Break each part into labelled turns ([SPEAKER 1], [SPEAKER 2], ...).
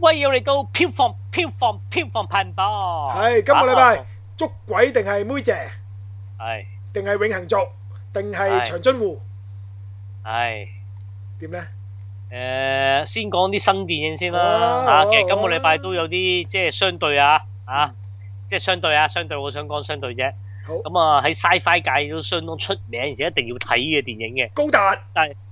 [SPEAKER 1] 喂，要嚟到票房票房票房排行榜，
[SPEAKER 2] 係今個禮拜捉鬼定係妹姐
[SPEAKER 1] 係
[SPEAKER 2] 定係永恆族定係
[SPEAKER 1] 係
[SPEAKER 2] 長津湖
[SPEAKER 1] 係
[SPEAKER 2] 點呢？
[SPEAKER 1] 誒，先講啲新電影先
[SPEAKER 2] 好啊
[SPEAKER 1] 啦嚇。其實今個禮拜
[SPEAKER 2] 好啊
[SPEAKER 1] 都有啲即係相對啊啊，即係相對啊相對，我想講相對啫。
[SPEAKER 2] 好
[SPEAKER 1] 咁啊喺 Sci-Fi 界都相當出名，而且一定要睇嘅電影嘅。
[SPEAKER 2] 高達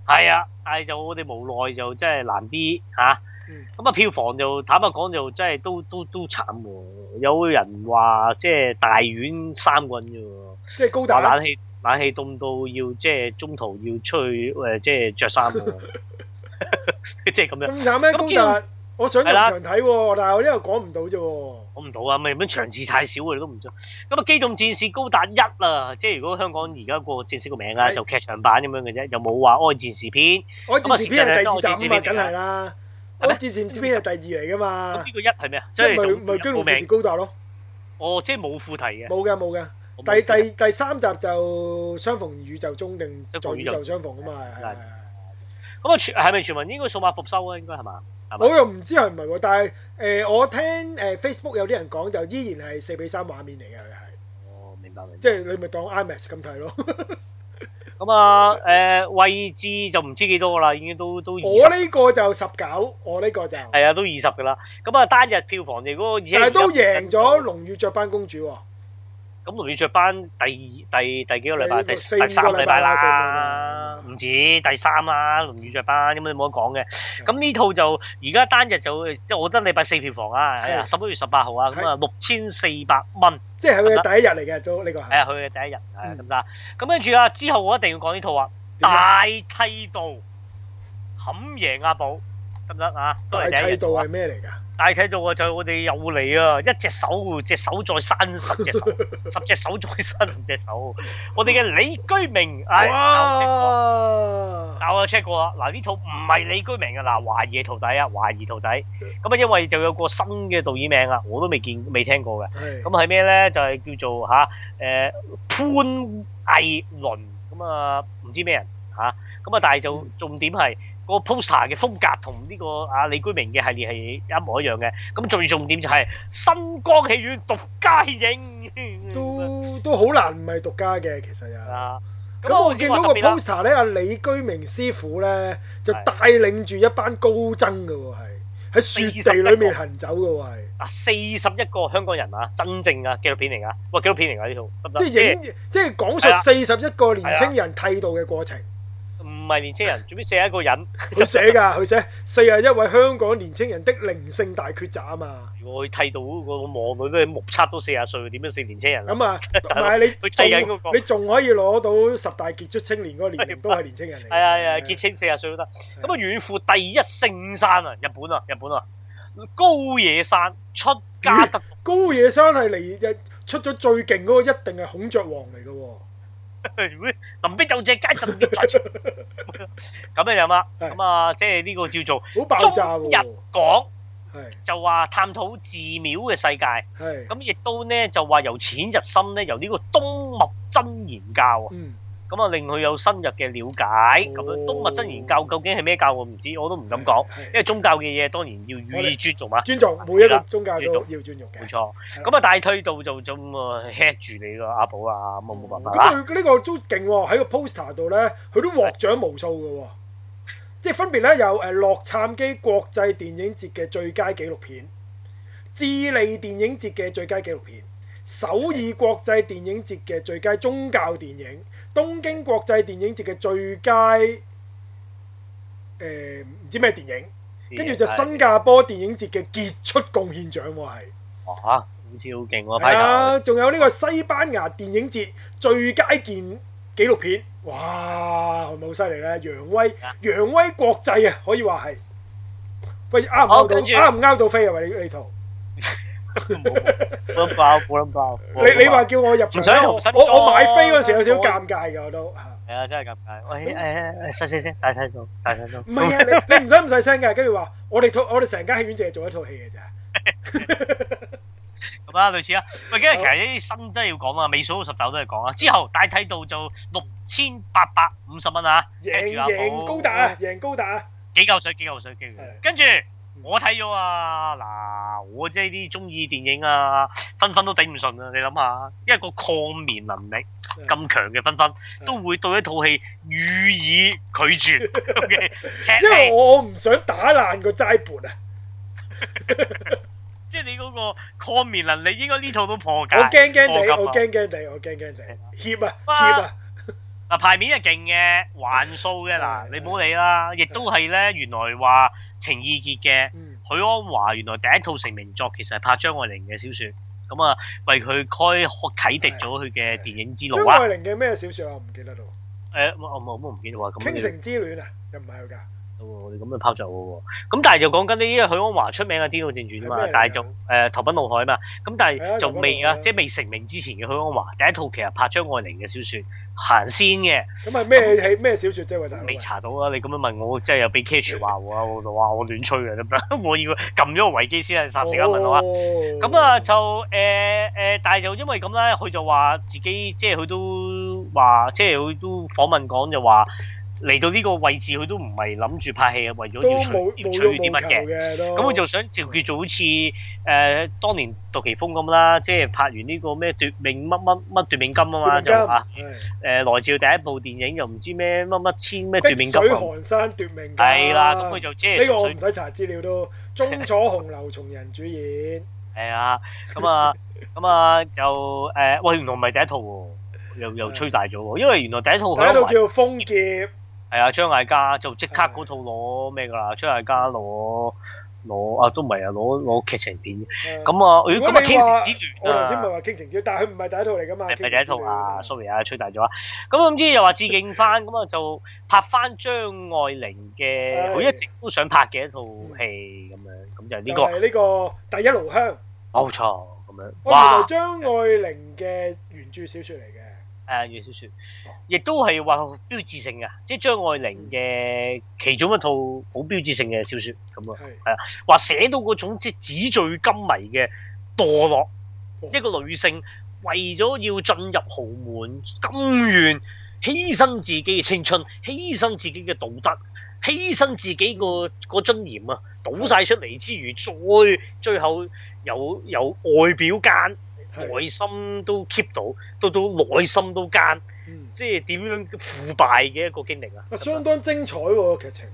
[SPEAKER 1] 係啊，但係就我哋無奈就真係難啲嚇。
[SPEAKER 2] 嗯
[SPEAKER 1] 咁啊，票房就坦白講就真係都都都慘喎。有人話即係大院三個人啫喎。
[SPEAKER 2] 即係高
[SPEAKER 1] 話
[SPEAKER 2] 達
[SPEAKER 1] 冷氣冷氣凍到要即係中途要出去誒、即係着衫喎， 即係咁樣
[SPEAKER 2] 咁慘咩？
[SPEAKER 1] 咁
[SPEAKER 2] 高達我想入
[SPEAKER 1] 係啦
[SPEAKER 2] 場睇喎，但係我呢度講唔到啫喎。
[SPEAKER 1] 講唔到啊！咪咁樣場次太少啊，你都唔知。咁啊，機動戰士高達一啊，即係如果香港而家個正式個名啊，
[SPEAKER 2] 係
[SPEAKER 1] 就劇場版咁樣嘅啫，又冇話愛戰士片。
[SPEAKER 2] 我戰士篇係第二集啊嘛，
[SPEAKER 1] 咁啊
[SPEAKER 2] 梗係啦。我
[SPEAKER 1] 係咩
[SPEAKER 2] 戰士篇係第二嚟噶
[SPEAKER 1] 咁
[SPEAKER 2] 嘛
[SPEAKER 1] 呢，個一係咩啊？即
[SPEAKER 2] 即係
[SPEAKER 1] 係
[SPEAKER 2] 咪
[SPEAKER 1] 就
[SPEAKER 2] 咪
[SPEAKER 1] 冇
[SPEAKER 2] 驚
[SPEAKER 1] 冇
[SPEAKER 2] 龍戰士
[SPEAKER 1] 名，
[SPEAKER 2] 高達咯？
[SPEAKER 1] 哦，即係冇副題嘅。
[SPEAKER 2] 冇嘅冇嘅。
[SPEAKER 1] 我冇
[SPEAKER 2] 第
[SPEAKER 1] 副題
[SPEAKER 2] 第第三集就相逢宇宙中定在宇宙相逢啊嘛，係
[SPEAKER 1] 真係
[SPEAKER 2] 係係
[SPEAKER 1] 咁啊，全係咪全民應該數碼復修啊？應該係嘛？係
[SPEAKER 2] 我
[SPEAKER 1] 嘛？
[SPEAKER 2] 又唔知係唔係喎，但係誒我聽誒 Facebook 有啲人講就依然係四比三畫面嚟嘅，佢係
[SPEAKER 1] 哦，明白明白。
[SPEAKER 2] 即係你咪當 IMAX 咁睇咯。
[SPEAKER 1] 咁啊，誒位置就唔知幾多啦，已經都都二十
[SPEAKER 2] 我。呢個就十九，我呢個就，但
[SPEAKER 1] 係啊，都二十噶啦。咁啊，單日票房嚟嗰個，
[SPEAKER 2] 係都贏咗《龍與雀斑公主》喎。
[SPEAKER 1] 咁龍與雀斑第二第第幾個禮拜？第第
[SPEAKER 2] 四五個
[SPEAKER 1] 三個禮拜
[SPEAKER 2] 四五個
[SPEAKER 1] 啦
[SPEAKER 2] 禮拜啦，
[SPEAKER 1] 唔止第三啦，龍與雀斑咁你冇得講嘅。
[SPEAKER 2] 嗯
[SPEAKER 1] 咁呢套就而家單日就即係我覺得禮拜四票房啊，係啊，十一月十八號啊，咁啊六千四百蚊，
[SPEAKER 2] 即係佢嘅第一日嚟嘅都呢個
[SPEAKER 1] 係
[SPEAKER 2] 係。
[SPEAKER 1] 啊，佢嘅第一日係啊
[SPEAKER 2] 嗯
[SPEAKER 1] 咁啦。咁跟住啊，之後我一定要講呢套啊，
[SPEAKER 2] 點啊
[SPEAKER 1] 大剃度冚贏阿寶得唔得啊？都係
[SPEAKER 2] 大
[SPEAKER 1] 第一
[SPEAKER 2] 剃
[SPEAKER 1] 日
[SPEAKER 2] 度
[SPEAKER 1] 做啊
[SPEAKER 2] 係咩嚟㗎？
[SPEAKER 1] 大睇到啊，就我哋又嚟啊，一隻手，隻手再生十隻手，十隻手再生十隻手。我哋嘅李居明，唉，嗱
[SPEAKER 2] 哇！
[SPEAKER 1] 我 check 過啦，嗱呢套唔係李居明啊，嗱華誼徒弟啊，華誼徒弟。咁啊，因為就有個新嘅導演名啊，我都未見未聽過嘅。
[SPEAKER 2] 係
[SPEAKER 1] 咁係咩咧？就係、叫做嚇誒、呃潘毅倫咁啊，唔知咩人嚇。咁啊，但係就
[SPEAKER 2] 嗯
[SPEAKER 1] 重點係個 poster 嘅風格同呢個啊李居明嘅系列係一模一樣嘅。咁最重點就係新光戲院獨家影。
[SPEAKER 2] 都都好難唔係獨家嘅，其實又。
[SPEAKER 1] 啊！咁
[SPEAKER 2] 咁
[SPEAKER 1] 啊
[SPEAKER 2] 我見到個
[SPEAKER 1] 特別啦
[SPEAKER 2] poster 咧，阿李居明師傅咧就
[SPEAKER 1] 係
[SPEAKER 2] 帶領住一班高僧嘅喎，係喺雪地裏面行走嘅喎，係
[SPEAKER 1] 啊，四十一個香港人啊，真正啊紀錄片嚟噶，喂紀錄片嚟噶呢套得唔得？
[SPEAKER 2] 即係影即係講述
[SPEAKER 1] 係啊啦
[SPEAKER 2] 四十一個年青人剃度嘅 過程。
[SPEAKER 1] 唔係年青人，最屘四一個人。
[SPEAKER 2] 佢寫㗎，佢寫四十一位香港年青人的靈性大抉擇啊嘛。
[SPEAKER 1] 我睇到個網女都係目測到四十歲，點樣四年青人啊？
[SPEAKER 2] 咁啊，
[SPEAKER 1] 大
[SPEAKER 2] 但
[SPEAKER 1] 佬
[SPEAKER 2] 係你
[SPEAKER 1] 佢剃緊嗰
[SPEAKER 2] 仲
[SPEAKER 1] 個
[SPEAKER 2] 你仲可以攞到十大傑出青年嗰個年齡都係年青人嚟嘅。
[SPEAKER 1] 係啊係啊，結清四十歲都得。咁啊，遠赴第一聖山啊，日本啊，日本啊，高野山出家得
[SPEAKER 2] 高野山係嚟日出咗最勁嗰個，一定係孔雀王嚟嘅喎。
[SPEAKER 1] 臨邊有隻街陣列在前咁樣樣啦。
[SPEAKER 2] 係
[SPEAKER 1] 咁啊，即係呢個叫做
[SPEAKER 2] 好爆炸
[SPEAKER 1] 中
[SPEAKER 2] 喎！
[SPEAKER 1] 日講
[SPEAKER 2] 係
[SPEAKER 1] 就話探討寺廟嘅世界，
[SPEAKER 2] 係
[SPEAKER 1] 咁亦都呢就話由淺入深呢，由呢個東密真言教啊。
[SPEAKER 2] 嗯，
[SPEAKER 1] 咁啊令佢有深入嘅了解，咁樣
[SPEAKER 2] 哦
[SPEAKER 1] 東密真言教究竟係咩教我唔知，我都唔敢講，
[SPEAKER 2] 係
[SPEAKER 1] 因為宗教嘅嘢當然要
[SPEAKER 2] 我
[SPEAKER 1] 予以
[SPEAKER 2] 哋
[SPEAKER 1] 尊重啊，
[SPEAKER 2] 尊重每一個宗教
[SPEAKER 1] 尊
[SPEAKER 2] 都
[SPEAKER 1] 重
[SPEAKER 2] 要尊重嘅
[SPEAKER 1] 冇。錯。咁啊，大推到就就咁啊 hit 住你個阿寶啊，咁啊冇辦法啦。
[SPEAKER 2] 咁佢呢個都勁喎，喺個 poster 度咧，佢都獲獎無數嘅喎。即係分別咧有誒呃洛杉磯國際電影節嘅最佳紀錄片、智利電影節嘅最佳紀錄片、首爾國際電影節嘅最佳宗教電影、東京國際電影節嘅最佳誒唔知咩電影，跟住就新加坡電影節嘅傑出貢獻獎喎係。
[SPEAKER 1] 哇好似好勁喎，
[SPEAKER 2] 係
[SPEAKER 1] 派
[SPEAKER 2] 啊，仲有呢個西班牙電影節最佳件紀錄片，哇，係咪好犀利咧？揚威
[SPEAKER 1] 啊
[SPEAKER 2] 揚威國際啊，可以話係。喂，啱唔
[SPEAKER 1] 好
[SPEAKER 2] 啱到？
[SPEAKER 1] 跟住
[SPEAKER 2] 啱唔啱到飛啊？喂，你你圖，
[SPEAKER 1] 頭冇 冧爆，冇冧爆。冇冧爆
[SPEAKER 2] 你你話叫我入
[SPEAKER 1] 唔想
[SPEAKER 2] 場，
[SPEAKER 1] 同
[SPEAKER 2] 我
[SPEAKER 1] 新
[SPEAKER 2] 我
[SPEAKER 1] 歌
[SPEAKER 2] 我買飛嗰陣時有少少
[SPEAKER 1] 我
[SPEAKER 2] 尷尬㗎，我都嚇。
[SPEAKER 1] 係啊，真係尷尬。喂，誒誒細細聲，大睇到，大睇到。
[SPEAKER 2] 唔係啊，你你唔使咁細聲㗎，跟住話我哋套我哋成間戲院淨係做一套戲嘅咋。
[SPEAKER 1] 咁啊，類似啊。喂，跟住其實呢啲新真係要講啊，尾數到十九都係講啊。之後大睇到就六千八百五十蚊啊，
[SPEAKER 2] 贏
[SPEAKER 1] 住阿寶
[SPEAKER 2] 贏高達啊，贏高達啊，
[SPEAKER 1] 幾嚿水幾嚿水幾嚿
[SPEAKER 2] 係
[SPEAKER 1] 水。跟住
[SPEAKER 2] 嗯
[SPEAKER 1] 我睇咗啊！嗱，我即係啲中意電影啊，分分都頂唔順啊！你諗下，因為個抗面能力咁強嘅分分，都會對一套戲予以拒絕。OK，
[SPEAKER 2] 因
[SPEAKER 1] 踢
[SPEAKER 2] 為
[SPEAKER 1] 戲
[SPEAKER 2] 我唔想打爛個齋盤啊，
[SPEAKER 1] 即係你嗰個抗面能力應該呢套都破
[SPEAKER 2] 我
[SPEAKER 1] 解。啊
[SPEAKER 2] 驚驚
[SPEAKER 1] 破
[SPEAKER 2] 地，
[SPEAKER 1] 格
[SPEAKER 2] 我
[SPEAKER 1] 啊
[SPEAKER 2] 驚驚地，我驚驚地，怯啊
[SPEAKER 1] 哇
[SPEAKER 2] 怯啊，
[SPEAKER 1] 嗱，牌面係勁嘅，還數嘅嗱，
[SPEAKER 2] 係
[SPEAKER 1] 你唔好理啦。亦都係咧，原來話情意結嘅。
[SPEAKER 2] 嗯
[SPEAKER 1] 許鞍華原來第一套成名作其實係拍張愛玲嘅小説，咁啊為佢開啟迪咗佢嘅電影之
[SPEAKER 2] 張
[SPEAKER 1] 路啊！
[SPEAKER 2] 愛玲嘅咩小説啊？我唔記得咯，
[SPEAKER 1] 誒，我我我唔記得話咁
[SPEAKER 2] 《傾
[SPEAKER 1] 樣
[SPEAKER 2] 城之戀》啊，又唔係佢㗎，
[SPEAKER 1] 喎，我哋咁樣拋走喎。咁但係就講緊呢，因為許鞍華出名嘅《天道正傳》啊
[SPEAKER 2] 係
[SPEAKER 1] 嘛
[SPEAKER 2] 咩嚟㗎，
[SPEAKER 1] 但係就誒投奔怒海啊嘛，咁但
[SPEAKER 2] 係啊
[SPEAKER 1] 係就未
[SPEAKER 2] 投奔怒
[SPEAKER 1] 啊，
[SPEAKER 2] 海
[SPEAKER 1] 即係未成名之前嘅許鞍華第一套其實拍張愛玲嘅小説行先嘅，
[SPEAKER 2] 咁係咩戲咩小説啫？喂大佬
[SPEAKER 1] 未，查到啊！你咁樣問我，真係有俾 catch 話我啊，我就話我亂吹嘅得唔得？ 我要撳咗個維基先啊，霎時間問
[SPEAKER 2] 哦
[SPEAKER 1] 我啊！咁啊就誒誒、但係就因為咁咧，佢就話自己即係佢都話，即係佢都訪問講就話嚟到呢個位置，佢都唔係諗住拍戲啊，為咗
[SPEAKER 2] 都
[SPEAKER 1] 要取
[SPEAKER 2] 冇
[SPEAKER 1] 要
[SPEAKER 2] 冇
[SPEAKER 1] 取
[SPEAKER 2] 用
[SPEAKER 1] 啲
[SPEAKER 2] 冇
[SPEAKER 1] 乜
[SPEAKER 2] 求
[SPEAKER 1] 嘅。
[SPEAKER 2] 嘅都，
[SPEAKER 1] 咁佢就想就叫做好似誒、呃、當年杜琪峰咁啦，即係拍完呢個咩奪命乜乜乜奪命金啊嘛，就話
[SPEAKER 2] 奪命金
[SPEAKER 1] 誒、呃、來自佢第一部電影又唔知咩乜乜千咩奪
[SPEAKER 2] 係碧
[SPEAKER 1] 命金
[SPEAKER 2] 水
[SPEAKER 1] 啊，
[SPEAKER 2] 寒山奪命金
[SPEAKER 1] 係啦，咁佢就即係
[SPEAKER 2] 呢個
[SPEAKER 1] 純
[SPEAKER 2] 我
[SPEAKER 1] 粹
[SPEAKER 2] 唔使查資料都，中楚紅樓從人主 演，
[SPEAKER 1] 係啊，咁 啊，咁啊就誒，喂，原來唔係第一套喎，又又吹大咗喎，因為原來第一套
[SPEAKER 2] 嗯第一
[SPEAKER 1] 佢
[SPEAKER 2] 套叫嗯《風劫》，
[SPEAKER 1] 係啊，張艾嘉就即刻嗰套攞咩㗎啦，張艾嘉攞攞啊都唔係啊，攞攞劇情片
[SPEAKER 2] 誒
[SPEAKER 1] 咁啊，咦
[SPEAKER 2] 嗯如果
[SPEAKER 1] 咁
[SPEAKER 2] 你
[SPEAKER 1] 啊《
[SPEAKER 2] 話
[SPEAKER 1] 傾城之戀》
[SPEAKER 2] 我頭先咪
[SPEAKER 1] 啊，
[SPEAKER 2] 話《傾城之戀》，但係佢唔係第一套嚟噶嘛，
[SPEAKER 1] 係
[SPEAKER 2] 傾城
[SPEAKER 1] 咪
[SPEAKER 2] 之
[SPEAKER 1] 第
[SPEAKER 2] 戀
[SPEAKER 1] 一套啊？sorry 啊，吹大咗啊，咁啊唔知又話致敬翻，咁啊就拍翻張愛玲嘅，
[SPEAKER 2] 係
[SPEAKER 1] 佢一直都想拍嘅一套戲咁樣，咁就係呢
[SPEAKER 2] 就
[SPEAKER 1] 個
[SPEAKER 2] 係呢個第一爐香，
[SPEAKER 1] 冇錯咁樣，
[SPEAKER 2] 我原來
[SPEAKER 1] 哇！
[SPEAKER 2] 張愛玲嘅原著小説
[SPEAKER 1] 誒《
[SPEAKER 2] 嚟嘅，
[SPEAKER 1] 呃小說
[SPEAKER 2] 哦，
[SPEAKER 1] 亦都係話標誌性嘅，即係張愛玲嘅其中一套好標誌性嘅小說咁啊，
[SPEAKER 2] 係
[SPEAKER 1] 話寫到嗰種即係紙醉金迷嘅墮落
[SPEAKER 2] 哦，
[SPEAKER 1] 一個女性為咗要進入豪門，甘願犧牲自己嘅青春，犧牲自己嘅道德，犧牲自己個個尊嚴啊，倒晒出嚟之餘，再最後有有外表奸，
[SPEAKER 2] 係
[SPEAKER 1] 內心都 keep 到，到到內心都奸。
[SPEAKER 2] 嗯
[SPEAKER 1] 即係點樣腐敗嘅一個經歷啊！
[SPEAKER 2] 啊相當精彩喎劇情，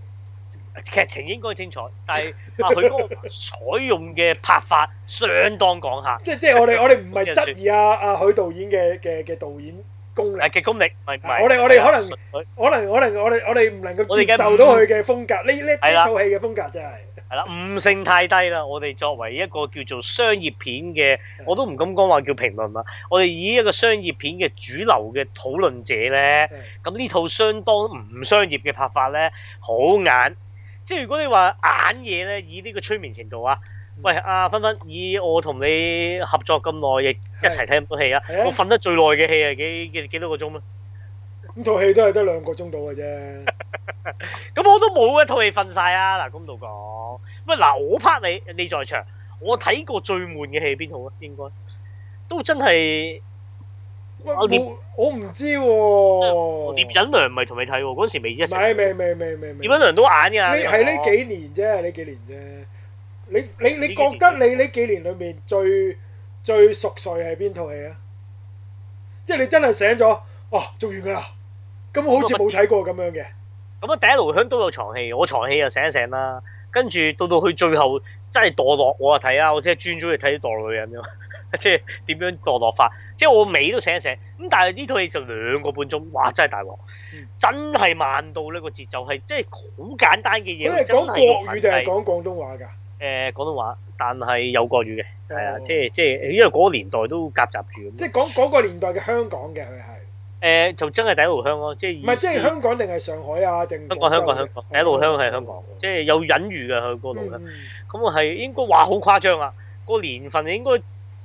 [SPEAKER 1] 劇情應該精彩，但係 啊佢嗰個採用嘅拍法相當講 下，
[SPEAKER 2] 即係即係 我哋我哋唔係
[SPEAKER 1] 咁樣
[SPEAKER 2] 質疑啊啊許導演嘅嘅嘅導演功力
[SPEAKER 1] 但。係嘅啊功力唔係唔係啊
[SPEAKER 2] 我哋我哋可能
[SPEAKER 1] 純粹
[SPEAKER 2] 可能可能我哋我哋唔能
[SPEAKER 1] 我
[SPEAKER 2] 夠
[SPEAKER 1] 哋嘅
[SPEAKER 2] 接受到佢嘅風格，呢呢
[SPEAKER 1] 係
[SPEAKER 2] 呢
[SPEAKER 1] 啦
[SPEAKER 2] 套戲嘅風格真係
[SPEAKER 1] 係啦，悟性太低啦。我哋作為一個叫做商業片嘅，
[SPEAKER 2] 嗯
[SPEAKER 1] 我都唔敢講話叫評論啦。我哋以一個商業片嘅主流嘅討論者咧，
[SPEAKER 2] 係
[SPEAKER 1] 咁呢套相當唔商業嘅拍法咧，好眼。即係如果你話眼嘢咧，以呢個催眠程度啊，
[SPEAKER 2] 嗯
[SPEAKER 1] 喂阿芬芬，以我同你合作咁耐，亦一齊睇咁多戲啊
[SPEAKER 2] 係啊，
[SPEAKER 1] 我瞓得最耐嘅戲係幾幾幾多個鐘啊咧？
[SPEAKER 2] 咁套戲都係得兩個鐘到嘅啫。
[SPEAKER 1] 咁我都冇一套戲瞓晒啊！嗱，公道講，喂嗱，我拍你，你在場，我睇過最悶嘅戲係邊套啊？應該都真係
[SPEAKER 2] 喂
[SPEAKER 1] 我
[SPEAKER 2] 冇我唔知
[SPEAKER 1] 《聶
[SPEAKER 2] 喎，
[SPEAKER 1] 隱娘》唔係同你睇喎，嗰陣時未一齊
[SPEAKER 2] 咪哦未未未未未，
[SPEAKER 1] 聶隱娘都眼㗎，
[SPEAKER 2] 呢係呢幾年啫，係呢幾年啫。你你你
[SPEAKER 1] 呢幾
[SPEAKER 2] 覺
[SPEAKER 1] 年
[SPEAKER 2] 得你呢幾年裏面最最熟睡係邊套戲啊？即係你真係醒咗，哦，做完㗎啦，咁好似冇睇過咁樣嘅。
[SPEAKER 1] 咁啊，第一爐香都有床戲，我床戲又醒一醒啦。跟住到到佢最後真係墮落，我啊睇啊，我即係專中意睇啲墮落女人啫嘛， 即係點樣墮落法，即係我尾都醒一醒。咁但係呢套戲就兩個半鐘，哇！真係大鑊
[SPEAKER 2] 嗯，
[SPEAKER 1] 真係慢到呢個節奏係即係好簡單嘅嘢。
[SPEAKER 2] 佢係
[SPEAKER 1] 真
[SPEAKER 2] 講國語定係
[SPEAKER 1] 係要
[SPEAKER 2] 講廣東話㗎？
[SPEAKER 1] 誒廣東話，但係有國語嘅，係啊
[SPEAKER 2] 哦，
[SPEAKER 1] 即係即係因為嗰個年代都夾雜住咁。
[SPEAKER 2] 即
[SPEAKER 1] 即
[SPEAKER 2] 係講嗰個年代嘅香港嘅佢係。
[SPEAKER 1] 誒就真係第一爐香咯，即係
[SPEAKER 2] 唔係，即係
[SPEAKER 1] 意思
[SPEAKER 2] 香港定係上海啊？定
[SPEAKER 1] 香港香港香港，第一爐香係
[SPEAKER 2] 係
[SPEAKER 1] 香港，即係有隱喻嘅佢個路香。
[SPEAKER 2] 嗯
[SPEAKER 1] 咁我係應該話好誇張啊！個年份應該誒、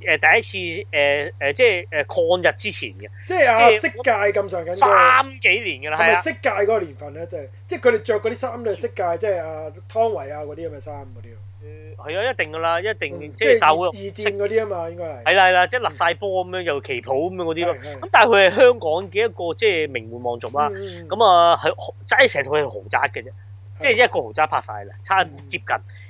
[SPEAKER 1] 呃第一次誒誒、呃即係誒、呃抗日之前嘅
[SPEAKER 2] 即係啊，
[SPEAKER 1] 即係
[SPEAKER 2] 色戒咁上緊嘅，
[SPEAKER 1] 三幾年㗎啦，
[SPEAKER 2] 係
[SPEAKER 1] 係
[SPEAKER 2] 咪
[SPEAKER 1] 啊，
[SPEAKER 2] 色戒嗰個年份咧？即係即係佢哋着嗰啲衫都係色戒，即係啊湯唯啊嗰啲咁嘅衫嗰啲啊
[SPEAKER 1] 呃係啊，一定㗎啦，一定
[SPEAKER 2] 嗯
[SPEAKER 1] 即係
[SPEAKER 2] 二
[SPEAKER 1] 鬥
[SPEAKER 2] 二
[SPEAKER 1] 肉
[SPEAKER 2] 戰嗰啲啊嘛，應該係
[SPEAKER 1] 係啦係啦，即係勒晒波咁樣又旗袍咁樣嗰啲咯。
[SPEAKER 2] 係係嗯
[SPEAKER 1] 咁但係佢係香港嘅一個即係名門望族啊啦。
[SPEAKER 2] 咁嗯
[SPEAKER 1] 咁啊係真係成套係豪宅嘅啫，即係一個豪宅拍晒啦，差接近。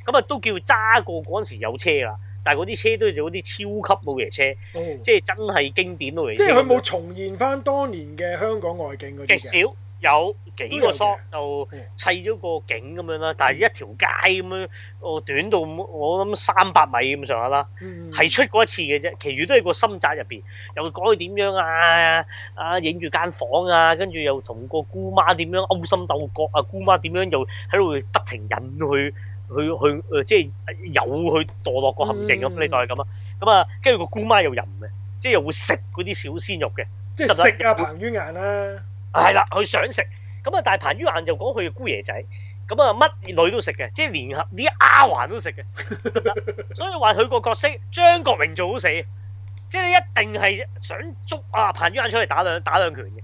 [SPEAKER 1] 咁啊都叫揸過嗰陣時有車啦，但係嗰啲車都係嗰啲超級老爺車，
[SPEAKER 2] 哦
[SPEAKER 1] 即係真係經典老爺
[SPEAKER 2] 即
[SPEAKER 1] 車。
[SPEAKER 2] 係佢冇重現翻當年嘅香港外景嗰
[SPEAKER 1] 極
[SPEAKER 2] 啲嘅，
[SPEAKER 1] 少有幾個
[SPEAKER 2] 都有嘅
[SPEAKER 1] shot 就
[SPEAKER 2] 嗯
[SPEAKER 1] 砌咗個景咁樣啦，但係一條街咁樣，我短到我諗三百米咁上下啦。
[SPEAKER 2] 嗯
[SPEAKER 1] 係出過一次嘅啫，其餘都係個深宅入邊，又講佢點樣啊啊影住間房啊，跟住又同個姑媽點樣勾心鬥角啊，姑媽點樣又喺度不停引佢去去誒，即係有佢墮落個陷阱咁，
[SPEAKER 2] 嗯
[SPEAKER 1] 你當係咁啊，咁啊，跟住個姑媽又淫嘅，即係又會食嗰啲小鮮肉嘅，
[SPEAKER 2] 即係食啊彭于晏啦，
[SPEAKER 1] 係啦，佢想食，咁啊，但係彭于晏就講佢嘅姑爺仔。咁啊，乜女都食嘅，即係連合啲丫鬟都食嘅，所以話佢個角色張國榮做好死，即係你一定係想捉啊彭于晏出嚟打兩打兩拳嘅，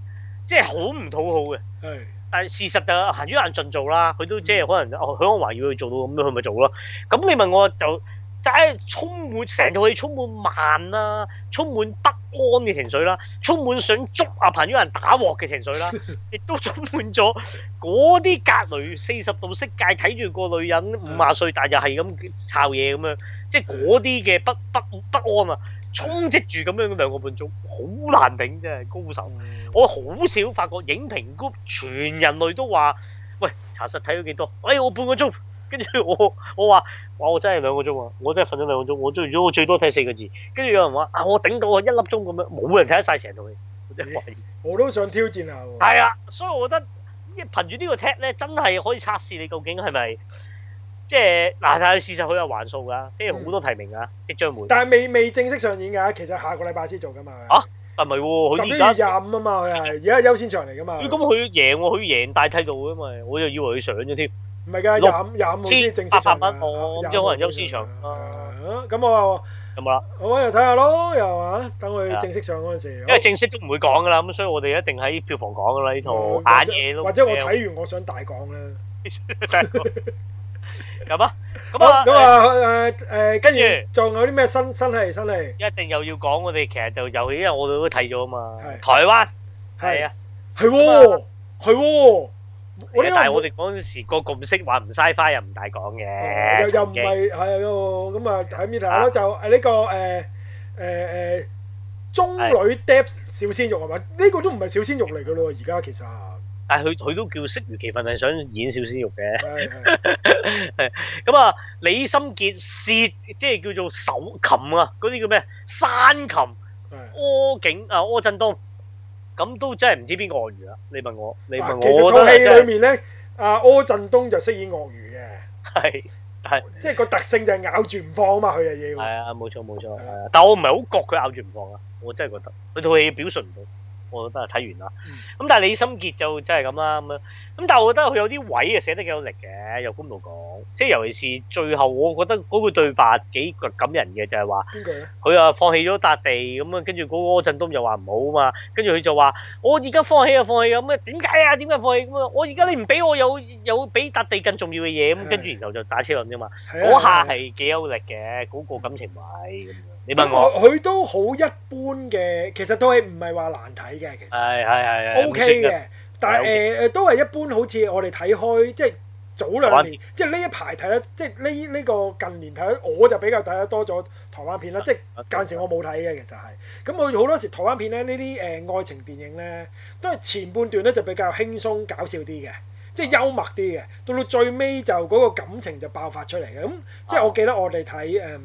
[SPEAKER 1] 即係好唔討好嘅。
[SPEAKER 2] 係
[SPEAKER 1] 但係事實就彭于晏盡做啦，佢都即係可能哦，許安華要佢做到咁樣，佢咪做咯。咁你問我就齋充滿成套戲充滿慢啦，充滿不安嘅情緒啦，充滿想捉啊彭于晏打鑊嘅情緒啦，亦都充滿咗嗰啲隔離四十度色戒睇住個女人五廿歲，但係又係咁抄嘢咁樣，即係嗰啲嘅不不不安啊，充斥住咁樣兩個半鐘，好難頂真係高手。我好少發覺影評 group 全人類都話：喂，查實睇咗幾多？哎，我半個鐘，跟住我 我話：哇，我真係兩個鐘啊！我真係瞓咗兩個鐘，我最咗我最多睇四個字。跟住有人話：啊，我頂到我一粒鐘咁樣，冇人睇得晒成套戲，我真係 懷疑。
[SPEAKER 2] 我都想挑戰下喎，
[SPEAKER 1] 係啊，所以我覺得憑住呢個 tag 咧，真係可以測試你究竟係咪即係嗱，但係事實佢有還數㗎，即係好多提名㗎，即將會。
[SPEAKER 2] 但係未未正式上演㗎，其實下個禮拜先做㗎嘛，
[SPEAKER 1] 啊但唔係喎，
[SPEAKER 2] 十一
[SPEAKER 1] 佢
[SPEAKER 2] 月
[SPEAKER 1] 而家
[SPEAKER 2] 廿五啊嘛，佢係而家係優先場嚟㗎嘛，
[SPEAKER 1] 咦咁佢贏喎，佢贏大梯度㗎嘛，我就以為佢上咗添。
[SPEAKER 2] 唔係㗎，
[SPEAKER 1] 六
[SPEAKER 2] 廿五廿五先正式上啊
[SPEAKER 1] 八百蚊哦
[SPEAKER 2] 㗎
[SPEAKER 1] 咁即係可能優先場
[SPEAKER 2] 啊咁我
[SPEAKER 1] 有冇啦？
[SPEAKER 2] 我又睇下咯，又啊，等
[SPEAKER 1] 係
[SPEAKER 2] 佢
[SPEAKER 1] 啊
[SPEAKER 2] 正式上嗰陣時，
[SPEAKER 1] 因為正式都唔會講噶啦，咁所以我哋一定喺票房講噶啦呢套
[SPEAKER 2] 哦
[SPEAKER 1] 眼嘢都
[SPEAKER 2] 或者我睇完我想大講啦。
[SPEAKER 1] 咁啊，咁
[SPEAKER 2] 好
[SPEAKER 1] 啊，
[SPEAKER 2] 咁啊，誒誒，跟
[SPEAKER 1] 跟
[SPEAKER 2] 住
[SPEAKER 1] 住
[SPEAKER 2] 仲有啲咩新新戲新戲？
[SPEAKER 1] 一定又要講我哋其實就有，因為我哋都睇咗啊嘛
[SPEAKER 2] 係。
[SPEAKER 1] 台灣
[SPEAKER 2] 係
[SPEAKER 1] 係啊，
[SPEAKER 2] 係喎，係喎，我呢個
[SPEAKER 1] 但係我哋嗰陣時個共識話唔嘥花又唔大講嘅，
[SPEAKER 2] 又又唔
[SPEAKER 1] 曾經
[SPEAKER 2] 係係喎，咁啊喺邊睇下咯？
[SPEAKER 1] 啊
[SPEAKER 2] 就誒呢個誒誒誒中女 d e p 小鮮肉係咪？呢個都唔係小鮮肉嚟嘅咯，而家 其實
[SPEAKER 1] 但係佢佢都叫適如其分係想演小鮮肉嘅。
[SPEAKER 2] 係係
[SPEAKER 1] 咁啊，李心潔涉即係叫做手琴啊，嗰啲叫咩山琴
[SPEAKER 2] 係。
[SPEAKER 1] 柯景啊柯震東，咁都真係唔知邊個外語啦。你問我，你問
[SPEAKER 2] 嗱
[SPEAKER 1] 我，
[SPEAKER 2] 其實
[SPEAKER 1] 我
[SPEAKER 2] 套
[SPEAKER 1] 覺得
[SPEAKER 2] 戲
[SPEAKER 1] 係真係
[SPEAKER 2] 裏面咧，阿柯震東就飾演鱷魚嘅，
[SPEAKER 1] 係係
[SPEAKER 2] 即係個特性就係咬住唔放啊嘛，佢嘅
[SPEAKER 1] 係
[SPEAKER 2] 嘢。
[SPEAKER 1] 啊，冇錯冇錯，
[SPEAKER 2] 係
[SPEAKER 1] 係
[SPEAKER 2] 啦
[SPEAKER 1] 啊。但我唔係好覺佢咬住唔放啊，我真係覺得佢套戲表述唔到，我覺得係睇完啦。
[SPEAKER 2] 嗯
[SPEAKER 1] 咁、但係李心潔就真係咁啦咁樣。咁但係我覺得佢有啲位啊寫得幾有力嘅，由公道講，即係尤其是最後，我覺得嗰句對白幾感人嘅，就係話
[SPEAKER 2] 邊句咧？
[SPEAKER 1] 佢啊放棄咗笪地咁啊，跟住嗰個柯震東又話唔好啊嘛，跟住佢就話我而家放棄啊放棄啊咁啊點解啊點解放棄咁啊？我而家你唔俾我有有比笪地更重要嘅嘢咁，跟住然後就打車輪啫嘛。
[SPEAKER 2] 係啊
[SPEAKER 1] 嗰下
[SPEAKER 2] 係啊
[SPEAKER 1] 係幾有力嘅，嗰、個感情位咁樣。你問我，
[SPEAKER 2] 佢都好一般嘅，其實套戲唔係話難睇嘅，其實。
[SPEAKER 1] 係係係係
[SPEAKER 2] O K。嘅，但係啊
[SPEAKER 1] 係
[SPEAKER 2] 誒誒都係一般，好似我哋睇開即係早兩
[SPEAKER 1] 台灣
[SPEAKER 2] 年，即係呢一排睇得，即係呢呢個近年睇得，我就比較睇得多咗台灣片啦。啊即係間時我冇睇嘅，其實係咁，我好多時台灣片咧呢啲誒愛情電影咧，都係前半段咧就比較輕鬆搞笑啲嘅。即係幽默啲嘅，到到最尾就嗰個感情就爆發出嚟嘅。咁即係我記得我哋睇誒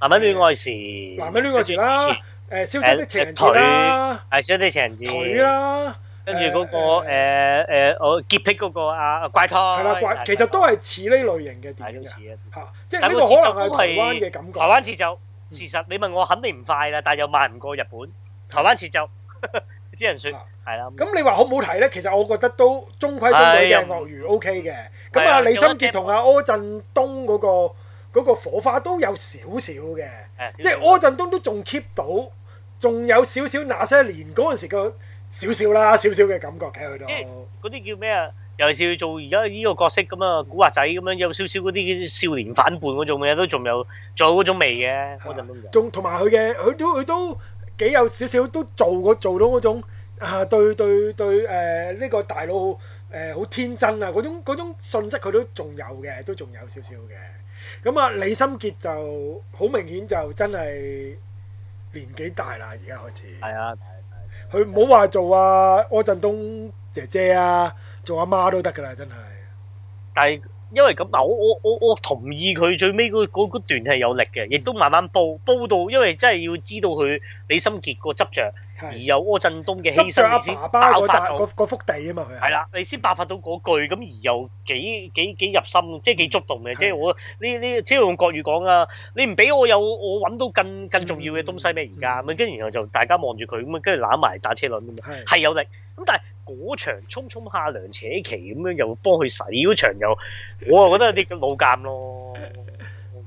[SPEAKER 1] 男人戀愛時，
[SPEAKER 2] 《男人戀愛時》啦，誒《消失的情人節》啦，
[SPEAKER 1] 係相啲情人節，
[SPEAKER 2] 佢，啦。
[SPEAKER 1] 跟住嗰個
[SPEAKER 2] 誒
[SPEAKER 1] 誒誒我潔癖嗰個啊怪胎，
[SPEAKER 2] 係啦，怪其實都係似呢類型嘅電
[SPEAKER 1] 係都
[SPEAKER 2] 影嘅
[SPEAKER 1] 似啊。
[SPEAKER 2] 嚇，即
[SPEAKER 1] 但
[SPEAKER 2] 係呢
[SPEAKER 1] 係
[SPEAKER 2] 個
[SPEAKER 1] 個節
[SPEAKER 2] 可
[SPEAKER 1] 奏
[SPEAKER 2] 能係
[SPEAKER 1] 都
[SPEAKER 2] 台
[SPEAKER 1] 係
[SPEAKER 2] 灣嘅感覺。嗯
[SPEAKER 1] 台灣節奏，事實你問我肯定唔快啦，但係又慢唔過日本。台灣節奏， 只能説係啦。
[SPEAKER 2] 啊咁你話好唔好睇咧？其實我覺得都中規中矩嘅
[SPEAKER 1] 係
[SPEAKER 2] 鱷魚 OK 嘅。咁
[SPEAKER 1] 係
[SPEAKER 2] 啊，
[SPEAKER 1] 啊
[SPEAKER 2] 李
[SPEAKER 1] 有
[SPEAKER 2] 心
[SPEAKER 1] 得
[SPEAKER 2] 潔
[SPEAKER 1] tempo
[SPEAKER 2] 同阿柯震東嗰個嗰個火花都有少少嘅，
[SPEAKER 1] 嗯誒
[SPEAKER 2] 即係柯震東都仲 keep 到，仲有少少那些年嗰陣時個少少啦，少少嘅感覺嘅佢都
[SPEAKER 1] 即。係嗰啲叫咩啊？尤其是佢做而家呢個角色咁啊，古惑仔咁樣，有少少嗰啲少年反叛嗰種嘢，都仲有仲有嗰種味
[SPEAKER 2] 啊
[SPEAKER 1] 嘅。嗰陣都有。
[SPEAKER 2] 仲同埋佢嘅，佢都佢都幾有少少都做過做到嗰種啊對對對誒呢、個大佬誒好天真啊，嗰種嗰種信息佢都仲有嘅，都仲有少少嘅。咁啊，李心潔就好明顯就真係年紀大啦，而家開始。
[SPEAKER 1] 係啊，
[SPEAKER 2] 佢唔好話做啊柯震東姐姐啊，做阿媽都得㗎啦，真係。
[SPEAKER 1] 但係因為咁嗱，我我我我同意佢最尾嗰嗰嗰段係有力
[SPEAKER 2] 嗯
[SPEAKER 1] 嘅，亦都慢慢煲煲到，因為真係要知道佢李心潔個執着，而
[SPEAKER 2] 係
[SPEAKER 1] 有柯震東嘅犧
[SPEAKER 2] 執着
[SPEAKER 1] 牲，
[SPEAKER 2] 阿
[SPEAKER 1] 你先
[SPEAKER 2] 爸爸
[SPEAKER 1] 爆
[SPEAKER 2] 嗰
[SPEAKER 1] 發
[SPEAKER 2] 笪
[SPEAKER 1] 到
[SPEAKER 2] 嗰。嗰幅地啊嘛，佢
[SPEAKER 1] 係。啦，你先爆發到嗰句，咁而又幾幾幾入心，即係幾觸動嘅。
[SPEAKER 2] 係
[SPEAKER 1] 即係我呢呢，即係用國語講啊，你唔俾我有我揾到更更重要嘅東西咩？而
[SPEAKER 2] 嗯
[SPEAKER 1] 家咁啊跟住然後就大家望住佢咁啊，跟住攬埋打車輪咁啊，
[SPEAKER 2] 係
[SPEAKER 1] 係有力。咁但係嗰場衝衝下梁扯旗咁樣又幫佢洗嗰場又，我啊覺得有啲老鑑 咯，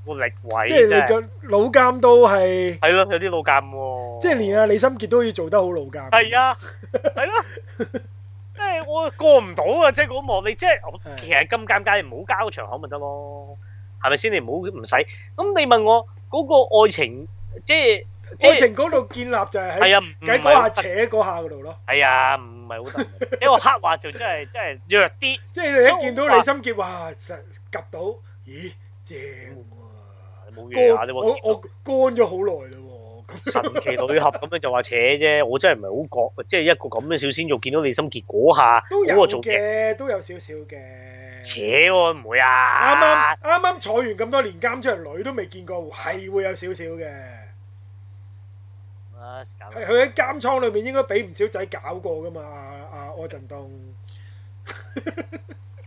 [SPEAKER 1] 個力位
[SPEAKER 2] 即
[SPEAKER 1] 真
[SPEAKER 2] 係你
[SPEAKER 1] 係
[SPEAKER 2] 個老監都係，
[SPEAKER 1] 係咯，有啲老鑑喎。
[SPEAKER 2] 即係連阿李心潔都要做得好老監。
[SPEAKER 1] 係啊，係咯，即係我過唔到啊！即係嗰幕你即係我
[SPEAKER 2] 係
[SPEAKER 1] 其實咁尷尬，你唔好交場口咪得咯，係咪先？你唔好唔使。咁你問我嗰、個愛情，即係即
[SPEAKER 2] 愛
[SPEAKER 1] 係
[SPEAKER 2] 情嗰度建立就係
[SPEAKER 1] 係
[SPEAKER 2] 喺
[SPEAKER 1] 啊，唔唔
[SPEAKER 2] 喺
[SPEAKER 1] 係
[SPEAKER 2] 嗰
[SPEAKER 1] 好得
[SPEAKER 2] 下扯嗰下嗰度咯。
[SPEAKER 1] 係啊，唔係好得。因為刻畫就真係真係弱啲，
[SPEAKER 2] 即係你一見到
[SPEAKER 1] 所以我話
[SPEAKER 2] 李心潔，哇！實及到，咦正喎！
[SPEAKER 1] 冇嘢啊！
[SPEAKER 2] 乾
[SPEAKER 1] 你
[SPEAKER 2] 我我
[SPEAKER 1] 話
[SPEAKER 2] 乾咗好耐嘞喎，咁
[SPEAKER 1] 神奇女俠咁樣就話扯啫，我真係唔係好覺，即係一個咁嘅小鮮肉見到李心潔嗰下，
[SPEAKER 2] 都有
[SPEAKER 1] 嗰個啊做嘅
[SPEAKER 2] 嘅，都有少少嘅。
[SPEAKER 1] 扯喎，唔會
[SPEAKER 2] 啱
[SPEAKER 1] 啊！
[SPEAKER 2] 啱啱啱坐完咁多年監出嚟，女都未見過，係會有少少嘅。
[SPEAKER 1] 啊是但啦
[SPEAKER 2] 係佢喺監倉裏面應該俾唔少仔搞過噶嘛，阿阿柯震東。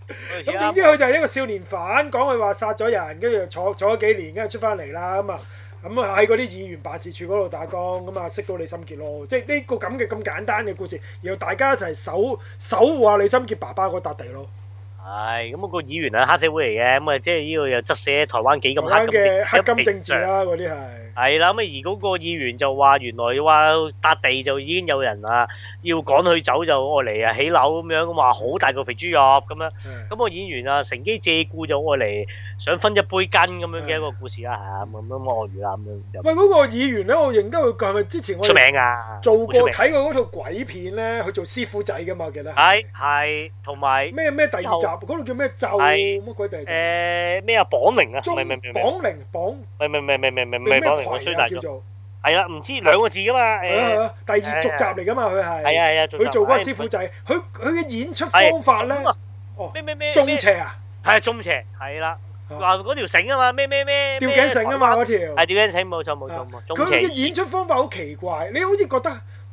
[SPEAKER 2] 咁總之佢就係一個少年犯，講佢話殺咗人，跟住就坐坐咗幾年，跟住出翻嚟啦咁啊，咁啊喺嗰啲議員辦事處嗰度打工，咁啊識到李心潔咯，即係呢個咁嘅咁簡單嘅故事，然後大家一齊守守護下李心潔爸爸嗰笪地咯，
[SPEAKER 1] 係，咁、個議員係黑社會嚟嘅，咁啊即係呢個又側寫台灣幾咁
[SPEAKER 2] 台灣嘅黑
[SPEAKER 1] 黑
[SPEAKER 2] 金
[SPEAKER 1] 金
[SPEAKER 2] 政治
[SPEAKER 1] 啦。
[SPEAKER 2] 啦嗰啲係，
[SPEAKER 1] 係啦，咁啊而嗰個議員就話原來話搭地就已經有人啊要趕佢走就愛嚟啊起樓咁樣，咁話好大個肥豬肉咁樣。
[SPEAKER 2] 係
[SPEAKER 1] 咁、個議員啊乘機借故就愛嚟想分一杯羹咁樣嘅一個故事啦嚇，咁咁鱷魚啦咁樣
[SPEAKER 2] 嗯喂
[SPEAKER 1] 就
[SPEAKER 2] 嗰個議員咧，我認得佢係咪之前我
[SPEAKER 1] 出
[SPEAKER 2] 哋
[SPEAKER 1] 名啊，
[SPEAKER 2] 做過
[SPEAKER 1] 好出名
[SPEAKER 2] 睇過嗰套鬼片咧，佢做師傅仔噶嘛，我記得
[SPEAKER 1] 係係同埋
[SPEAKER 2] 咩咩第二集
[SPEAKER 1] 之後
[SPEAKER 2] 嗰度叫咩咒
[SPEAKER 1] 係
[SPEAKER 2] 乜鬼第二集？
[SPEAKER 1] 誒咩啊綁鈴啊，唔
[SPEAKER 2] 中
[SPEAKER 1] 係唔係
[SPEAKER 2] 綁
[SPEAKER 1] 唔係
[SPEAKER 2] 鈴綁
[SPEAKER 1] 唔係唔係唔係唔係唔係唔係
[SPEAKER 2] 咩咩
[SPEAKER 1] 綁鈴，我吹
[SPEAKER 2] 葵
[SPEAKER 1] 大
[SPEAKER 2] 啊叫
[SPEAKER 1] 咗。
[SPEAKER 2] 做。
[SPEAKER 1] 係啦，唔知兩個字噶嘛
[SPEAKER 2] 係啊係
[SPEAKER 1] 誒。
[SPEAKER 2] 啊第二續集嚟噶嘛，佢係
[SPEAKER 1] 係啊係啊，
[SPEAKER 2] 佢做嗰個師傅
[SPEAKER 1] 係
[SPEAKER 2] 仔，佢佢嘅演出
[SPEAKER 1] 係
[SPEAKER 2] 方法咧
[SPEAKER 1] 中，啊
[SPEAKER 2] 哦，
[SPEAKER 1] 咩咩咩
[SPEAKER 2] 中邪啊，
[SPEAKER 1] 係啊中邪係啦，
[SPEAKER 2] 啊
[SPEAKER 1] 話嗰條繩啊嘛，咩咩咩
[SPEAKER 2] 吊頸繩啊嘛，嗰條，
[SPEAKER 1] 係吊頸繩冇錯冇錯冇錯，
[SPEAKER 2] 佢
[SPEAKER 1] 中
[SPEAKER 2] 嘅
[SPEAKER 1] 邪
[SPEAKER 2] 演出方法好奇怪，你好似覺得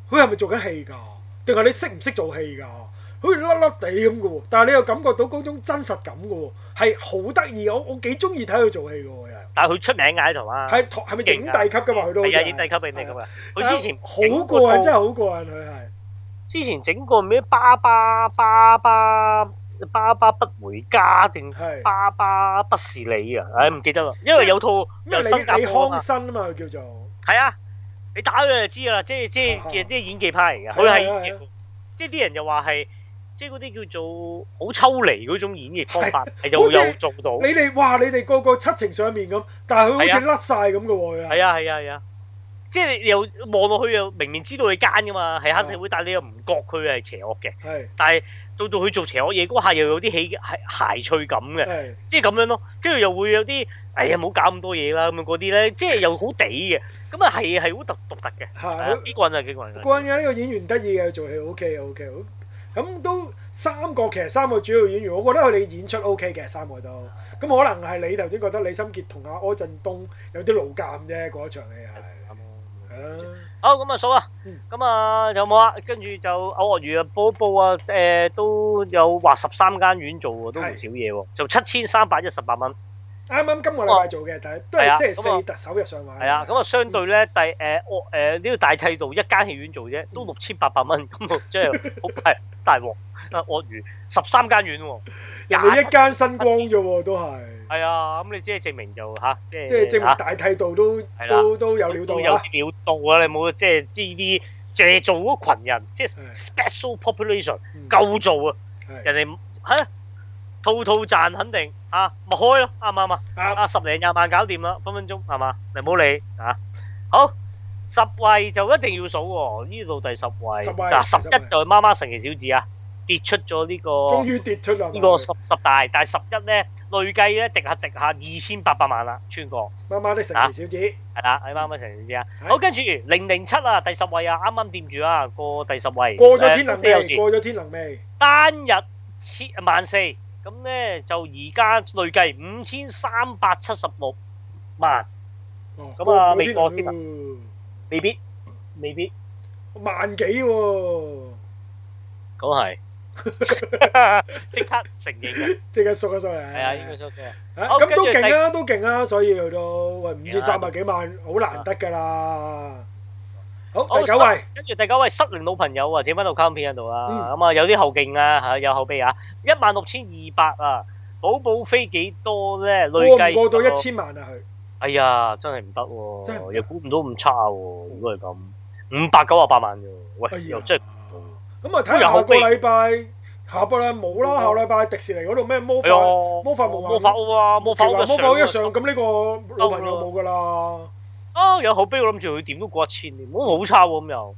[SPEAKER 2] 佢係咪做緊戲㗎？定係你識唔識做戲㗎？好似甩甩地咁嘅喎，但係你又感覺到嗰種真實感嘅喎，係好得意，我我幾中意睇佢做戲嘅喎，又
[SPEAKER 1] 但係佢出名㗎喺台灣，
[SPEAKER 2] 係台係咪影帝級㗎嘛？佢都好似
[SPEAKER 1] 係啊影帝級影帝級
[SPEAKER 2] 係啊
[SPEAKER 1] 啊！佢之前
[SPEAKER 2] 好過
[SPEAKER 1] 過
[SPEAKER 2] 啊癮，真係好過癮，佢係
[SPEAKER 1] 之前整過咩巴巴巴巴巴巴不回家定
[SPEAKER 2] 係
[SPEAKER 1] 巴巴不是你啊？唉唔記得啦，因為有套
[SPEAKER 2] 咩
[SPEAKER 1] 有新加
[SPEAKER 2] 李李
[SPEAKER 1] 坡啊嘛
[SPEAKER 2] 康，生啊嘛，佢叫做。
[SPEAKER 1] 係啊，你打佢就知㗎啦，即係即係
[SPEAKER 2] 啊啊
[SPEAKER 1] 嘅啲演技派嚟㗎，
[SPEAKER 2] 係
[SPEAKER 1] 佢
[SPEAKER 2] 啊
[SPEAKER 1] 係
[SPEAKER 2] 係啊係
[SPEAKER 1] 即係啲人又話係，即係嗰啲叫做好抽離嗰種演繹方法，係
[SPEAKER 2] 好
[SPEAKER 1] 又
[SPEAKER 2] 似
[SPEAKER 1] 有做到。
[SPEAKER 2] 你哋哇！你哋個個七情上面咁，但係佢好似甩晒咁嘅喎。
[SPEAKER 1] 係
[SPEAKER 2] 啊，
[SPEAKER 1] 啊係啊係啊，即係你又望落去又明明知道佢奸噶嘛，
[SPEAKER 2] 啊
[SPEAKER 1] 係黑社會，但係你又唔覺佢係邪惡嘅。
[SPEAKER 2] 係
[SPEAKER 1] 但係到到佢做邪惡嘢嗰下，又有啲喜係鞋趣感嘅，
[SPEAKER 2] 係
[SPEAKER 1] 即係咁樣咯。跟住又會有啲，哎呀，唔好搞咁多嘢啦，咁樣嗰啲咧，即係又好地嘅。咁啊係係好獨獨特嘅，係啊
[SPEAKER 2] 係。
[SPEAKER 1] 幾棍啊幾棍啊！
[SPEAKER 2] 關嘅呢個演員得意嘅做戲 OK OK 好。咁都三個其實三個主要演員，我覺得佢哋演出 OK 嘅三個都。咁可能係你頭先覺得李心潔同阿柯震東有啲老鑑啫，嗰一場戲係。啊係啦，
[SPEAKER 1] 好咁啊數啊
[SPEAKER 2] 嗯，
[SPEAKER 1] 咁啊有冇啊？跟住就偶鱷魚啊，報一報啊，誒、都有話十三間院做喎，都唔
[SPEAKER 2] 係
[SPEAKER 1] 少嘢喎，就七千三百一十八蚊，
[SPEAKER 2] 啱啱今個禮拜做嘅，但係都
[SPEAKER 1] 係啊
[SPEAKER 2] 係星期
[SPEAKER 1] 咁啊
[SPEAKER 2] 四特首日上畫。
[SPEAKER 1] 係啊，咁啊相對
[SPEAKER 2] 嗯
[SPEAKER 1] 咧第誒惡誒呢個大剃度一間戲院做啫，都六千八百蚊，咁啊即係好 大大鑊啊鱷魚十三間院喎，
[SPEAKER 2] 人哋一間新光啫喎，都係。
[SPEAKER 1] 係啊，咁你即係證明就吓，即係
[SPEAKER 2] 即係證明
[SPEAKER 1] 嚇
[SPEAKER 2] 大剃度都
[SPEAKER 1] 係啦
[SPEAKER 2] 都都有料
[SPEAKER 1] 都
[SPEAKER 2] 到
[SPEAKER 1] 有
[SPEAKER 2] 啊！
[SPEAKER 1] 啲料到啊！你冇即係呢啲借做嗰群人，即係
[SPEAKER 2] 係
[SPEAKER 1] special population
[SPEAKER 2] 嗯
[SPEAKER 1] 夠做啊！
[SPEAKER 2] 係
[SPEAKER 1] 人哋嚇套套賺肯定啊，咪開咯，啱唔啱啊？
[SPEAKER 2] 啱
[SPEAKER 1] 啊十零廿萬搞掂啦，分分鐘係嘛？你唔好理啊！好，十位就一定要數喎，呢度第十位，
[SPEAKER 2] 十位
[SPEAKER 1] 嗱十
[SPEAKER 2] 十位
[SPEAKER 1] 一就係媽媽神奇小子啊，跌出咗呢、
[SPEAKER 2] 終
[SPEAKER 1] 個
[SPEAKER 2] 於跌出啦！
[SPEAKER 1] 呢個十十大，但係十一咧累計咧滴下滴下二千八百萬啦，穿過
[SPEAKER 2] 媽媽的神奇小子，
[SPEAKER 1] 係啦，你啱啱陳小姐啊。
[SPEAKER 2] 係
[SPEAKER 1] 好，跟住零零七啊，第十位啊，啱啱掂住啊，過第十位。
[SPEAKER 2] 過咗
[SPEAKER 1] 誒
[SPEAKER 2] 天能
[SPEAKER 1] 首先有
[SPEAKER 2] 未？
[SPEAKER 1] 時
[SPEAKER 2] 過咗天能未？
[SPEAKER 1] 單日千萬四，咁咧就而家累計五千三百七十六萬，
[SPEAKER 2] 哦，
[SPEAKER 1] 咁啊未過
[SPEAKER 2] 過唔到
[SPEAKER 1] 天
[SPEAKER 2] 天
[SPEAKER 1] 能
[SPEAKER 2] 能
[SPEAKER 1] 未必，未必，
[SPEAKER 2] 喎萬幾喎，
[SPEAKER 1] 咁係即刻承 認嘅，
[SPEAKER 2] 即刻縮一縮嚟。
[SPEAKER 1] 係啊，應該 OK 啊。
[SPEAKER 2] 啊
[SPEAKER 1] 好
[SPEAKER 2] 咁都
[SPEAKER 1] 跟住
[SPEAKER 2] 勁啊，都勁啊，所以去到喂五
[SPEAKER 1] 勁啊
[SPEAKER 2] 千三百幾萬，好難得㗎啦。好，
[SPEAKER 1] 好
[SPEAKER 2] 第九位，
[SPEAKER 1] 跟住第九位失靈老朋友啊，整翻套卡通片喺度啊，
[SPEAKER 2] 嗯
[SPEAKER 1] 咁啊有啲後勁啊，嚇有後備啊，一萬六千二百啊，寶寶飛幾多咧？累
[SPEAKER 2] 過
[SPEAKER 1] 計
[SPEAKER 2] 唔過到
[SPEAKER 1] 就
[SPEAKER 2] 一千萬啊？佢
[SPEAKER 1] 哎呀，真係唔得
[SPEAKER 2] 真係唔
[SPEAKER 1] 喎，
[SPEAKER 2] 得
[SPEAKER 1] 又估唔到咁差喎。如果係咁，五百九啊八萬啫喎，
[SPEAKER 2] 哎
[SPEAKER 1] 喂，
[SPEAKER 2] 呀
[SPEAKER 1] 又真係
[SPEAKER 2] 咁啊，
[SPEAKER 1] 都
[SPEAKER 2] 睇下
[SPEAKER 1] 有
[SPEAKER 2] 下
[SPEAKER 1] 後
[SPEAKER 2] 個
[SPEAKER 1] 備
[SPEAKER 2] 禮拜，下個禮拜冇啦，下個禮拜迪士尼嗰度咩魔
[SPEAKER 1] 係
[SPEAKER 2] 法
[SPEAKER 1] 啊，
[SPEAKER 2] 魔法無限
[SPEAKER 1] 魔法屋啊，魔法
[SPEAKER 2] 奇
[SPEAKER 1] 屋
[SPEAKER 2] 幻
[SPEAKER 1] 嘅
[SPEAKER 2] 魔法一上，
[SPEAKER 1] 上
[SPEAKER 2] 咁呢個老朋友冇㗎啦。
[SPEAKER 1] 啊，有口碑我諗住佢點都過一千添，咁好差喎咁又，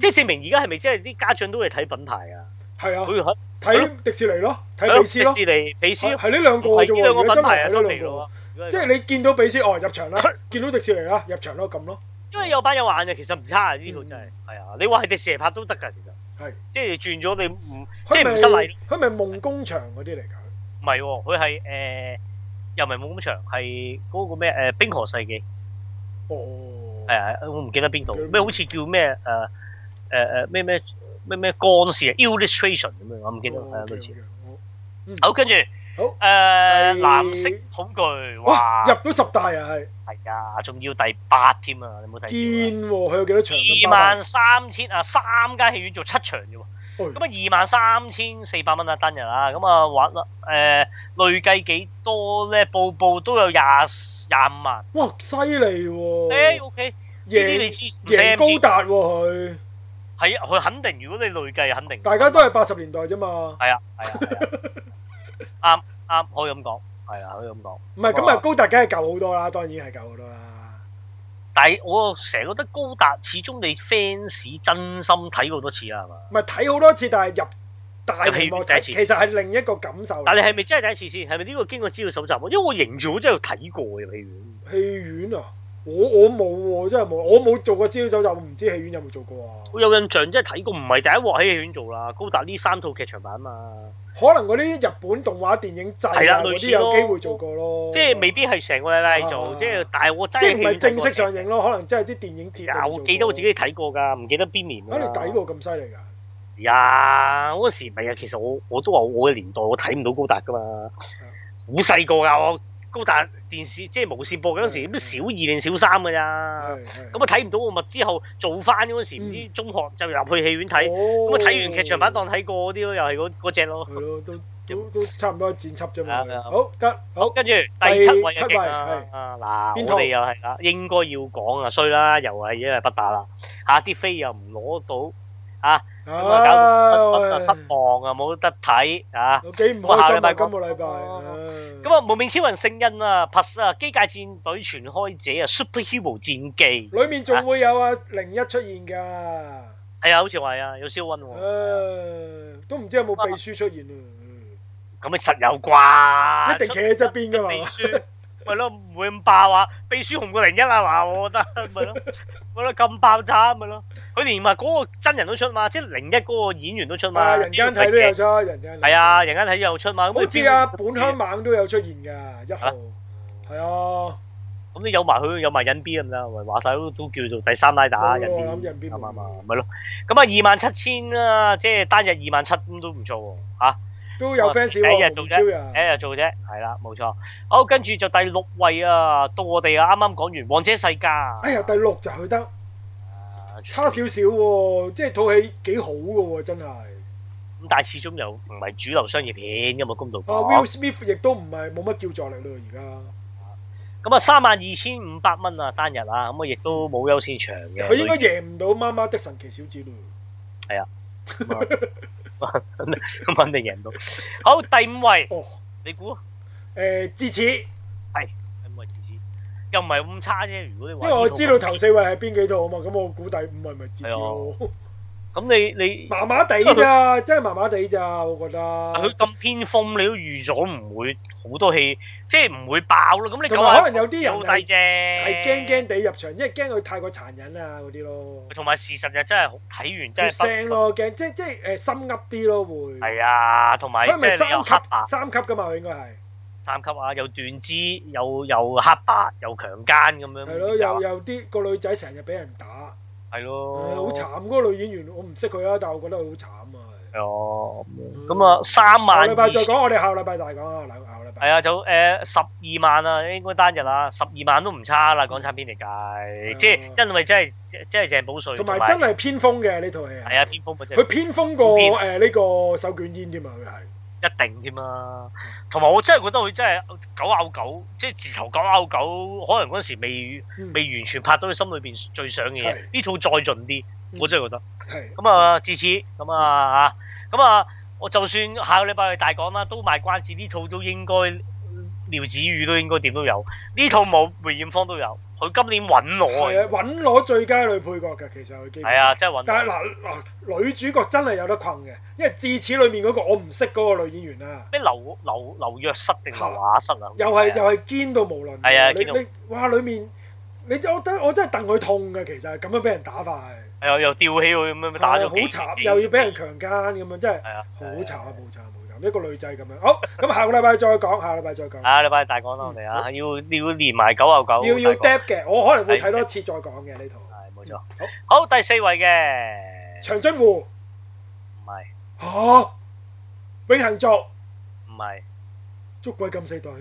[SPEAKER 1] 即係證明而家係咪即係啲家長都係睇品牌啊？
[SPEAKER 2] 係啊，
[SPEAKER 1] 佢喺
[SPEAKER 2] 睇迪士尼咯，睇
[SPEAKER 1] 喺
[SPEAKER 2] 比斯咯，
[SPEAKER 1] 迪士尼、比斯
[SPEAKER 2] 係係呢兩個
[SPEAKER 1] 係
[SPEAKER 2] 嘅啫
[SPEAKER 1] 呢兩個
[SPEAKER 2] 喎，而家
[SPEAKER 1] 品
[SPEAKER 2] 真
[SPEAKER 1] 牌啊，
[SPEAKER 2] 係睇
[SPEAKER 1] 新
[SPEAKER 2] 呢
[SPEAKER 1] 嚟
[SPEAKER 2] 兩個。
[SPEAKER 1] 咯。如果係咁
[SPEAKER 2] 即係你見到比斯哦入場啦，見到迪士尼啦入場咯咁咯，
[SPEAKER 1] 因為有班有眼嘅，其實唔差啊！呢套真係係啊，你話係迪士尼拍都得㗎，其實
[SPEAKER 2] 嗯係
[SPEAKER 1] 即係轉咗你唔即
[SPEAKER 2] 佢
[SPEAKER 1] 係
[SPEAKER 2] 咪
[SPEAKER 1] 唔失禮，
[SPEAKER 2] 佢咪夢工場嗰啲嚟㗎？
[SPEAKER 1] 唔係喎，佢係誒又唔係冇咁長，係嗰個咩誒冰河世紀
[SPEAKER 2] 哦，
[SPEAKER 1] 係啊，我唔記得邊度
[SPEAKER 2] 唔記得
[SPEAKER 1] 咩好似叫咩呃誒誒誒呃咩咩咩咩幹事啊 illustration 咁樣，我唔記得係啊
[SPEAKER 2] 哦
[SPEAKER 1] 類似。
[SPEAKER 2] ，OK，OK，
[SPEAKER 1] 好，跟住
[SPEAKER 2] 好
[SPEAKER 1] 誒
[SPEAKER 2] 第
[SPEAKER 1] 藍色恐懼，
[SPEAKER 2] 好哇，
[SPEAKER 1] 哇
[SPEAKER 2] 入，到十大啊係
[SPEAKER 1] 係啊，仲要第八添啊！你冇睇
[SPEAKER 2] 見喎，佢有幾多場
[SPEAKER 1] 少啊？
[SPEAKER 2] 咁
[SPEAKER 1] 二萬三千啊，三間戲院做七場啫喎。
[SPEAKER 2] 咁
[SPEAKER 1] 咁啊，二萬三千四百蚊啦，單日啊，咁啊，玩啦，誒、累計幾多咧？步步都有廿廿五萬。
[SPEAKER 2] 哇，犀
[SPEAKER 1] 誒、
[SPEAKER 2] 利喎，
[SPEAKER 1] O K，呢啲你
[SPEAKER 2] 贏
[SPEAKER 1] 知唔使
[SPEAKER 2] 哦贏
[SPEAKER 1] M
[SPEAKER 2] 高
[SPEAKER 1] G，
[SPEAKER 2] 達喎佢，
[SPEAKER 1] 係啊，佢肯定，如果你累計，肯定。
[SPEAKER 2] 大家都係八十年代啫嘛，
[SPEAKER 1] 係啊，係啊，係啊啱啱可以咁講，係啊，可以咁講。
[SPEAKER 2] 唔係咁啊
[SPEAKER 1] 哇
[SPEAKER 2] 高達梗係舊好多啦，當然係舊好多啦，
[SPEAKER 1] 但係我成日覺得高達始終你 fans 真心睇好多次啊啦，係嘛？
[SPEAKER 2] 唔係睇好多次，但係入大
[SPEAKER 1] 入戲
[SPEAKER 2] 屏幕
[SPEAKER 1] 院
[SPEAKER 2] 睇，
[SPEAKER 1] 第一
[SPEAKER 2] 其
[SPEAKER 1] 次
[SPEAKER 2] 實係另一個感受嚟。
[SPEAKER 1] 但係你係咪真係第一次先？係咪呢個經過資料搜集？因為我形象真係有睇過嘅戲院。
[SPEAKER 2] 戲院啊？我我冇喎，真係冇，我冇做過資料搜集，我唔知戲院有冇做過啊。
[SPEAKER 1] 我有印象，真係睇過，唔係第一鑊喺戲院做啦。高達呢三套劇場版嘛，
[SPEAKER 2] 可能嗰啲日本動畫電影祭
[SPEAKER 1] 係啦
[SPEAKER 2] 啊，嗰
[SPEAKER 1] 類似
[SPEAKER 2] 啲
[SPEAKER 1] 咯
[SPEAKER 2] 有機會做過咯。
[SPEAKER 1] 即係未必係成個禮拜做，
[SPEAKER 2] 啊
[SPEAKER 1] 即係但係我真
[SPEAKER 2] 即
[SPEAKER 1] 係
[SPEAKER 2] 係
[SPEAKER 1] 戲
[SPEAKER 2] 唔
[SPEAKER 1] 院
[SPEAKER 2] 係
[SPEAKER 1] 睇
[SPEAKER 2] 正
[SPEAKER 1] 過
[SPEAKER 2] 式上映咯，可能真係啲電影節
[SPEAKER 1] 啊！
[SPEAKER 2] 有
[SPEAKER 1] 我記得我自己睇過㗎，唔記得邊年
[SPEAKER 2] 啊，你
[SPEAKER 1] 啦。
[SPEAKER 2] 抵過咁犀利㗎？
[SPEAKER 1] 哎呀！嗰時唔係啊，其實我我都話我嘅年代我睇唔到高達㗎嘛，好細個㗎我高達電視即係無線播嗰陣時，
[SPEAKER 2] 嗯
[SPEAKER 1] 咁小二定小三㗎咋。
[SPEAKER 2] 係係
[SPEAKER 1] 咁啊睇唔到我咪之後做翻嗰時，唔知中學就入去戲院睇，咁啊
[SPEAKER 2] 嗯哦
[SPEAKER 1] 睇完劇場版當睇過嗰啲咯，又係嗰嗰只咯
[SPEAKER 2] 係。咯，都都都差唔多剪輯啫嘛
[SPEAKER 1] 係啊。
[SPEAKER 2] 好得好，
[SPEAKER 1] 跟住第七位
[SPEAKER 2] 第七
[SPEAKER 1] 嘅勁
[SPEAKER 2] 位
[SPEAKER 1] 啦，啊嗱，
[SPEAKER 2] 邊
[SPEAKER 1] 我
[SPEAKER 2] 套
[SPEAKER 1] 哋又係啦，應該要講啊，衰啦，又係因為不打啦，嚇啲飛又唔攞到，啊咁啊搞到不不
[SPEAKER 2] 唉
[SPEAKER 1] 不失望啊，冇得睇啊，
[SPEAKER 2] 有幾唔
[SPEAKER 1] 我下禮
[SPEAKER 2] 開心
[SPEAKER 1] 拜
[SPEAKER 2] 啊！
[SPEAKER 1] 講
[SPEAKER 2] 今個禮拜
[SPEAKER 1] 哦
[SPEAKER 2] 咁
[SPEAKER 1] 咁啊無面超人聖恩啊，Plus 啊，機界戰隊全開者啊，Superhero 戰記
[SPEAKER 2] 裏面仲會有啊零一出現㗎，
[SPEAKER 1] 係啊，好似話係啊，有燒温喎，
[SPEAKER 2] 誒都唔知有冇秘書出現啊？嗯
[SPEAKER 1] 咁你實有啩？
[SPEAKER 2] 一定企喺側邊㗎
[SPEAKER 1] 秘
[SPEAKER 2] 嘛，
[SPEAKER 1] 書，咪咯，唔會咁爆啊！秘書紅過零一啊嘛，我覺得 咪咯，咪咯咁爆炸啊咪咯。佢連埋嗰個真人都出嘛，即係零一嗰個演員都出嘛。
[SPEAKER 2] 啊人間睇都有出，人間睇
[SPEAKER 1] 係啊，人間睇又出嘛。咁
[SPEAKER 2] 好
[SPEAKER 1] 佢
[SPEAKER 2] 似啊，本鄉猛都有出現㗎，一號係啊，
[SPEAKER 1] 咁你有埋佢，有埋引 B 咁啦，咪話晒都都叫做第三拉打
[SPEAKER 2] 冇喎
[SPEAKER 1] 引
[SPEAKER 2] 我諗
[SPEAKER 1] B，
[SPEAKER 2] 引哦 B
[SPEAKER 1] 啱
[SPEAKER 2] 冇
[SPEAKER 1] 嘛嘛，咪咯。咁啊，二萬七千啦，即係單日二萬七咁都唔錯喎，
[SPEAKER 2] 啊
[SPEAKER 1] 嚇。
[SPEAKER 2] 都有
[SPEAKER 1] 我
[SPEAKER 2] fans
[SPEAKER 1] 哦第一日
[SPEAKER 2] 喎，
[SPEAKER 1] 做
[SPEAKER 2] 胡
[SPEAKER 1] 啫
[SPEAKER 2] 超人
[SPEAKER 1] 一日做啫，係啦，冇錯。好，跟住就第六位啊，到我哋啊，啱啱講完《王者世啊家》啊。
[SPEAKER 2] 哎呀，第六集佢得差少少喎，即係套戲幾好㗎喎，真係。啊
[SPEAKER 1] 咁但係始終又唔係主流商業片咁啊，公道
[SPEAKER 2] 哦
[SPEAKER 1] 講。
[SPEAKER 2] ，Will Smith 亦都唔係冇乜叫助力咯，而家
[SPEAKER 1] 咁啊，三萬二千五百蚊啊，單日啊，咁啊，亦都冇優先場嘅。
[SPEAKER 2] 佢應該贏唔到《媽媽的神奇小子》咯。
[SPEAKER 1] 咁 肯定贏唔到。好，第五位，
[SPEAKER 2] 哦，
[SPEAKER 1] 你估啊？
[SPEAKER 2] 誒智齒，
[SPEAKER 1] 第五位芝芝，又唔係咁差啫。如果你話
[SPEAKER 2] 因為我知道頭
[SPEAKER 1] 呢
[SPEAKER 2] 四位係邊幾套啊嘛，咁我估第五位咪智齒咯。
[SPEAKER 1] 套咁你你
[SPEAKER 2] 麻麻地 咋，真係麻麻地咋，我覺得。
[SPEAKER 1] 啊佢咁偏鋒，你都預咗唔會好多戲，即係唔會爆咯。咁你
[SPEAKER 2] 同埋
[SPEAKER 1] 九
[SPEAKER 2] 可能有啲人
[SPEAKER 1] 好低啫，
[SPEAKER 2] 係
[SPEAKER 1] 係
[SPEAKER 2] 驚驚地入場，因為驚佢太過殘忍啊嗰啲咯，
[SPEAKER 1] 同埋事實就真係好睇完真
[SPEAKER 2] 血
[SPEAKER 1] 係不
[SPEAKER 2] 腥咯，驚即即誒心噏啲咯會。
[SPEAKER 1] 係啊，同埋
[SPEAKER 2] 佢係
[SPEAKER 1] 即
[SPEAKER 2] 咪
[SPEAKER 1] 係你
[SPEAKER 2] 三
[SPEAKER 1] 有
[SPEAKER 2] 級
[SPEAKER 1] 黑白
[SPEAKER 2] 三級噶嘛？佢應該係
[SPEAKER 1] 三級啊，有斷肢，又又黑白，又強姦咁樣。
[SPEAKER 2] 係咯，有有啲個女仔成日俾人打，
[SPEAKER 1] 係
[SPEAKER 2] 誒
[SPEAKER 1] 咯，
[SPEAKER 2] 好慘嗰個女演員，我唔識佢啊，但我覺得佢好慘啊。
[SPEAKER 1] 係哦，咁啊，三
[SPEAKER 2] 嗯下
[SPEAKER 1] 萬
[SPEAKER 2] 禮拜
[SPEAKER 1] 二
[SPEAKER 2] 再講，我哋下個禮拜大講啊，下下個禮
[SPEAKER 1] 係
[SPEAKER 2] 拜。
[SPEAKER 1] 啊，就誒十二萬啊，應該單日啊，十二萬都唔差啦，港產片嚟計，即係因為真係真係鄭保瑞
[SPEAKER 2] 哦同埋真係偏鋒嘅呢套戲，
[SPEAKER 1] 係啊，偏鋒嘅啫
[SPEAKER 2] 嗯佢。偏鋒過
[SPEAKER 1] 偏
[SPEAKER 2] 誒呢個手捲煙添啊，佢係。
[SPEAKER 1] 一定添啦。同埋我真係覺得佢真係九咬九，即係自頭九咬九，可能嗰陣時未
[SPEAKER 2] 嗯
[SPEAKER 1] 未完全拍到佢心裏邊最想嘅嘢。
[SPEAKER 2] 係
[SPEAKER 1] 呢套再盡啲，
[SPEAKER 2] 嗯
[SPEAKER 1] 我真係覺得。
[SPEAKER 2] 係。
[SPEAKER 1] 咁啊，至此咁啊嚇，咁啊，我就算下個禮拜去大講啦，都賣關子，呢套都應該廖子宇都應該點都有，呢套冇梅艷芳都有，佢今年揾我
[SPEAKER 2] 係
[SPEAKER 1] 啊，
[SPEAKER 2] 啊，揾攞最佳女配角嘅，其實佢基本
[SPEAKER 1] 係啊，真係
[SPEAKER 2] 但
[SPEAKER 1] 揾
[SPEAKER 2] 係
[SPEAKER 1] 我。
[SPEAKER 2] 嗱嗱，女主角真係有得困嘅，因為智齒裏面嗰個我唔識嗰個女演員啦，
[SPEAKER 1] 咩劉劉劉若瑟定劉雅瑟啊？
[SPEAKER 2] 又係又係堅到無倫。
[SPEAKER 1] 係啊
[SPEAKER 2] 你
[SPEAKER 1] 堅到
[SPEAKER 2] 你哇裏面你我真我真係戥佢痛嘅，其實咁樣俾人打法係，
[SPEAKER 1] 又又吊起佢咁樣打咗
[SPEAKER 2] 好
[SPEAKER 1] 幾
[SPEAKER 2] 慘，
[SPEAKER 1] 幾
[SPEAKER 2] 又要俾人強姦咁樣，真係
[SPEAKER 1] 係啊，
[SPEAKER 2] 好慘好慘好慘，一個女仔咁樣。好，咁下個禮拜再講，下個禮拜再講。
[SPEAKER 1] 啊！禮拜大講啦，我哋啊，要要連埋九啊九，
[SPEAKER 2] 要要
[SPEAKER 1] 大講
[SPEAKER 2] dep 嘅，我可能會睇多次再講嘅呢套。
[SPEAKER 1] 係冇錯。
[SPEAKER 2] 好，
[SPEAKER 1] 好，第四位嘅
[SPEAKER 2] 長津湖
[SPEAKER 1] 唔係
[SPEAKER 2] 嚇，永恆族，
[SPEAKER 1] 唔係
[SPEAKER 2] 捉鬼敢死隊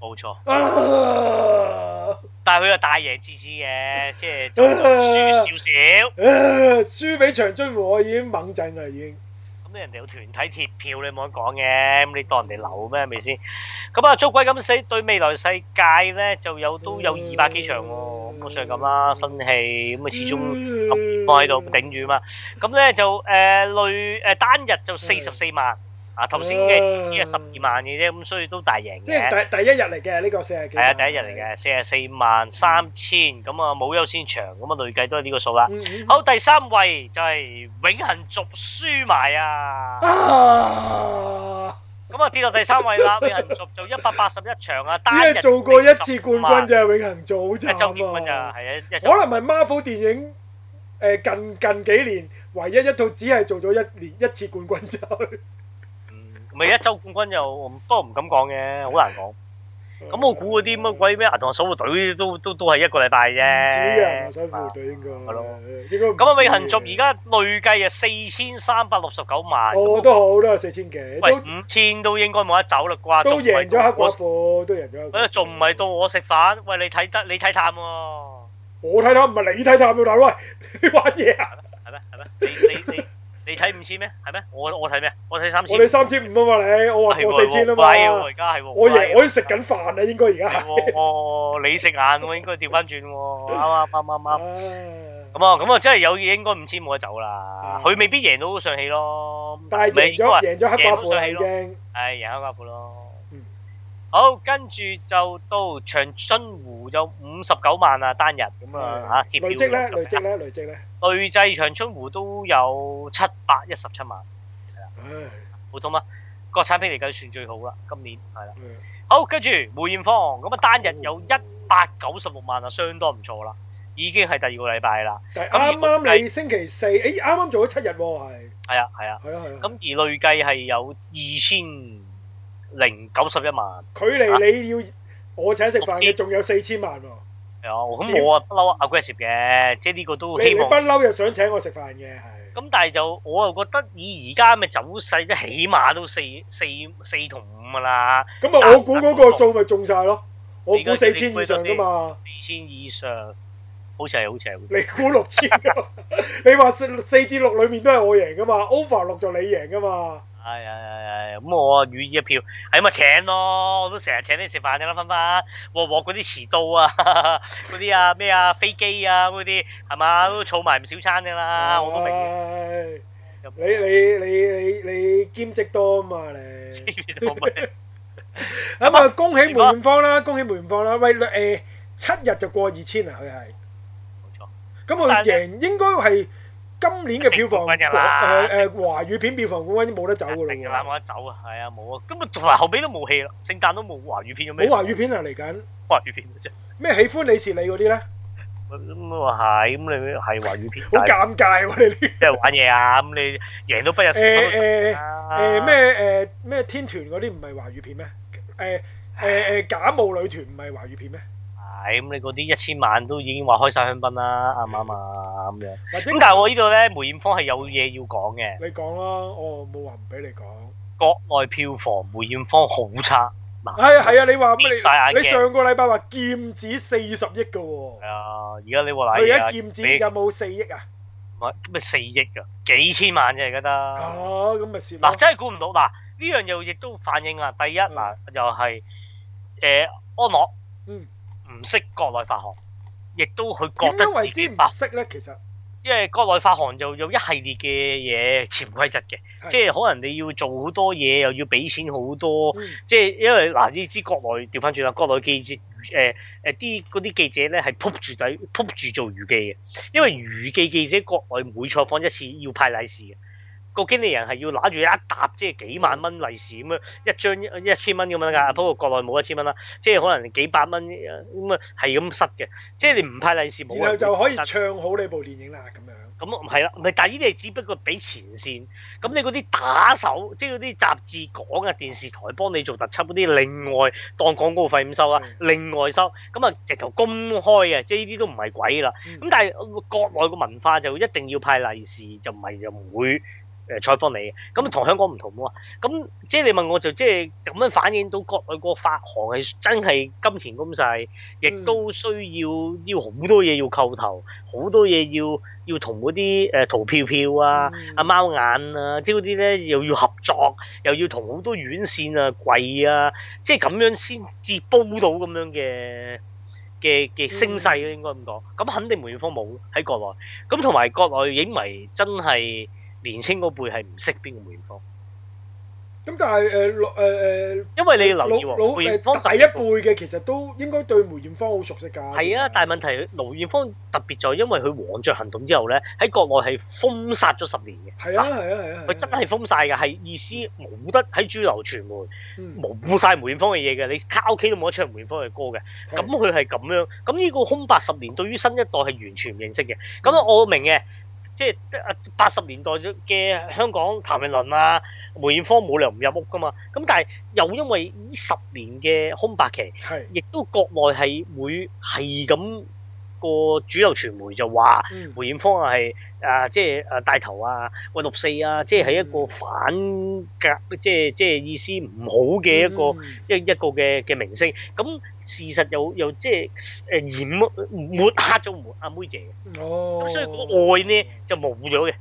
[SPEAKER 1] 冇錯，
[SPEAKER 2] 啊！
[SPEAKER 1] 但係佢又大贏智 齒嘅，即係就輸少少。
[SPEAKER 2] 唉輸俾長津湖，我已經猛震啦，已經。
[SPEAKER 1] 咁人哋有團體鐵票，你冇得講嘅，咁你當人哋流咩？係咪先？咁啊，捉鬼咁死對未來世界咧，就有都有二百幾場喎，咁我上咁啦，新戲咁啊，始終。放喺度頂住嘛。咁咧就誒、呃、累誒、呃、單日就四十四萬。啊，頭先嘅只係十二萬嘅啫，咁所以都大贏
[SPEAKER 2] 即係
[SPEAKER 1] 嘅。
[SPEAKER 2] 第第一日嚟嘅呢個四十幾。
[SPEAKER 1] 係啊，第一日嚟。嘅，四十四萬三千，咁啊冇優先場，咁啊累計都係呢個數啦。
[SPEAKER 2] 嗯
[SPEAKER 1] 好，第三位就係永恆族輸埋啊！
[SPEAKER 2] 啊！
[SPEAKER 1] 咁啊跌到第三位啦，永恆族就一百八十一場啊，
[SPEAKER 2] 只
[SPEAKER 1] 單日
[SPEAKER 2] 係做過一次冠
[SPEAKER 1] 啫，
[SPEAKER 2] 軍啫，永恆做好
[SPEAKER 1] 一周冠軍
[SPEAKER 2] 慘
[SPEAKER 1] 咋，
[SPEAKER 2] 啊！
[SPEAKER 1] 係啊，一周
[SPEAKER 2] 可能係 Marvel 電影誒近近幾年唯一一套只係做咗一年一次冠軍咋。
[SPEAKER 1] 唔係一周冠軍又，不過唔敢講嘅，好難講。咁我估嗰啲乜鬼咩銀啊河守護隊都都都係一個禮拜啫。
[SPEAKER 2] 只啊，辛苦隊應該。
[SPEAKER 1] 係咯
[SPEAKER 2] 應該唔止嘅。
[SPEAKER 1] 咁啊，永恆族而家累計啊四千三百六十九萬，
[SPEAKER 2] 哦都好都有四千幾，
[SPEAKER 1] 喂
[SPEAKER 2] 都
[SPEAKER 1] 五千都應該冇得走啦啩，
[SPEAKER 2] 都
[SPEAKER 1] 仲唔係
[SPEAKER 2] 贏咗黑
[SPEAKER 1] 到我
[SPEAKER 2] 寡婦，都贏咗黑寡
[SPEAKER 1] 誒
[SPEAKER 2] 婦。
[SPEAKER 1] 仲唔係到我食飯？喂，你睇得你睇淡喎，
[SPEAKER 2] 我睇探唔係你睇探喎，大佬喂， 你玩嘢啊！
[SPEAKER 1] 係咩係咩？你你你你睇五千咩？係咩？我我睇咩？我睇三千。
[SPEAKER 2] 我哋三千五啊嘛，你我
[SPEAKER 1] 係
[SPEAKER 2] 話
[SPEAKER 1] 喎
[SPEAKER 2] 我四千啊
[SPEAKER 1] 係喎我
[SPEAKER 2] 嘛
[SPEAKER 1] 而，家係喎，
[SPEAKER 2] 我
[SPEAKER 1] 係
[SPEAKER 2] 贏
[SPEAKER 1] 喎
[SPEAKER 2] 我已經食緊飯啦，應該而家
[SPEAKER 1] 係
[SPEAKER 2] 係。
[SPEAKER 1] 喎哦，你食眼喎，應該調翻轉喎，啱啱啱啱啱。
[SPEAKER 2] 啊
[SPEAKER 1] 咁啊，咁啊，真係有嘢應該五千冇得走啦。
[SPEAKER 2] 嗯
[SPEAKER 1] 佢未必贏到上戲咯，
[SPEAKER 2] 但係
[SPEAKER 1] 咪
[SPEAKER 2] 贏
[SPEAKER 1] 應該話
[SPEAKER 2] 咗贏咗黑寡婦啦
[SPEAKER 1] 贏咗上
[SPEAKER 2] 已
[SPEAKER 1] 戲咯
[SPEAKER 2] 經，
[SPEAKER 1] 係贏黑寡婦咯
[SPEAKER 2] 嗯。
[SPEAKER 1] 好，跟住就到長津湖就五十九萬啊，單日咁啊嚇，
[SPEAKER 2] 累積咧，累積
[SPEAKER 1] 咧，
[SPEAKER 2] 咧，累積咧，
[SPEAKER 1] 累計長津湖都有七百一十七萬，
[SPEAKER 2] 唉，
[SPEAKER 1] 普通啊。國產片嚟計算最好啦，今年係啦。
[SPEAKER 2] 嗯
[SPEAKER 1] 好，跟住梅艷芳咁啊，單日有一百九十六萬啊，相當唔錯啦，已經係第二個禮拜啦。
[SPEAKER 2] 但係
[SPEAKER 1] 咁
[SPEAKER 2] 啱
[SPEAKER 1] 如果
[SPEAKER 2] 啱你星期四，誒啱啱做咗七日喎，係
[SPEAKER 1] 係啊，係啊。
[SPEAKER 2] 係啊係啊，
[SPEAKER 1] 咁而累計係有二千零九十一萬，
[SPEAKER 2] 距
[SPEAKER 1] 啊
[SPEAKER 2] 離你要我請食
[SPEAKER 1] 六
[SPEAKER 2] 飯嘅
[SPEAKER 1] 千
[SPEAKER 2] 仲有四千萬喎，
[SPEAKER 1] 係啊，咁我啊不嬲 aggressive 嘅，即係呢個都
[SPEAKER 2] 你
[SPEAKER 1] 希
[SPEAKER 2] 你
[SPEAKER 1] 望啊
[SPEAKER 2] 不。嬲又想請我食飯嘅係。
[SPEAKER 1] 咁但係就我又覺得以而家嘅走勢，即係起碼都四四四同五噶啦，
[SPEAKER 2] 咁啊，我估嗰個數咪中晒
[SPEAKER 1] 啊
[SPEAKER 2] 咯，我估四千以上噶嘛，
[SPEAKER 1] 四千以上，好似係好似係。好似係
[SPEAKER 2] 你估六千㗎嘛， 你話四四至六裡面都係我贏噶嘛，over 六就你贏噶嘛，
[SPEAKER 1] 係係係係，咁我啊予以一票，係咪請咯？我都成日請你食飯㗎啦，分分鑊鑊嗰啲遲到啊，嗰啲啊咩啊飛機啊嗰啲係嘛，都儲埋唔少餐㗎啦，啊我都明嘅。
[SPEAKER 2] 明。哦你你你你你兼職多啊嘛 你，咁啊恭喜梅艷芳啦，恭喜梅艷芳啦，喂誒七日就過二千啊佢係，
[SPEAKER 1] 冇錯，
[SPEAKER 2] 咁佢贏應該係今年嘅票房
[SPEAKER 1] 一定冠軍㗎啦
[SPEAKER 2] 誒誒華語片票房冠軍冇得走㗎
[SPEAKER 1] 定㗎啦，
[SPEAKER 2] 啦喎，
[SPEAKER 1] 冇得走啊，係啊，冇啊，咁啊同埋後尾都冇戲啦，聖誕都冇華語片咁咩？
[SPEAKER 2] 冇華語片啊嚟緊，
[SPEAKER 1] 華語片啫，
[SPEAKER 2] 咩喜歡你是你嗰啲咧，
[SPEAKER 1] 咁啊係，咁你係華語片，
[SPEAKER 2] 好尷尬喎你 呢
[SPEAKER 1] 即係玩嘢啊，咁你贏到不入成
[SPEAKER 2] 誒
[SPEAKER 1] 都
[SPEAKER 2] 誒
[SPEAKER 1] 得啊
[SPEAKER 2] 誒咩誒咩天團嗰啲唔係華語片咩？誒誒誒假冒女團唔係華語片咩？
[SPEAKER 1] 係咁，你嗰啲一千萬都已經話開晒香檳啦，啱唔啱啊？咁樣。
[SPEAKER 2] 或者
[SPEAKER 1] 咁但係我呢度咧，梅艷芳係有嘢要講嘅，
[SPEAKER 2] 你講咯，我冇話唔俾你講。
[SPEAKER 1] 國內票房梅艷芳好差。嗱，
[SPEAKER 2] 係啊係啊，你話
[SPEAKER 1] 搣曬
[SPEAKER 2] 乜？
[SPEAKER 1] 眼
[SPEAKER 2] 你
[SPEAKER 1] 鏡
[SPEAKER 2] 你上個禮拜話劍指四十億嘅喎，
[SPEAKER 1] 係啊，而家你話
[SPEAKER 2] 佢
[SPEAKER 1] 嗱，
[SPEAKER 2] 而家劍指
[SPEAKER 1] 俾
[SPEAKER 2] 有冇四億啊？
[SPEAKER 1] 唔係咩四億啊，幾千萬啫而家得。
[SPEAKER 2] 哦，嗯咁咪蝕
[SPEAKER 1] 嗱，
[SPEAKER 2] 咯。
[SPEAKER 1] 真係估唔到嗱，呢樣嘢亦都反映啊。第一嗱，又係誒安樂
[SPEAKER 2] 嗯，
[SPEAKER 1] 唔識國內發行，亦都佢覺
[SPEAKER 2] 點樣
[SPEAKER 1] 得
[SPEAKER 2] 為
[SPEAKER 1] 自己
[SPEAKER 2] 之唔
[SPEAKER 1] 發
[SPEAKER 2] 識咧？其實
[SPEAKER 1] 因為國內發行就有一系列嘅嘢潛規則嘅，
[SPEAKER 2] 係
[SPEAKER 1] 即係可能你要做好多嘢，又要俾錢好多，
[SPEAKER 2] 嗯
[SPEAKER 1] 即係因為嗱，你知國內調翻轉啦，國內記者誒誒啲嗰啲記者咧係撲住底撲住做娛記嘅，因為娛記記者國內每採訪一次要派利是嘅。個經理人係要揦住一沓即係幾萬蚊利是咁樣，一張一一千蚊咁樣㗎。不過國內冇一千蚊啦，即係可能幾百蚊呃咁啊，係咁塞嘅。即係你唔派利是冇人會。
[SPEAKER 2] 然後就可以唱好你部電影啦，咁樣。
[SPEAKER 1] 咁啊唔係啦，唔係，但係呢啲係只不過俾前線，咁你嗰啲打手，即係嗰啲雜誌講嘅啊電視台幫你做特輯嗰啲，另外當廣告費咁收啦，另外收，咁啊直頭公開嘅，即係呢啲都唔係鬼啦。
[SPEAKER 2] 嗯
[SPEAKER 1] 咁但係國內嘅文化就一定要派利是，就唔係就唔會誒採訪你嘅。咁同香港唔同啊嘛。咁即係你問我就即係咁樣反映到國內個發行係真係金錢攻勢，亦都需要要好多嘢要叩頭，好多嘢要要同嗰啲誒淘票票啊。
[SPEAKER 2] 嗯
[SPEAKER 1] 啊貓眼啊，即係嗰啲咧又要合作，又要同好多院線啊、貴啊，即係咁樣先至煲到咁樣嘅嘅
[SPEAKER 2] 嗯
[SPEAKER 1] 嘅聲勢啊咯，應該咁講。咁肯定梅艷芳冇喺國內，咁同埋國內影迷真係年青嗰輩係唔識邊個梅艷芳，
[SPEAKER 2] 咁但係誒老誒誒
[SPEAKER 1] 因為你
[SPEAKER 2] 老
[SPEAKER 1] 留意
[SPEAKER 2] 老
[SPEAKER 1] 喎，梅艷芳
[SPEAKER 2] 誒大一輩嘅其實都應該對梅艷芳好熟悉㗎。
[SPEAKER 1] 係啊，但係問題梅艷芳特別在因為佢黃雀行動之後咧，喺國內係封殺咗十年嘅。
[SPEAKER 2] 係啊係啊係啊，
[SPEAKER 1] 佢真係封晒㗎，係意思冇得喺主流傳媒。
[SPEAKER 2] 嗯
[SPEAKER 1] 冇晒梅艷芳嘅嘢嘅，你卡拉 OK 都冇得唱梅艷芳嘅歌嘅，
[SPEAKER 2] 係
[SPEAKER 1] 咁佢係咁樣，咁呢個空白十年對於新一代係完全唔認識嘅，咁啊我明嘅，即係啊八十年代嘅香港譚詠麟啊、梅艷芳冇理由唔入屋噶嘛，咁但係又因為呢十年嘅空白期，
[SPEAKER 2] 係
[SPEAKER 1] 亦都國內係會係咁個主流傳媒就話。
[SPEAKER 2] 嗯
[SPEAKER 1] 梅艷芳啊係啊，即係啊帶頭啊，喂六四啊，即係係一個反革，即係即係意思唔好嘅一個、
[SPEAKER 2] 嗯
[SPEAKER 1] 一一個嘅嘅明星。咁事實又又即係誒掩抹黑咗梅阿妹姐嘅，
[SPEAKER 2] 哦，
[SPEAKER 1] 咁所以個愛呢就冇咗嘅。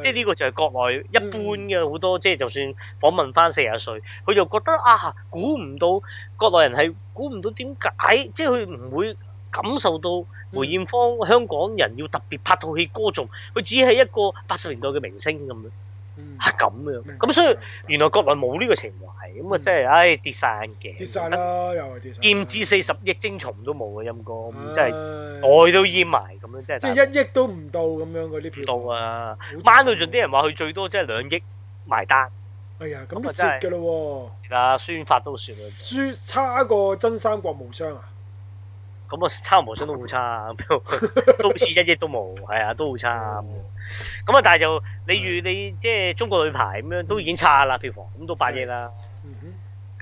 [SPEAKER 1] 即係呢個就係國內一般嘅好多，即係就算訪問翻四十歲，佢就覺得啊，估唔到國內人係估唔到點解，即係佢唔會感受到梅艷芳香港人要特別拍套戲歌頌，佢只係一個八十年代嘅明星咁樣，
[SPEAKER 2] 嗯
[SPEAKER 1] 係咁樣。
[SPEAKER 2] 明
[SPEAKER 1] 咁所以
[SPEAKER 2] 白
[SPEAKER 1] 原來國內冇呢個情懷，咁啊
[SPEAKER 2] 嗯
[SPEAKER 1] 真係唉跌晒眼鏡，
[SPEAKER 2] 跌晒啦，又係跌晒。
[SPEAKER 1] 劍指四十億精蟲都冇啊，陰公真係
[SPEAKER 2] 係，
[SPEAKER 1] 愛都淹埋咁樣，真
[SPEAKER 2] 即
[SPEAKER 1] 係
[SPEAKER 2] 係一億都唔到咁樣嗰啲票
[SPEAKER 1] 打唔到
[SPEAKER 2] 房，
[SPEAKER 1] 啊！
[SPEAKER 2] 好慘
[SPEAKER 1] 掹到盡啲人話佢最多即係兩億埋單。
[SPEAKER 2] 哎呀，咁
[SPEAKER 1] 咁
[SPEAKER 2] 都
[SPEAKER 1] 啊真係
[SPEAKER 2] 蝕㗎咯
[SPEAKER 1] 啊，宣發都算
[SPEAKER 2] 喎，
[SPEAKER 1] 啦，
[SPEAKER 2] 輸差過真三國無雙啊！
[SPEAKER 1] 咁啊差無雙都好差，啊 都好似一億都冇，係啊，都好差。咁啊，但係就你預你即係中國女排咁樣都已經差啦，票房咁都八億啦。
[SPEAKER 2] 嗯哼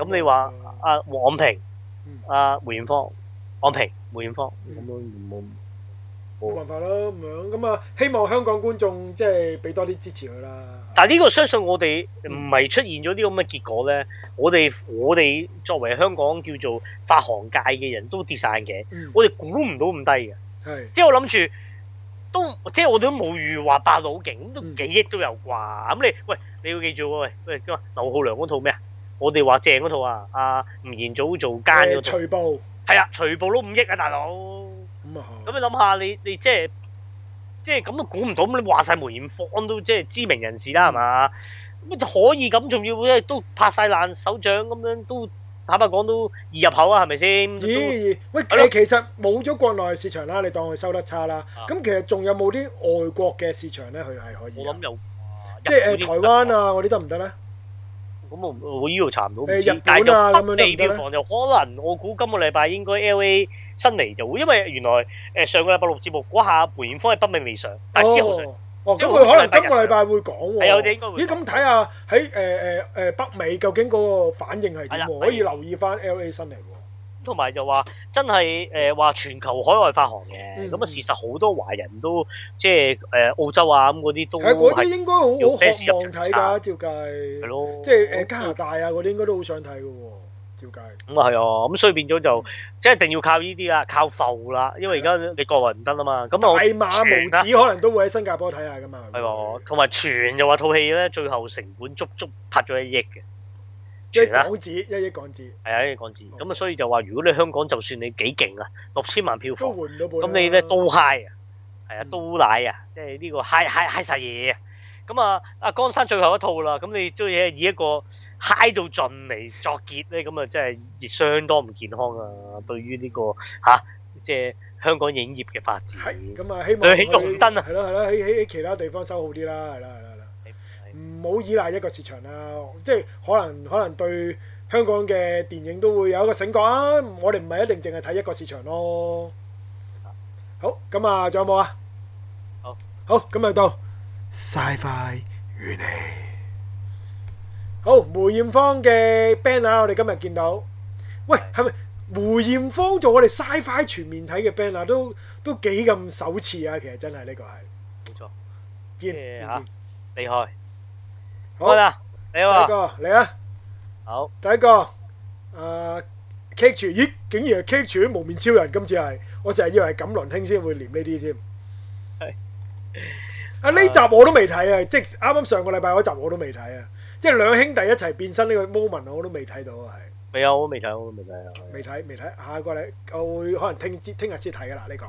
[SPEAKER 1] 咁你話啊黃平
[SPEAKER 2] 嗯、
[SPEAKER 1] 啊梅艷芳、黃平、梅艷芳咁樣冇
[SPEAKER 2] 冇
[SPEAKER 1] 冇。
[SPEAKER 2] 辦法啦，咁樣咁啊，希望香港觀眾即係俾多啲支持佢啦。
[SPEAKER 1] 但係呢個相信我哋唔係出現咗呢個咁嘅結果咧，我哋我哋作為香港叫做發行界嘅人都跌晒眼鏡，
[SPEAKER 2] 嗯
[SPEAKER 1] 我哋估唔到咁低嘅。
[SPEAKER 2] 係
[SPEAKER 1] 即係我諗住都即係我哋都冇預話八老勁，咁都
[SPEAKER 2] 嗯
[SPEAKER 1] 幾億都有啩。咁你喂你要記住喎，喂喂點啊劉浩良嗰套咩啊？我哋話正嗰套啊，阿吳彥祖做奸嗰
[SPEAKER 2] 誒
[SPEAKER 1] 套，
[SPEAKER 2] 除暴
[SPEAKER 1] 係啊，全部都五億啊，大佬。
[SPEAKER 2] 咁啊，
[SPEAKER 1] 咁你諗下，你你即係即係咁都估唔到，咁你話晒梅艷芳都即係知名人士啦，係嘛？咁就可以咁，仲要咧都拍晒爛手掌咁樣，都坦白講都易入口啊，係咪先？都
[SPEAKER 2] 咦？喂，
[SPEAKER 1] 係咯
[SPEAKER 2] 誒其實冇咗國內市場啦，你當佢收得差啦。
[SPEAKER 1] 啊
[SPEAKER 2] 咁其實仲有冇啲外國嘅市場咧？佢係可以
[SPEAKER 1] 我
[SPEAKER 2] 㗎，
[SPEAKER 1] 諗有，
[SPEAKER 2] 即係誒台灣
[SPEAKER 1] 啊，
[SPEAKER 2] 啊嗰啲得唔得咧？
[SPEAKER 1] 咁我我呢度查唔到，唔
[SPEAKER 2] 誒
[SPEAKER 1] 知
[SPEAKER 2] 日本啊
[SPEAKER 1] 但係
[SPEAKER 2] 咁
[SPEAKER 1] 就
[SPEAKER 2] 樣得唔
[SPEAKER 1] 北
[SPEAKER 2] 得
[SPEAKER 1] 地
[SPEAKER 2] 咧
[SPEAKER 1] 票房就可能，我估今個禮拜應該 L A 新嚟就會，因為原來誒上個禮拜六節目嗰下梅艷芳係不命而上，但係之後上
[SPEAKER 2] 哦，哦，
[SPEAKER 1] 即係
[SPEAKER 2] 咁
[SPEAKER 1] 好似
[SPEAKER 2] 佢可能
[SPEAKER 1] 禮拜
[SPEAKER 2] 今個
[SPEAKER 1] 日
[SPEAKER 2] 禮拜會
[SPEAKER 1] 係啊
[SPEAKER 2] 講喎。
[SPEAKER 1] 我哋應該會
[SPEAKER 2] 咦？咁睇下喺誒誒誒北美究竟嗰個反應係
[SPEAKER 1] 係
[SPEAKER 2] 點
[SPEAKER 1] 啦
[SPEAKER 2] 喎？可以留意翻 L A 新嚟喎。
[SPEAKER 1] 同埋就話真係誒話全球海外發行嘅，
[SPEAKER 2] 嗯
[SPEAKER 1] 咁啊事實好多華人都即係誒澳洲啊咁嗰啲都
[SPEAKER 2] 係嗰啲
[SPEAKER 1] 係
[SPEAKER 2] 應該好好渴
[SPEAKER 1] 有 fans 入
[SPEAKER 2] 望
[SPEAKER 1] 場
[SPEAKER 2] 睇
[SPEAKER 1] 㗎
[SPEAKER 2] 㗎，照計
[SPEAKER 1] 係。咯，哦
[SPEAKER 2] 即係誒加拿大啊嗰啲應該都好想睇嘅喎，照計。
[SPEAKER 1] 咁啊係啊，咁所以變咗就即係一定要靠呢啲啦，靠埠啦，因為而家你國內唔得啊嘛，咁啊我
[SPEAKER 2] 大馬
[SPEAKER 1] 全啦
[SPEAKER 2] 無子可能都會喺新加坡睇下㗎嘛。
[SPEAKER 1] 係喎，同埋傳就話套戲咧最後成本足足拍咗一億嘅，
[SPEAKER 2] 一
[SPEAKER 1] 傳啦
[SPEAKER 2] 港紙，一億港紙
[SPEAKER 1] 係啊，一億港紙，咁啊所以就話如果你香港就算你幾勁啊，六千萬票
[SPEAKER 2] 都
[SPEAKER 1] 房，
[SPEAKER 2] 換唔到本啦。
[SPEAKER 1] 咁你咧都 high 啊，係啊
[SPEAKER 2] 嗯
[SPEAKER 1] 都奶啊，即係呢個 high high high 曬嘢啊，咁啊阿江山最後一套啦，咁你都要以一個 high 到盡嚟作結咧，咁啊真係亦相當唔健康啊，對於呢個嚇即係香港影業嘅發展。
[SPEAKER 2] 係咁啊，希望
[SPEAKER 1] 亮起紅燈啊
[SPEAKER 2] 佢係咯係咯，喺喺喺其他地方收好啲啦，係啦係啦係啦，唔好依賴一個市場啦，即係可能可能對香港嘅電影都會有一個醒覺啊！我哋唔係一定淨係睇一個市場咯。好，咁啊，仲有冇啊？
[SPEAKER 1] 好，
[SPEAKER 2] 好，咁啊到晒快原嚟。好，梅艷芳嘅 banner 我哋今日見到，喂，係咪梅艷芳做我哋 Sci-Fi 全面睇嘅 banner 都都幾咁首次啊？其實真係呢個係
[SPEAKER 1] 冇錯，
[SPEAKER 2] 見
[SPEAKER 1] 咩
[SPEAKER 2] 見
[SPEAKER 1] 啊
[SPEAKER 2] 見
[SPEAKER 1] 厲害，
[SPEAKER 2] 好
[SPEAKER 1] 開，啦，你
[SPEAKER 2] 第一
[SPEAKER 1] 話
[SPEAKER 2] 個嚟啊！
[SPEAKER 1] 好。
[SPEAKER 2] 第一個誒 Cake 柱，咦，竟然係 Cake 柱蒙面超人，今次係我成日以為係錦麟兄先會連呢啲添。
[SPEAKER 1] 係
[SPEAKER 2] 啊，呢集我都未睇啊，即係啱啱上個禮拜嗰集我都未睇啊，即係兩兄弟一齊變身呢個 moment 我都未睇到啊，
[SPEAKER 1] 未啊，我都未睇，我都未睇啊。
[SPEAKER 2] 係未睇未睇，下個禮我會可能聽知聽日先睇噶啦呢個。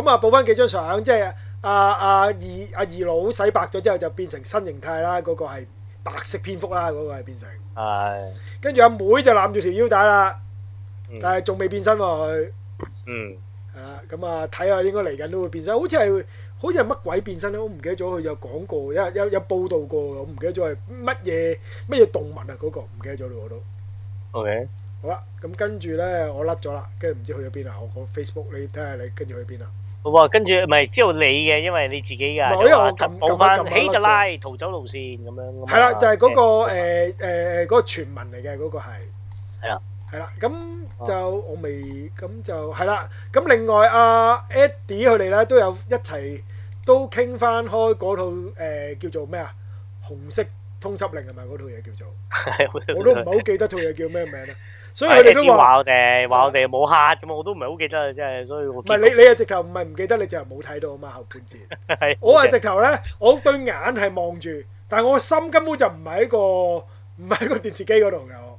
[SPEAKER 2] 咁啊，報翻幾張相，即係阿阿二阿二佬洗白咗之後就變成新形態啦，嗰、個係白色蝙蝠啦，嗰、個係變成。
[SPEAKER 1] 係，
[SPEAKER 2] 跟住阿妹就攬住條腰帶啦，
[SPEAKER 1] 嗯
[SPEAKER 2] 但係仲未變身喎佢，
[SPEAKER 1] 嗯，
[SPEAKER 2] 係啦咁啊睇下應該嚟緊都會變身，好似係好似係乜鬼變身咧，我唔記得咗佢有講過，有有有報道過，我唔記得咗係乜嘢乜嘢動物啊嗰、個唔記得咗啦我都。
[SPEAKER 1] ，OK，
[SPEAKER 2] 好啦，咁跟住咧我甩咗啦，跟住唔知去咗邊啊啦，我個 Facebook 你睇下你跟住去邊啦。
[SPEAKER 1] 好啊，跟住唔係之後你嘅，因為你自己噶，
[SPEAKER 2] 唔係因為我撳
[SPEAKER 1] 補翻
[SPEAKER 2] 撳一撳
[SPEAKER 1] 希特拉逃走路線咁樣㗎嘛。
[SPEAKER 2] 係啦，就係 嗰個
[SPEAKER 1] 誒
[SPEAKER 2] 誒誒嗰個傳聞嚟嘅嗰個係。
[SPEAKER 1] 係啦。啊
[SPEAKER 2] 係啦，咁就我未咁就係啦。咁另外阿 Eddie 佢哋咧都有一齊都傾翻開嗰套誒叫做咩啊？紅色通緝令係咪嗰套嘢叫 做？我都唔係好記得套嘢叫咩名啦。啊所以佢哋都
[SPEAKER 1] 啲
[SPEAKER 2] 話
[SPEAKER 1] 話我哋話我哋冇客咁啊，我都唔係好記得啊，真係，所以我
[SPEAKER 2] 唔係你你啊直頭唔係唔記得，你直頭冇睇到啊嘛後半節。
[SPEAKER 1] 係
[SPEAKER 2] 我係直頭咧，我對眼係望住，但係我心根本就唔係喺個 唔係喺個電視機嗰度嘅，我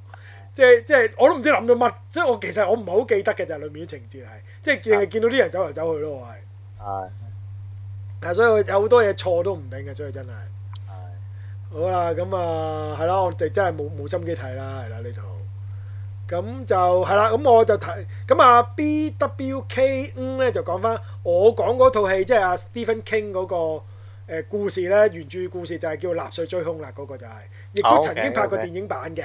[SPEAKER 2] 即係即係我都唔知諗到乜，即係我其實我唔係好記得嘅就係裡面啲情節係，即係淨係見到啲人走嚟走去咯，我係，
[SPEAKER 1] 係
[SPEAKER 2] 但係所以我有好多嘢錯都唔定嘅，所以真係
[SPEAKER 1] 係
[SPEAKER 2] 好啦，咁啊係啦，我哋真係冇冇心機睇啦，係啦呢套。咁就係啦，咁我就睇咁啊 B W K 五咧就講翻我講嗰套戲，即係阿 Stephen King 嗰、個、呃、故事咧，原著故事就係叫《納粹追兇》啦，嗰、個就係、亦
[SPEAKER 1] 哦
[SPEAKER 2] 都
[SPEAKER 1] ，OK，
[SPEAKER 2] 曾經拍過
[SPEAKER 1] OK
[SPEAKER 2] 電影版嘅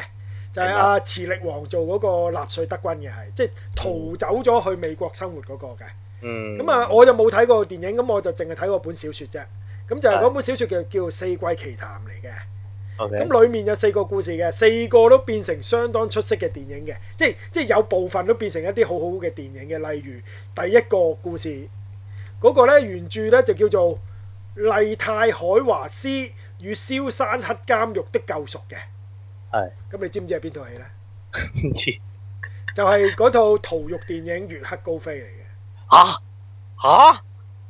[SPEAKER 2] 就係阿磁力王做嗰個納粹德軍嘅係，即係逃走咗去美國生活嗰個嘅。
[SPEAKER 1] 嗯，
[SPEAKER 2] 咁啊，我就冇睇過電影，咁我就淨係睇過本小説啫。咁就係嗰本小説叫叫《四季奇談》嚟嘅。
[SPEAKER 1] ，OK，
[SPEAKER 2] 咁裡面有四個故事嘅，四個都變成相當出色嘅電影嘅，即係即係有部分都變成一啲好好嘅電影嘅，例如第一個故事嗰、個咧原著咧就叫做《麗泰海華斯與蕭山黑監獄的救贖》嘅，
[SPEAKER 1] 係
[SPEAKER 2] 咁你知唔知係邊套戲呢？
[SPEAKER 1] 唔知
[SPEAKER 2] 就係、嗰套逃獄電影《月黑高飛》嚟嘅。啊
[SPEAKER 1] 嚇 嚇。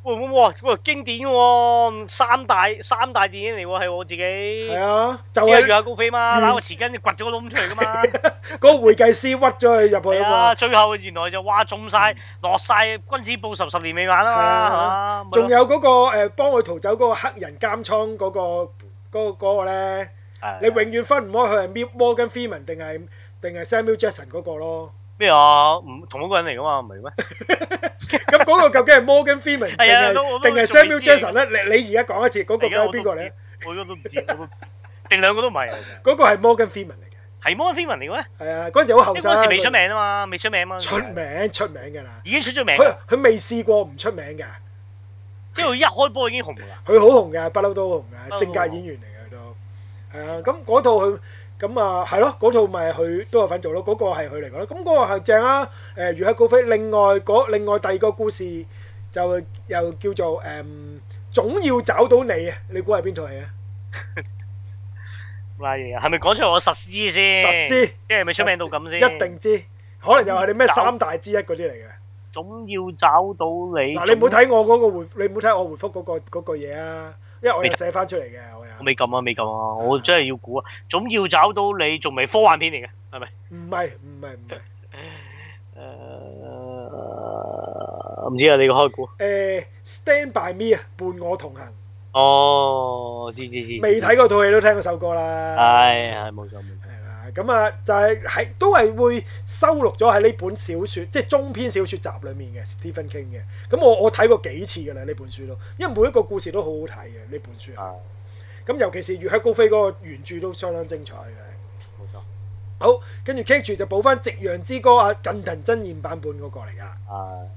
[SPEAKER 1] 喂喂哇！喂，經典喎，三大三大電影嚟喎，係我自己。
[SPEAKER 2] 係
[SPEAKER 1] 係啊，
[SPEAKER 2] 啊，就
[SPEAKER 1] 即係
[SPEAKER 2] 係、
[SPEAKER 1] 遇下高飛嘛，
[SPEAKER 2] 嗯
[SPEAKER 1] 攬個匙羹，掘咗個窿出嚟噶嘛。
[SPEAKER 2] 嗰個會計師屈咗佢入去
[SPEAKER 1] 係
[SPEAKER 2] 啊嘛
[SPEAKER 1] 啊，。最後原來就哇中晒落晒君子報仇十年未晚啊啦嘛，係嘛
[SPEAKER 2] 啊仲有嗰、個誒幫佢逃走嗰個黑人監倉嗰、個嗰、個嗰個咧，
[SPEAKER 1] 係
[SPEAKER 2] 你永遠分唔開佢係 Mil- Morgan Freeman 定係定係 Samuel Jackson 嗰個咯。
[SPEAKER 1] 咩啊？唔同一個人嚟噶嘛，唔係咩？
[SPEAKER 2] 咁嗰個究竟係 Morgan Freeman 定
[SPEAKER 1] 係啊都我
[SPEAKER 2] 係
[SPEAKER 1] 都
[SPEAKER 2] 定係
[SPEAKER 1] 仲未
[SPEAKER 2] Samuel
[SPEAKER 1] 知嚟
[SPEAKER 2] Jackson 咧？你你而家講一次，嗰個
[SPEAKER 1] 而
[SPEAKER 2] 究
[SPEAKER 1] 家
[SPEAKER 2] 竟
[SPEAKER 1] 我
[SPEAKER 2] 係
[SPEAKER 1] 都
[SPEAKER 2] 邊
[SPEAKER 1] 唔
[SPEAKER 2] 個咧
[SPEAKER 1] 知？，我都唔知，我都唔知定兩個都唔係啊。
[SPEAKER 2] 嗰個係 Morgan Freeman 嚟嘅，
[SPEAKER 1] 係 Morgan Freeman 嚟嘅 咩？
[SPEAKER 2] 係啊，嗰陣時好後
[SPEAKER 1] 即係
[SPEAKER 2] 生，
[SPEAKER 1] 嗰陣時未出名啊嘛，未出名啊嘛。
[SPEAKER 2] 出名出名㗎啦。
[SPEAKER 1] 已經出咗名啊
[SPEAKER 2] 佢
[SPEAKER 1] 啦，
[SPEAKER 2] 佢未試過唔出名㗎，
[SPEAKER 1] 即係佢一開波已經紅啦。
[SPEAKER 2] 佢好紅㗎，不嬲都好紅
[SPEAKER 1] 不嬲都
[SPEAKER 2] 㗎，性格演員嚟嘅都係啊。咁嗰套佢咁啊係咯，嗰套咪佢都有份做咯，嗰個係佢嚟講咯。咁嗰個係正啊，誒《如黑高飛》。另外嗰另外第二個故事就又叫做誒總要找到你啊！你估係邊套戲啊？
[SPEAKER 1] 拉嘢係咪講出我實知先？
[SPEAKER 2] 實知
[SPEAKER 1] 即係咪出名到咁先？
[SPEAKER 2] 一定知，可能又係你咩三大之一嗰啲嚟嘅。
[SPEAKER 1] 總要找到你。
[SPEAKER 2] 嗱，你唔好睇我嗰個回，你唔好睇我回覆嗰個嗰個嘢啊，因為我又寫翻出嚟嘅，我又
[SPEAKER 1] 我未撳啊，未撳啊，我真係要估啊！總要找到你，仲未科幻片嚟嘅，係咪？
[SPEAKER 2] 唔係唔係唔係，
[SPEAKER 1] 誒，唔知啊，你個開估。
[SPEAKER 2] 誒 Stand by me 啊，伴我同行，
[SPEAKER 1] 哦，知知知。
[SPEAKER 2] 未睇過套戲都聽過首歌
[SPEAKER 1] 係
[SPEAKER 2] 啦，
[SPEAKER 1] 係冇錯冇錯。
[SPEAKER 2] 係啦，咁啊就係喺都係會收錄咗喺呢本小説，即係中篇小説集裡面嘅 Stephen King 嘅，咁我我睇過幾次㗎啦呢本書都，因為每一個故事都好好睇嘅呢本書，
[SPEAKER 1] 係
[SPEAKER 2] 咁尤其是《月黑高飛》嗰個原著都相當精彩嘅。
[SPEAKER 1] 冇錯。
[SPEAKER 2] 好，跟住 Keep 住就補翻《夕陽之歌》啊，近藤真彥版本嗰個嚟㗎啦，
[SPEAKER 1] 係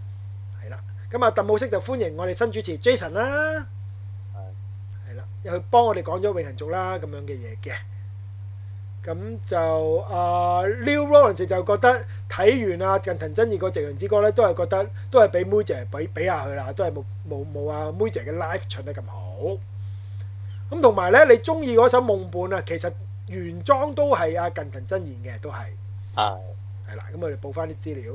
[SPEAKER 2] 係啦。咁啊，鄧武式就歡迎我哋新主持 Jason 啦，係啦，又去幫我哋講咗永恆族啦咁樣嘅嘢嘅。咁就啊，Leo Lawrence 就覺得睇完啊近藤真彥個《夕陽之歌》咧，都係覺得都係俾妹姐比比下佢啦，都係冇冇冇啊妹姐嘅 live 唱得咁好。咁同埋咧，你中意嗰首《夢伴》啊，其實原裝都係啊近藤真彥嘅，都係。
[SPEAKER 1] 係
[SPEAKER 2] 係啦，咁我哋補翻啲資料，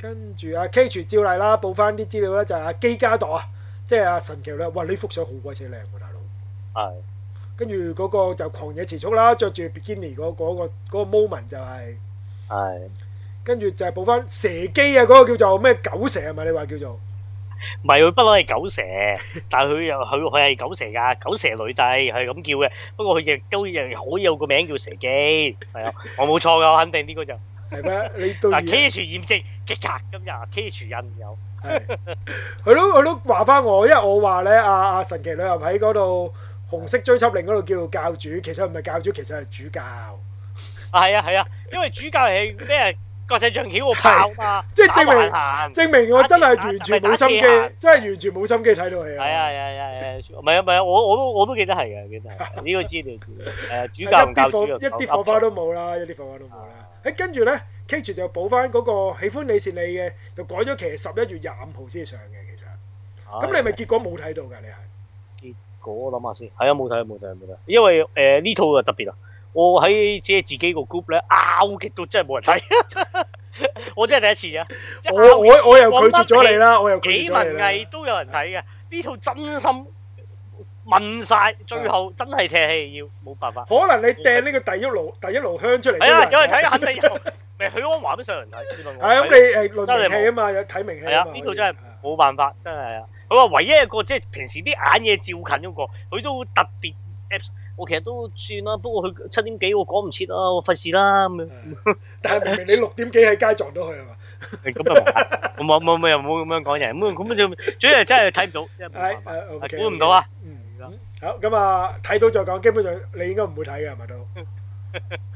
[SPEAKER 2] 跟住阿 K 柱照例啦，補翻啲資料咧就係阿基加朵啊，即係阿神奇咧，哇！呢幅相好鬼死靚喎，大佬。
[SPEAKER 1] 係
[SPEAKER 2] 跟住嗰個就狂野持速啦，着住 bikini 嗰嗰個嗰個 moment 就係，
[SPEAKER 1] 係。
[SPEAKER 2] 跟住就係補翻蛇姬啊，嗰個叫做咩狗蛇係咪？你話叫做
[SPEAKER 1] 唔係佢不嬲係狗 蛇，但係佢又佢佢係狗蛇㗎，狗蛇女帝係咁叫嘅。不過佢亦都亦可以有個名叫蛇姬，係啊，我冇錯㗎，我肯定呢個就。
[SPEAKER 2] 係咩？你到而
[SPEAKER 1] 嗱
[SPEAKER 2] 家
[SPEAKER 1] ，K H 驗證極格今日 K H 印有，
[SPEAKER 2] 係佢都佢都話翻我，因為我話咧，阿阿神奇女俠喺嗰度紅色追緝令嗰度叫做教主，其實唔係教主，其實係主教。
[SPEAKER 1] 啊係啊係啊，因為主教係咩國際象棋我炮嘛，
[SPEAKER 2] 即係證明
[SPEAKER 1] 打橫行
[SPEAKER 2] 證明我真係完全冇心機
[SPEAKER 1] 打鐵啊，
[SPEAKER 2] 真係完全冇心機睇套戲
[SPEAKER 1] 係啊係啊係啊係啊，唔係啊唔係啊，我我都我都記得係嘅，記得係嘅呢個資料資料，係啊主教同
[SPEAKER 2] 一啲
[SPEAKER 1] 教
[SPEAKER 2] 火
[SPEAKER 1] 主
[SPEAKER 2] 一啲火花都冇啦，一啲火花都冇啦。誒，跟住咧，K 住就補翻嗰個喜歡你是你嘅，就改咗期十一月廿五號先上嘅。其實，
[SPEAKER 1] 咁
[SPEAKER 2] 咁你咪結果冇睇到㗎？你係
[SPEAKER 1] 結果我諗下先，係啊冇睇冇睇冇睇，因為誒呢套啊特別啊，我喺即係自己個 group 咧拗極到真係冇人睇，我真係第一次啊，即係
[SPEAKER 2] 我
[SPEAKER 1] 拗極
[SPEAKER 2] 我我又拒絕咗你啦，我又拒
[SPEAKER 1] 幾
[SPEAKER 2] 絕咗
[SPEAKER 1] 文
[SPEAKER 2] 你啦。
[SPEAKER 1] 藝都有人睇嘅，呢套真心問晒，最後真係踢戲要冇辦法。
[SPEAKER 2] 可能你掟呢個第一爐第一爐香出嚟，
[SPEAKER 1] 係啊，有人睇肯定有，咪許安華都上人睇，你問我
[SPEAKER 2] 係咁
[SPEAKER 1] 係啊
[SPEAKER 2] 你誒論名氣啊嘛，有睇名氣
[SPEAKER 1] 係
[SPEAKER 2] 啊
[SPEAKER 1] 啊，
[SPEAKER 2] 嘛。
[SPEAKER 1] 呢套真係冇辦法，真係啊！佢話唯一一個即係平時啲眼嘢照近嗰個，佢都特別 apps，我其實都算啦，不過佢七點幾我趕唔切啊，我費事啦咁樣。
[SPEAKER 2] 但係明明你六點幾喺街撞到 佢係嘛？
[SPEAKER 1] 咁啊冇，冇冇冇又冇咁樣講人，咁咁就主要係真係睇唔到，真係冇辦
[SPEAKER 2] 係
[SPEAKER 1] 法。
[SPEAKER 2] 誒，OK，
[SPEAKER 1] 估唔到啊！
[SPEAKER 2] 嗯，好咁啊，睇到再講，基本上你應該唔會睇嘅係咪都？
[SPEAKER 1] 唔係
[SPEAKER 2] 冷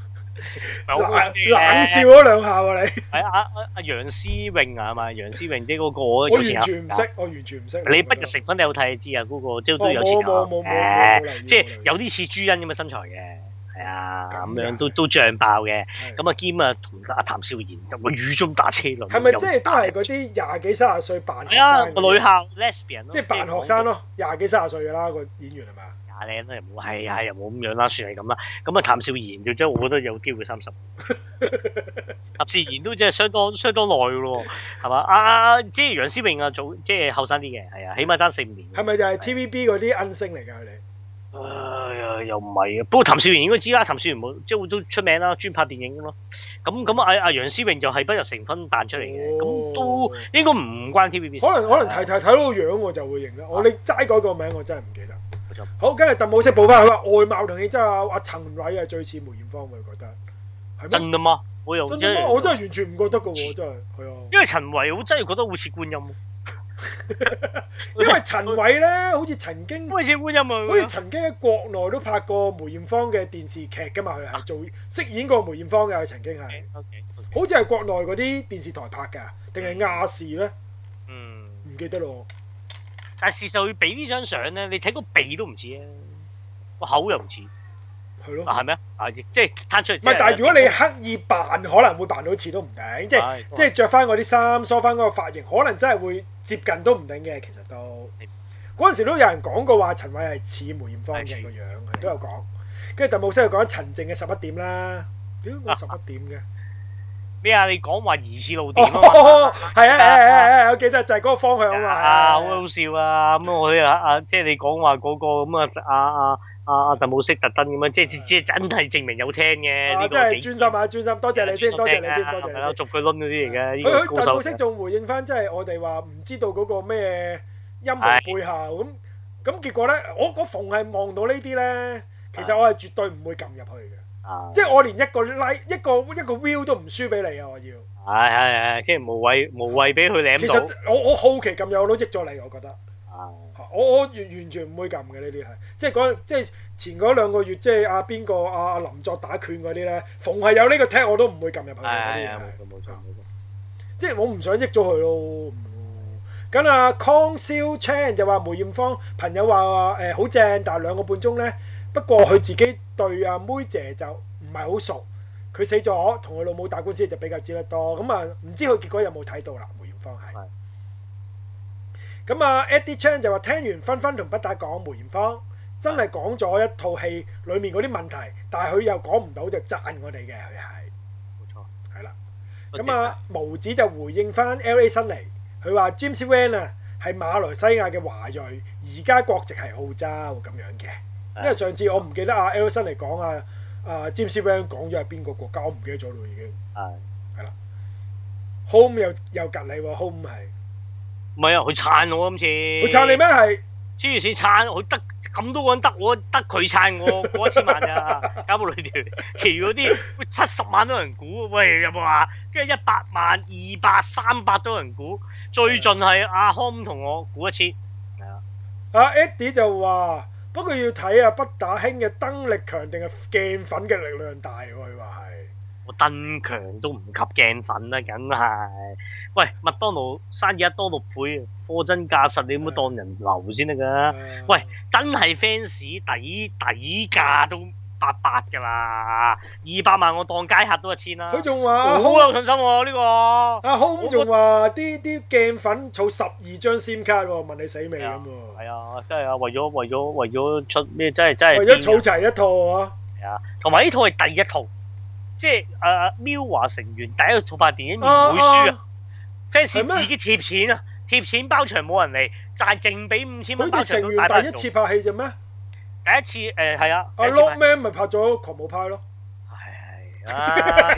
[SPEAKER 1] 我估唔到嘅
[SPEAKER 2] 冷笑咗兩下喎你，
[SPEAKER 1] 係啊啊啊楊思穎啊係咪？楊思穎即係嗰個我
[SPEAKER 2] 我
[SPEAKER 1] 有
[SPEAKER 2] 完
[SPEAKER 1] 錢
[SPEAKER 2] 全唔
[SPEAKER 1] 客。
[SPEAKER 2] 識，我完全唔識。
[SPEAKER 1] 你不日食粉你有睇就知啊，嗰個即係
[SPEAKER 2] 我
[SPEAKER 1] 都有錢客
[SPEAKER 2] 冇冇冇冇冇留意
[SPEAKER 1] 誒即
[SPEAKER 2] 冇
[SPEAKER 1] 係
[SPEAKER 2] 留意
[SPEAKER 1] 有啲似朱茵咁嘅身材嘅，係啊，
[SPEAKER 2] 咁
[SPEAKER 1] 咁
[SPEAKER 2] 㗎
[SPEAKER 1] 樣都都漲爆嘅。
[SPEAKER 2] 係
[SPEAKER 1] 咁啊兼啊同阿譚少賢就個雨中打車輪。
[SPEAKER 2] 係咪即
[SPEAKER 1] 又
[SPEAKER 2] 係都係嗰啲廿幾三十歲扮學
[SPEAKER 1] 係啊？
[SPEAKER 2] 生
[SPEAKER 1] 個女
[SPEAKER 2] 嗰啲？
[SPEAKER 1] 校 lesbian 咯，
[SPEAKER 2] 即係扮學生。咯，廿幾三十歲㗎啦，個演員係嘛？
[SPEAKER 1] 廿靚啦，又冇係啊，又冇咁樣啦，算係咁啦。咁啊，譚少賢就真係我覺得有機會三 十。譚少賢都真係相當相當耐嘅喎，係嘛？啊啊，即係楊思穎啊，早即係後生啲嘅，係啊，起碼爭四五年。
[SPEAKER 2] 係咪就係 TVB 嗰啲恩星嚟㗎？佢哋
[SPEAKER 1] 誒哎又唔係嘅，啊不過譚少賢應該知啦，譚少賢冇即係都出名啦，專拍電影咁咯。咁咁阿阿楊思穎就係不入成分彈出嚟嘅，咁
[SPEAKER 2] 哦
[SPEAKER 1] 都應該唔關 TVB 事。
[SPEAKER 2] 可能可能睇睇睇到個樣我就會認啦。我你齋改個名我真係唔記得
[SPEAKER 1] 啊冇錯。
[SPEAKER 2] 好，跟住鄧武式補翻佢話外貌同氣質啊，阿陳偉啊最似梅艷芳喎，佢覺得係咩？
[SPEAKER 1] 真㗎嘛？我又
[SPEAKER 2] 真
[SPEAKER 1] 即
[SPEAKER 2] 㗎咩我真
[SPEAKER 1] 係，
[SPEAKER 2] 係完全唔覺得嘅喎，真係係啊。
[SPEAKER 1] 因為陳維我真係覺得好似觀音，
[SPEAKER 2] 因為陳偉咧，好似曾經
[SPEAKER 1] 好似觀音啊
[SPEAKER 2] 好似
[SPEAKER 1] 咁樣！
[SPEAKER 2] 曾經喺國內都拍過梅艷芳嘅電視劇㗎嘛，佢係做飾演過梅艷芳嘅，佢曾經係
[SPEAKER 1] OK，OK，
[SPEAKER 2] 好似係國內嗰啲電視台拍㗎，定係亞視咧？
[SPEAKER 1] 嗯。
[SPEAKER 2] 唔記得咯。
[SPEAKER 1] 但事實上佢俾呢張相咧，你睇個鼻都唔似啊，個口又唔似，
[SPEAKER 2] 係咯，
[SPEAKER 1] 啊係咩？啊，即係攤出嚟。
[SPEAKER 2] 唔係，但係如果你刻意扮，可能會扮到似都唔定，即係
[SPEAKER 1] 係
[SPEAKER 2] 即係着翻嗰啲衫，梳翻嗰個髮型，可能真係會接近都唔定嘅。其實都
[SPEAKER 1] 係
[SPEAKER 2] 嗰陣時都有人講過話陳偉係似梅艷芳嘅
[SPEAKER 1] 係
[SPEAKER 2] 個樣，係都有講。跟住鄧冇西又講陳靜嘅十一點啦，屌
[SPEAKER 1] 啊
[SPEAKER 2] 我十一點嘅，
[SPEAKER 1] 咩啊？你講話疑似露點啊嘛？
[SPEAKER 2] 哦，係啊係啊係啊係啊，我記得就係嗰個方向啊
[SPEAKER 1] 啊，好
[SPEAKER 2] 嘛
[SPEAKER 1] 好。笑啊！咁我哋啊啊，即係你講話嗰個咁啊啊啊啊啊，鄧冇識特登咁樣，即係即係真係證明有聽嘅
[SPEAKER 2] 啊
[SPEAKER 1] 呢
[SPEAKER 2] 真
[SPEAKER 1] 個
[SPEAKER 2] 係
[SPEAKER 1] 幾。
[SPEAKER 2] 專心啊，專心，多謝你先，多謝你先，多謝
[SPEAKER 1] 係
[SPEAKER 2] 你
[SPEAKER 1] 啦，
[SPEAKER 2] 先。
[SPEAKER 1] 逐句攆嗰啲嚟啊嘅呢
[SPEAKER 2] 佢
[SPEAKER 1] 個
[SPEAKER 2] 佢
[SPEAKER 1] 高
[SPEAKER 2] 鄧
[SPEAKER 1] 手
[SPEAKER 2] 寶。飾仲回應翻，即係我哋話唔知道嗰個咩音樂背後咁咁，結果咧，我我逢係望到呢啲咧，其實我係絕對唔會撳入去嘅，
[SPEAKER 1] 啊
[SPEAKER 2] 即係我連一個 like 一個一個 view 都唔輸俾你啊！我要，
[SPEAKER 1] 係係係，即係無謂無謂俾佢
[SPEAKER 2] 其
[SPEAKER 1] 舐到
[SPEAKER 2] 實我我好奇撳入我都益咗你，我覺得。
[SPEAKER 1] 啊
[SPEAKER 2] 我我完完全唔會撳嘅呢啲係，即係嗰即係前嗰兩個月即係阿邊個阿阿林作打拳嗰啲咧，逢係有呢個 tag 我都唔會撳入去
[SPEAKER 1] 係
[SPEAKER 2] 嘅嗰
[SPEAKER 1] 係
[SPEAKER 2] 啲
[SPEAKER 1] 係
[SPEAKER 2] 係
[SPEAKER 1] 冇錯冇錯冇錯。
[SPEAKER 2] 即係我唔想益咗佢咯。唔咁啊，康蕭 Chan 就話梅艷芳朋友話誒好正，但係兩個半鐘呢。不過佢自己對阿妹姐就唔係好熟，佢死咗，同佢老母打官司就比較知得多。咁啊，唔知佢結果有冇睇到啦？梅艷芳係。咁啊，Eddie Chan 就話聽完分分同不打講梅艷芳，真係講咗一套戲裡面嗰啲問題，但係佢又講唔到就讚我哋嘅佢
[SPEAKER 1] 冇錯
[SPEAKER 2] 係係啦。
[SPEAKER 1] 多謝
[SPEAKER 2] 咁啊，毛子就回應翻 L.A. 辛尼，佢話 James Wan 啊係馬來西亞嘅華裔，而家國籍係澳洲咁樣嘅。因為上次我唔記得啊 L.A. 辛尼講啊啊 James Wan 講咗係邊個國家，我唔記得咗咯已經。
[SPEAKER 1] 晒係。
[SPEAKER 2] Home 又又隔你喎，Home 係
[SPEAKER 1] 唔係啊，佢撐我今次。
[SPEAKER 2] 佢
[SPEAKER 1] 佢
[SPEAKER 2] 撐你？咩係？
[SPEAKER 1] 黐線撐，佢得咁多個人得我，得佢撐 我過一千萬咋，搞部女團。其餘嗰啲喂七十萬都有人估，喂有冇啊？跟住一百萬、二百、三百都有人估，最盡係阿康同我估一千。係啊，
[SPEAKER 2] 啊 Eddie 就話，不過要睇啊北打興嘅燈力強定係鏡粉嘅力量大喎，佢話係。
[SPEAKER 1] 我燈強都唔及鏡粉啦，梗係。喂，麥當勞生意一多六倍，貨真價實，你唔好當人流先得㗎。啊
[SPEAKER 2] 嗯
[SPEAKER 1] 喂真係 fans 底底價都八八㗎啦，二百萬我當街客都一千啦。
[SPEAKER 2] 佢仲話
[SPEAKER 1] 好啊
[SPEAKER 2] Home
[SPEAKER 1] 有信心喎、呢、個。
[SPEAKER 2] 阿
[SPEAKER 1] 我覺
[SPEAKER 2] Home 啊仲話啲啲鏡粉儲十二張 SIM 卡喎，問你死未咁喎？
[SPEAKER 1] 係啊，真係啊，為咗為咗為咗出咩，真係真係。
[SPEAKER 2] 為咗儲齊一套啊！
[SPEAKER 1] 啊！同埋呢套係第一套，即係誒 Miu 成員第一套拍電影唔
[SPEAKER 2] 啊
[SPEAKER 1] 會輸啊
[SPEAKER 2] 啊
[SPEAKER 1] ！fans
[SPEAKER 2] 係咩
[SPEAKER 1] 自己貼錢啊，貼錢包場冇人嚟，賺淨俾五千
[SPEAKER 2] 佢
[SPEAKER 1] 蚊包
[SPEAKER 2] 哋
[SPEAKER 1] 場
[SPEAKER 2] 成
[SPEAKER 1] 都大把
[SPEAKER 2] 員
[SPEAKER 1] 人做
[SPEAKER 2] 第一次拍戲啫咩？
[SPEAKER 1] 第一次誒係啊，
[SPEAKER 2] 阿
[SPEAKER 1] 第一次拍
[SPEAKER 2] Lockman 咪拍咗《狂舞派》咯，
[SPEAKER 1] 係啊，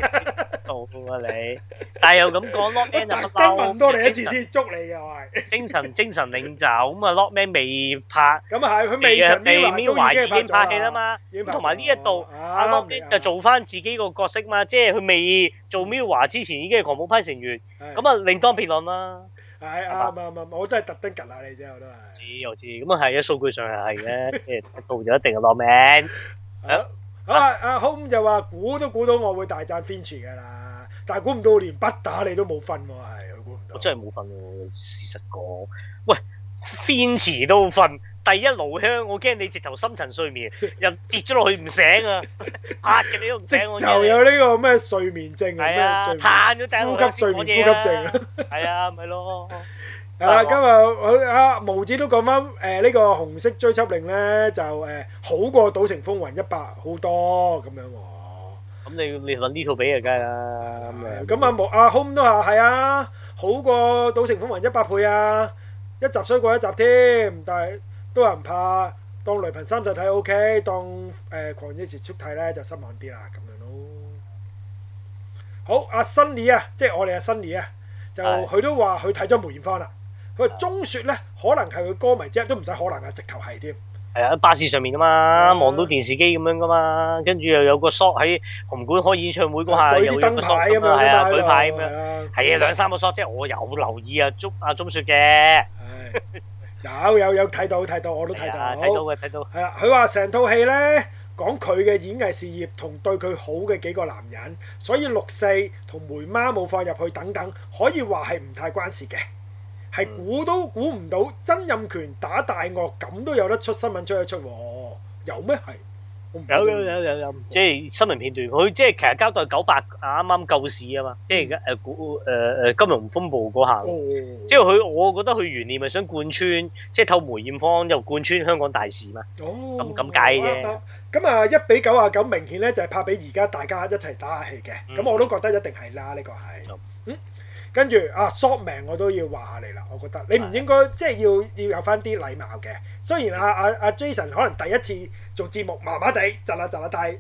[SPEAKER 1] 到啊 你！但係又咁講
[SPEAKER 2] 我
[SPEAKER 1] ，Lockman 啊
[SPEAKER 2] 特
[SPEAKER 1] 不
[SPEAKER 2] 登
[SPEAKER 1] 嬲
[SPEAKER 2] 問多你一次
[SPEAKER 1] 精神
[SPEAKER 2] 先捉你嘅，我係
[SPEAKER 1] 精神精神領袖咁啊，Lockman 未拍，
[SPEAKER 2] 咁啊係，佢未曾
[SPEAKER 1] 未未
[SPEAKER 2] Mira 都已
[SPEAKER 1] 懷疑已
[SPEAKER 2] 經
[SPEAKER 1] 經拍
[SPEAKER 2] 拍
[SPEAKER 1] 戲
[SPEAKER 2] 戲
[SPEAKER 1] 啦，嘛。
[SPEAKER 2] 已
[SPEAKER 1] 咁
[SPEAKER 2] 經拍咗啦
[SPEAKER 1] 同埋呢一度，阿
[SPEAKER 2] 啱
[SPEAKER 1] Lockman 就做翻自己個角色嘛，即係佢未做 Miu 之前已經係狂舞派成員，
[SPEAKER 2] 係
[SPEAKER 1] 咁啊另當別論啦。
[SPEAKER 2] 係啱啱啱，我真係特登趌下你啫，我都係。
[SPEAKER 1] 知我知，咁啊係啊，數據上係嘅， 即係一套就一定係 Lockman。
[SPEAKER 2] 好好啊！阿 Home 就話估都估到我會大讚 Finch 㗎啦，但係估唔到連不打你都冇分喎，係佢估唔
[SPEAKER 1] 我
[SPEAKER 2] 到。
[SPEAKER 1] 真係冇瞓喎，事實講，喂 f i n c h 都瞓，第一爐香，我驚你直頭深層睡 眠，又跌咗落去唔醒啊，嚇嘅你都唔
[SPEAKER 2] 即
[SPEAKER 1] 醒我
[SPEAKER 2] 就有呢個咩睡眠症啊，
[SPEAKER 1] 係啊，
[SPEAKER 2] 咩睡
[SPEAKER 1] 嘆咗第一
[SPEAKER 2] 呼
[SPEAKER 1] 爐
[SPEAKER 2] 吸睡眠呼吸症啊，
[SPEAKER 1] 係啊，咪咯，
[SPEAKER 2] 係
[SPEAKER 1] 大
[SPEAKER 2] 啦，
[SPEAKER 1] 鑊
[SPEAKER 2] 今日佢啊毛子都講翻誒呢個紅色追緝令咧，就誒好過《賭城風雲》一百好多咁樣
[SPEAKER 1] 咁
[SPEAKER 2] 喎。
[SPEAKER 1] 你你揾呢套俾啊，梗係啦，咁啊，
[SPEAKER 2] 咁啊毛啊 Home 都話係啊，好過《賭城風雲》一百倍啊，一集衰過一集添，但係都有人怕。當雷朋三世睇 OK，當誒、呃狂野時速睇咧就失望啲啦，咁樣咯。好，阿 Sunny 啊，即係我哋阿 Sunny 啊，就
[SPEAKER 1] 係
[SPEAKER 2] 佢都話佢睇咗梅艷芳啦。佢話
[SPEAKER 1] 係
[SPEAKER 2] 啊中雪咧，可能係佢歌迷之一，都唔使可能啊，直頭係添。
[SPEAKER 1] 誒喺巴士上面噶
[SPEAKER 2] 啊
[SPEAKER 1] 嘛，望到電視機咁樣噶嘛，跟住又有個 shot 喺紅館開演唱會嗰下，
[SPEAKER 2] 啊舉
[SPEAKER 1] 又有
[SPEAKER 2] 啲
[SPEAKER 1] 個
[SPEAKER 2] 燈
[SPEAKER 1] shot
[SPEAKER 2] 牌
[SPEAKER 1] 咁
[SPEAKER 2] 咁
[SPEAKER 1] 嘛，係啊，
[SPEAKER 2] 樣
[SPEAKER 1] 舉牌咁樣，
[SPEAKER 2] 樣，
[SPEAKER 1] 係 啊，兩三個 shot 即係我有留意啊，鐘阿鐘雪嘅，
[SPEAKER 2] 唉有有有睇到睇到，我都睇
[SPEAKER 1] 係
[SPEAKER 2] 到
[SPEAKER 1] 啊，睇到。嘅睇到，
[SPEAKER 2] 係啦，佢話成套戲呢，講佢嘅演藝事業同對佢好嘅幾個男人，所以六四同梅媽冇放入去等等，可以話係唔太關事嘅。係
[SPEAKER 1] 嗯
[SPEAKER 2] 估都估唔到，曾蔭權打大鱷咁都有得出新聞出一出喎，有咩係？我唔知
[SPEAKER 1] 有有有有有，即係新聞片段，佢即係其實交代九八啱啱救市啊嘛，即係誒股誒誒金融風暴嗰下。
[SPEAKER 2] 哦，
[SPEAKER 1] 即係佢，我覺得佢原念係想貫穿，即係透梅艷芳又貫穿香港大事嘛。
[SPEAKER 2] 哦，
[SPEAKER 1] 咁咁解啫
[SPEAKER 2] 啱啱咁啊，一比九啊九，明顯咧就係拍俾而家大家一齊打下氣嘅。咁、
[SPEAKER 1] 嗯
[SPEAKER 2] 我都覺得一定係啦，呢、個係
[SPEAKER 1] 嗯。
[SPEAKER 2] 嗯，跟住啊，索命我都要話下你啦，我覺得你唔應該即係要要有翻啲禮貌嘅。雖然啊啊啊 Jason 可能第一次做節目麻麻地，窒啦窒啦，但係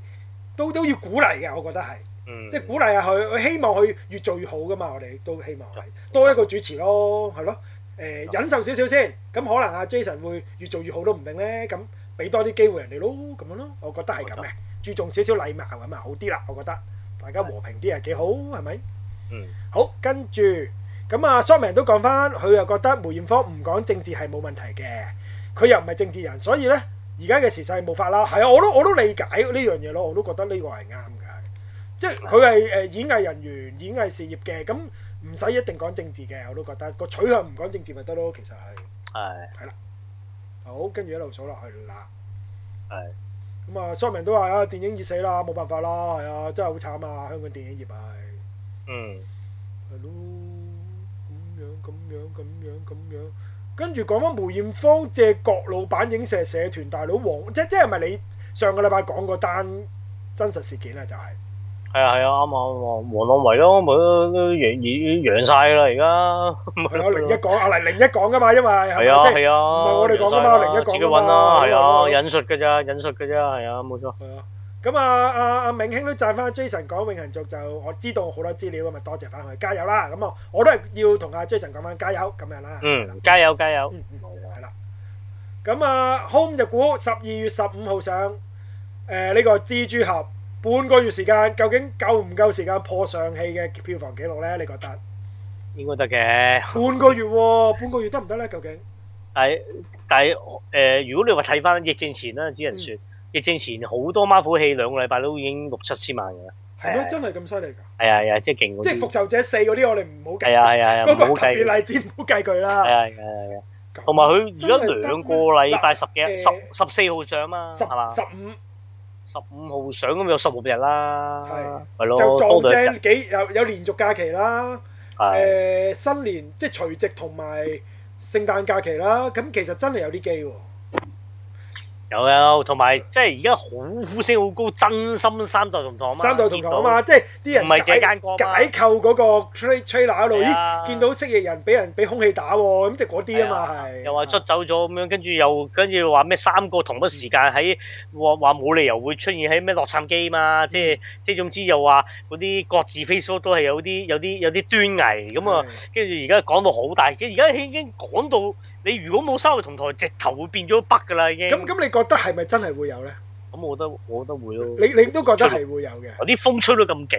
[SPEAKER 2] 都都要鼓勵嘅，我覺得係，
[SPEAKER 1] 嗯，
[SPEAKER 2] 即係鼓勵下佢，佢希望佢越做越好噶嘛。我哋都希望係
[SPEAKER 1] 啊
[SPEAKER 2] 多一個主持咯，係咯。誒、忍受少少先，咁可能阿 Jason 會越做越好都唔定咧，咁俾多啲機會人哋咯，咁樣咯，我覺得係咁
[SPEAKER 1] 冇
[SPEAKER 2] 嘅，注重少少禮貌咁啊，好啲啦，我覺得大家和平啲啊係幾好，係咪？
[SPEAKER 1] 嗯，
[SPEAKER 2] 好，跟住咁啊，Shawman 都講翻，佢又覺得梅艷芳唔講政治係冇問題嘅，佢又唔係政治人，所以咧而家嘅時勢冇法啦，係啊，我都我都理解呢樣嘢咯，我都覺得呢個係啱嘅，即係佢係誒演藝人員、演藝事業嘅，咁唔使一定講政治嘅，我都覺得個取向唔講政治咪得咯，其實係。
[SPEAKER 1] 係
[SPEAKER 2] 好，跟住一路數落去啦。
[SPEAKER 1] 係。
[SPEAKER 2] 咁啊，蘇明都話啊，電影熱死啦，冇辦法啦，係啊，真係好慘啊，香港電影業係
[SPEAKER 1] 嗯
[SPEAKER 2] 係咯，咁樣咁樣咁樣咁樣。跟住講翻梅艷芳借郭老闆影射社團大佬黃，即即係咪你上個禮拜講嗰單真實事件啊？就係、
[SPEAKER 1] 係啊係啊啱啊啱啊，黃浪維咯，咪都都揚已揚曬啦而家。
[SPEAKER 2] 係咯，零一講啊，嚟零一講噶嘛，因為係
[SPEAKER 1] 係
[SPEAKER 2] 咪
[SPEAKER 1] 啊
[SPEAKER 2] 即係
[SPEAKER 1] 係啊，
[SPEAKER 2] 唔係我哋講㗎嘛
[SPEAKER 1] 揚晒啦
[SPEAKER 2] 另一講㗎
[SPEAKER 1] 自
[SPEAKER 2] 嘛
[SPEAKER 1] 己揾啦，係啊，
[SPEAKER 2] 係啊
[SPEAKER 1] 引述㗎咋，引述㗎咋，係啊，冇錯。
[SPEAKER 2] 係啊，咁啊啊啊明興都讚翻 Jason 講永恆族就我知道好多資料咁啊，多謝翻佢加油啦！咁啊，我都係要同阿 Jason 講翻加油咁樣啦。係啦
[SPEAKER 1] 嗯，加油加油。
[SPEAKER 2] 嗯嗯
[SPEAKER 1] 冇錯
[SPEAKER 2] 係啦。咁啊，Home 就估十二月十五號上，誒、呢、個蜘蛛俠半個月時間，究竟夠唔夠時間破上戲嘅票房紀錄呢？你 覺得
[SPEAKER 1] 應該得嘅。
[SPEAKER 2] 半個月喎、半個月得唔得呢？究竟
[SPEAKER 1] 但係但係誒、呃如果你話睇翻疫症前啦，只
[SPEAKER 2] 嗯
[SPEAKER 1] 能説、疫症前好多 Marvel 戲兩個禮拜都已經六七千萬㗎啦。
[SPEAKER 2] 係咩
[SPEAKER 1] 係？
[SPEAKER 2] 真係咁犀利㗎？
[SPEAKER 1] 係啊係啊，即係勁嗰
[SPEAKER 2] 即係
[SPEAKER 1] 啲
[SPEAKER 2] 復。仇者四嗰啲，我哋唔好計。
[SPEAKER 1] 係啊係啊係啊，
[SPEAKER 2] 嗰個
[SPEAKER 1] 唔好
[SPEAKER 2] 特
[SPEAKER 1] 計。
[SPEAKER 2] 別例子唔好計佢
[SPEAKER 1] 係
[SPEAKER 2] 啦。
[SPEAKER 1] 啊係啊係啊，同埋佢而家兩個禮拜十幾日，十
[SPEAKER 2] 嗱
[SPEAKER 1] 十四號上嘛，
[SPEAKER 2] 十
[SPEAKER 1] 係嘛？
[SPEAKER 2] 十五
[SPEAKER 1] 十五號上咁有十六日啦，係
[SPEAKER 2] 就
[SPEAKER 1] 咯，
[SPEAKER 2] 撞
[SPEAKER 1] 多兩日
[SPEAKER 2] 正幾有有連續假期啦，誒、
[SPEAKER 1] 係
[SPEAKER 2] 新年即係除夕同埋聖誕假期啦，咁其實真係有啲機喎，
[SPEAKER 1] 有有，同埋即係而家好呼聲好高，真心三代同堂啊嘛，
[SPEAKER 2] 三代同堂啊嘛，即係啲人
[SPEAKER 1] 唔係
[SPEAKER 2] 解
[SPEAKER 1] 借間歌嘛
[SPEAKER 2] 解構嗰個 tra- trailer 嗰度，
[SPEAKER 1] 係啊
[SPEAKER 2] 咦見到蜥蜴人俾人俾空氣打喎，咁即係嗰啲啊嘛係，
[SPEAKER 1] 又話卒走咗咁樣，跟住又跟住話咩三個同一時間喺話話冇理由會出現喺咩洛杉磯嘛，即
[SPEAKER 2] 嗯
[SPEAKER 1] 係即係總之又話嗰啲各自 Facebook 都係有啲有啲有啲端倪咁啊，
[SPEAKER 2] 係
[SPEAKER 1] 跟住而家講到好大，而家已經講到你如果冇三個同台，直頭會變咗北㗎啦已經。
[SPEAKER 2] 咁咁你覺得係咪真係會有呢？
[SPEAKER 1] 咁，我覺得我覺得會咯。
[SPEAKER 2] 你你都覺得係會有嘅，
[SPEAKER 1] 有啲風吹到咁勁，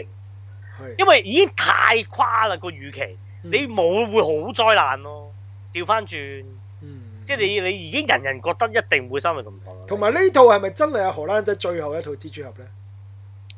[SPEAKER 2] 係
[SPEAKER 1] 因為已經太誇啦個預期，
[SPEAKER 2] 嗯
[SPEAKER 1] 你冇會好災難咯。調翻轉，
[SPEAKER 2] 嗯
[SPEAKER 1] 即係你你已經人人覺得一定會三個同台啦。
[SPEAKER 2] 同埋呢套係咪真係阿荷蘭仔最後一套蜘蛛俠呢？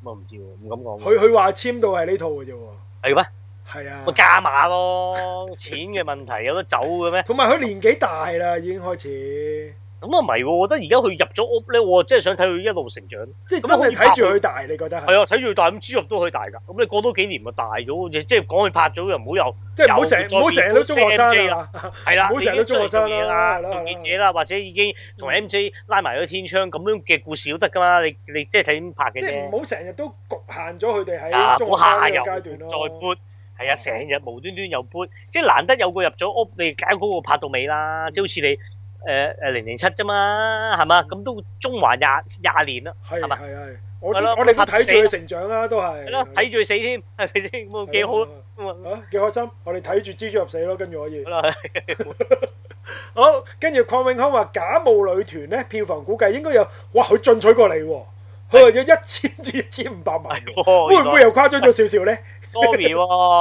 [SPEAKER 1] 我唔知喎，唔敢講。
[SPEAKER 2] 佢佢話簽到係呢套嘅啫喎。
[SPEAKER 1] 係咩？
[SPEAKER 2] 係啊
[SPEAKER 1] 咪，加碼咯，錢嘅問題有得走嘅咩？
[SPEAKER 2] 同埋佢年紀大啦，已經開始，
[SPEAKER 1] 咁啊唔係喎，我覺得而家佢入咗屋咧，我真係想睇佢一路成長。
[SPEAKER 2] 即係
[SPEAKER 1] 咁
[SPEAKER 2] 真係睇住
[SPEAKER 1] 好
[SPEAKER 2] 佢
[SPEAKER 1] 似
[SPEAKER 2] 大，你覺得係？
[SPEAKER 1] 係啊，睇住佢大咁，豬肉都可以大㗎。咁你過多幾年咪大咗，即係講佢拍咗又唔好又
[SPEAKER 2] 即係唔好成
[SPEAKER 1] 又
[SPEAKER 2] 唔好成日都中學生啦，
[SPEAKER 1] 係啦，
[SPEAKER 2] 唔好成日都中學生啦
[SPEAKER 1] 你已經出嚟做嘢做
[SPEAKER 2] 係啦
[SPEAKER 1] 記者啦，或者已經同
[SPEAKER 2] 嗯
[SPEAKER 1] MJ 拉埋咗天窗咁樣嘅故事都得㗎嘛。你你即係睇點拍嘅
[SPEAKER 2] 即係
[SPEAKER 1] 啫。
[SPEAKER 2] 唔好成日都局限咗佢哋喺
[SPEAKER 1] 啊！
[SPEAKER 2] 中
[SPEAKER 1] 嗰
[SPEAKER 2] 學生
[SPEAKER 1] 下
[SPEAKER 2] 呢
[SPEAKER 1] 又
[SPEAKER 2] 個階段咯。
[SPEAKER 1] 再撥，係啊，成日無端端又撥，即係難得有個入咗屋，你搞嗰個拍到尾啦，
[SPEAKER 2] 嗯
[SPEAKER 1] 即係好似你誒誒零零七啫嘛，係嘛？咁都中環廿廿年啦，係
[SPEAKER 2] 係係
[SPEAKER 1] 嘛
[SPEAKER 2] 係，我
[SPEAKER 1] 係咯
[SPEAKER 2] 我哋都睇住
[SPEAKER 1] 拍
[SPEAKER 2] 佢
[SPEAKER 1] 死
[SPEAKER 2] 成長啦，都係。啊
[SPEAKER 1] 係咯，睇住佢死添，係咪先？咁啊幾好
[SPEAKER 2] 係
[SPEAKER 1] 咁啊
[SPEAKER 2] 啊，幾開心！我哋睇住蜘蛛俠死咯，跟住可以
[SPEAKER 1] 好啦，
[SPEAKER 2] 好，跟住邝永康話《假冒女團》咧，票房估計應該有，哇！佢進取過你喎，佢話有一千至一千五百 萬，
[SPEAKER 1] 啊
[SPEAKER 2] 會唔會又誇張咗少少呢？
[SPEAKER 1] sorry 喎，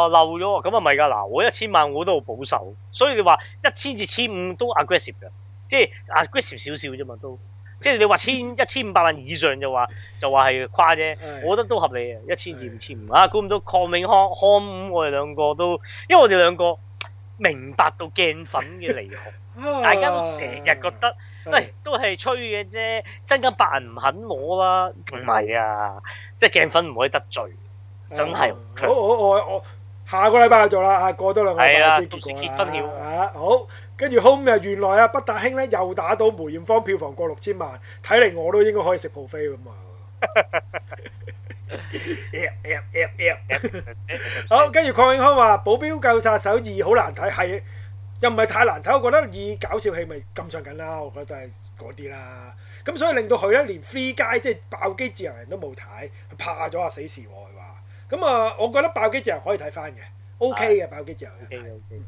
[SPEAKER 1] 漏咗喎，咁啊唔係㗎嗱，我一千萬我都好保守，所以你話一千至千五都 aggressive 㗎，即係 aggressive 少少啫嘛都，即係你話千一千五百萬以上就話就話係誇啫
[SPEAKER 2] 係，
[SPEAKER 1] 我覺得都合理嘅，一千至五千五啊，估唔到邝永康康五我哋兩個都，因為我哋兩個明白到鏡粉嘅離行，
[SPEAKER 2] 啊
[SPEAKER 1] 大家都成日覺得。
[SPEAKER 2] 嗯
[SPEAKER 1] 喂，都係吹嘅啫，真金白銀唔肯攞啦，唔係啊，即係鏡粉唔可以得罪，真係好強
[SPEAKER 2] 哦好好我我下個禮拜就做啦，啊過多兩個禮
[SPEAKER 1] 係啦
[SPEAKER 2] 拜知結
[SPEAKER 1] 到
[SPEAKER 2] 果
[SPEAKER 1] 時結婚
[SPEAKER 2] 啦
[SPEAKER 1] 曉
[SPEAKER 2] 啊好，跟住 home 又原來啊北大興咧又打到梅艷芳票房過六千萬，睇嚟我都應該可以食 buffet 咁啊！Yep, yep, yep, yep 好，跟住邝永康話《保鏢救殺手二》好難睇，係又唔係太難睇，我覺得二搞笑戲咪咁上緊啦，我覺得係嗰啲啦。咁所以令到佢咧連 Free Guy 即係爆機自由人都冇睇，佢怕咗啊死侍喎佢話。咁啊，我覺得爆機自由人可以睇翻嘅，OK 嘅爆機自由人
[SPEAKER 1] 啊 OK
[SPEAKER 2] 係
[SPEAKER 1] OK，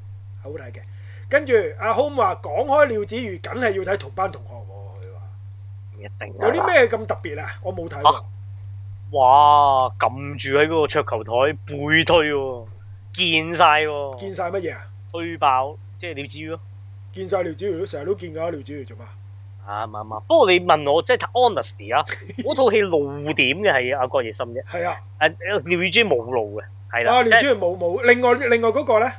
[SPEAKER 2] 好睇嘅。跟住阿 Home 話講開廖子瑜，梗係要睇同班同學喎。佢話
[SPEAKER 1] 一定
[SPEAKER 2] 有啲？咩咁特別啊？我冇睇喎
[SPEAKER 1] 啊。哇！撳住喺嗰個桌球台背推喎，見晒喎，
[SPEAKER 2] 見晒乜嘢啊？
[SPEAKER 1] 推爆，即係你知咯。
[SPEAKER 2] 見晒廖子瑜都成日都見㗎，廖子瑜做嘛？
[SPEAKER 1] 啊啱啱啱。不過你問我即係 honesty 啊，嗰套戲露點嘅係阿郭夜深啫，
[SPEAKER 2] 係啊。
[SPEAKER 1] 誒廖宇珠冇露嘅，係
[SPEAKER 2] 啊，
[SPEAKER 1] 啦，即
[SPEAKER 2] 連
[SPEAKER 1] 係
[SPEAKER 2] 珠冇冇，另外另外嗰個咧，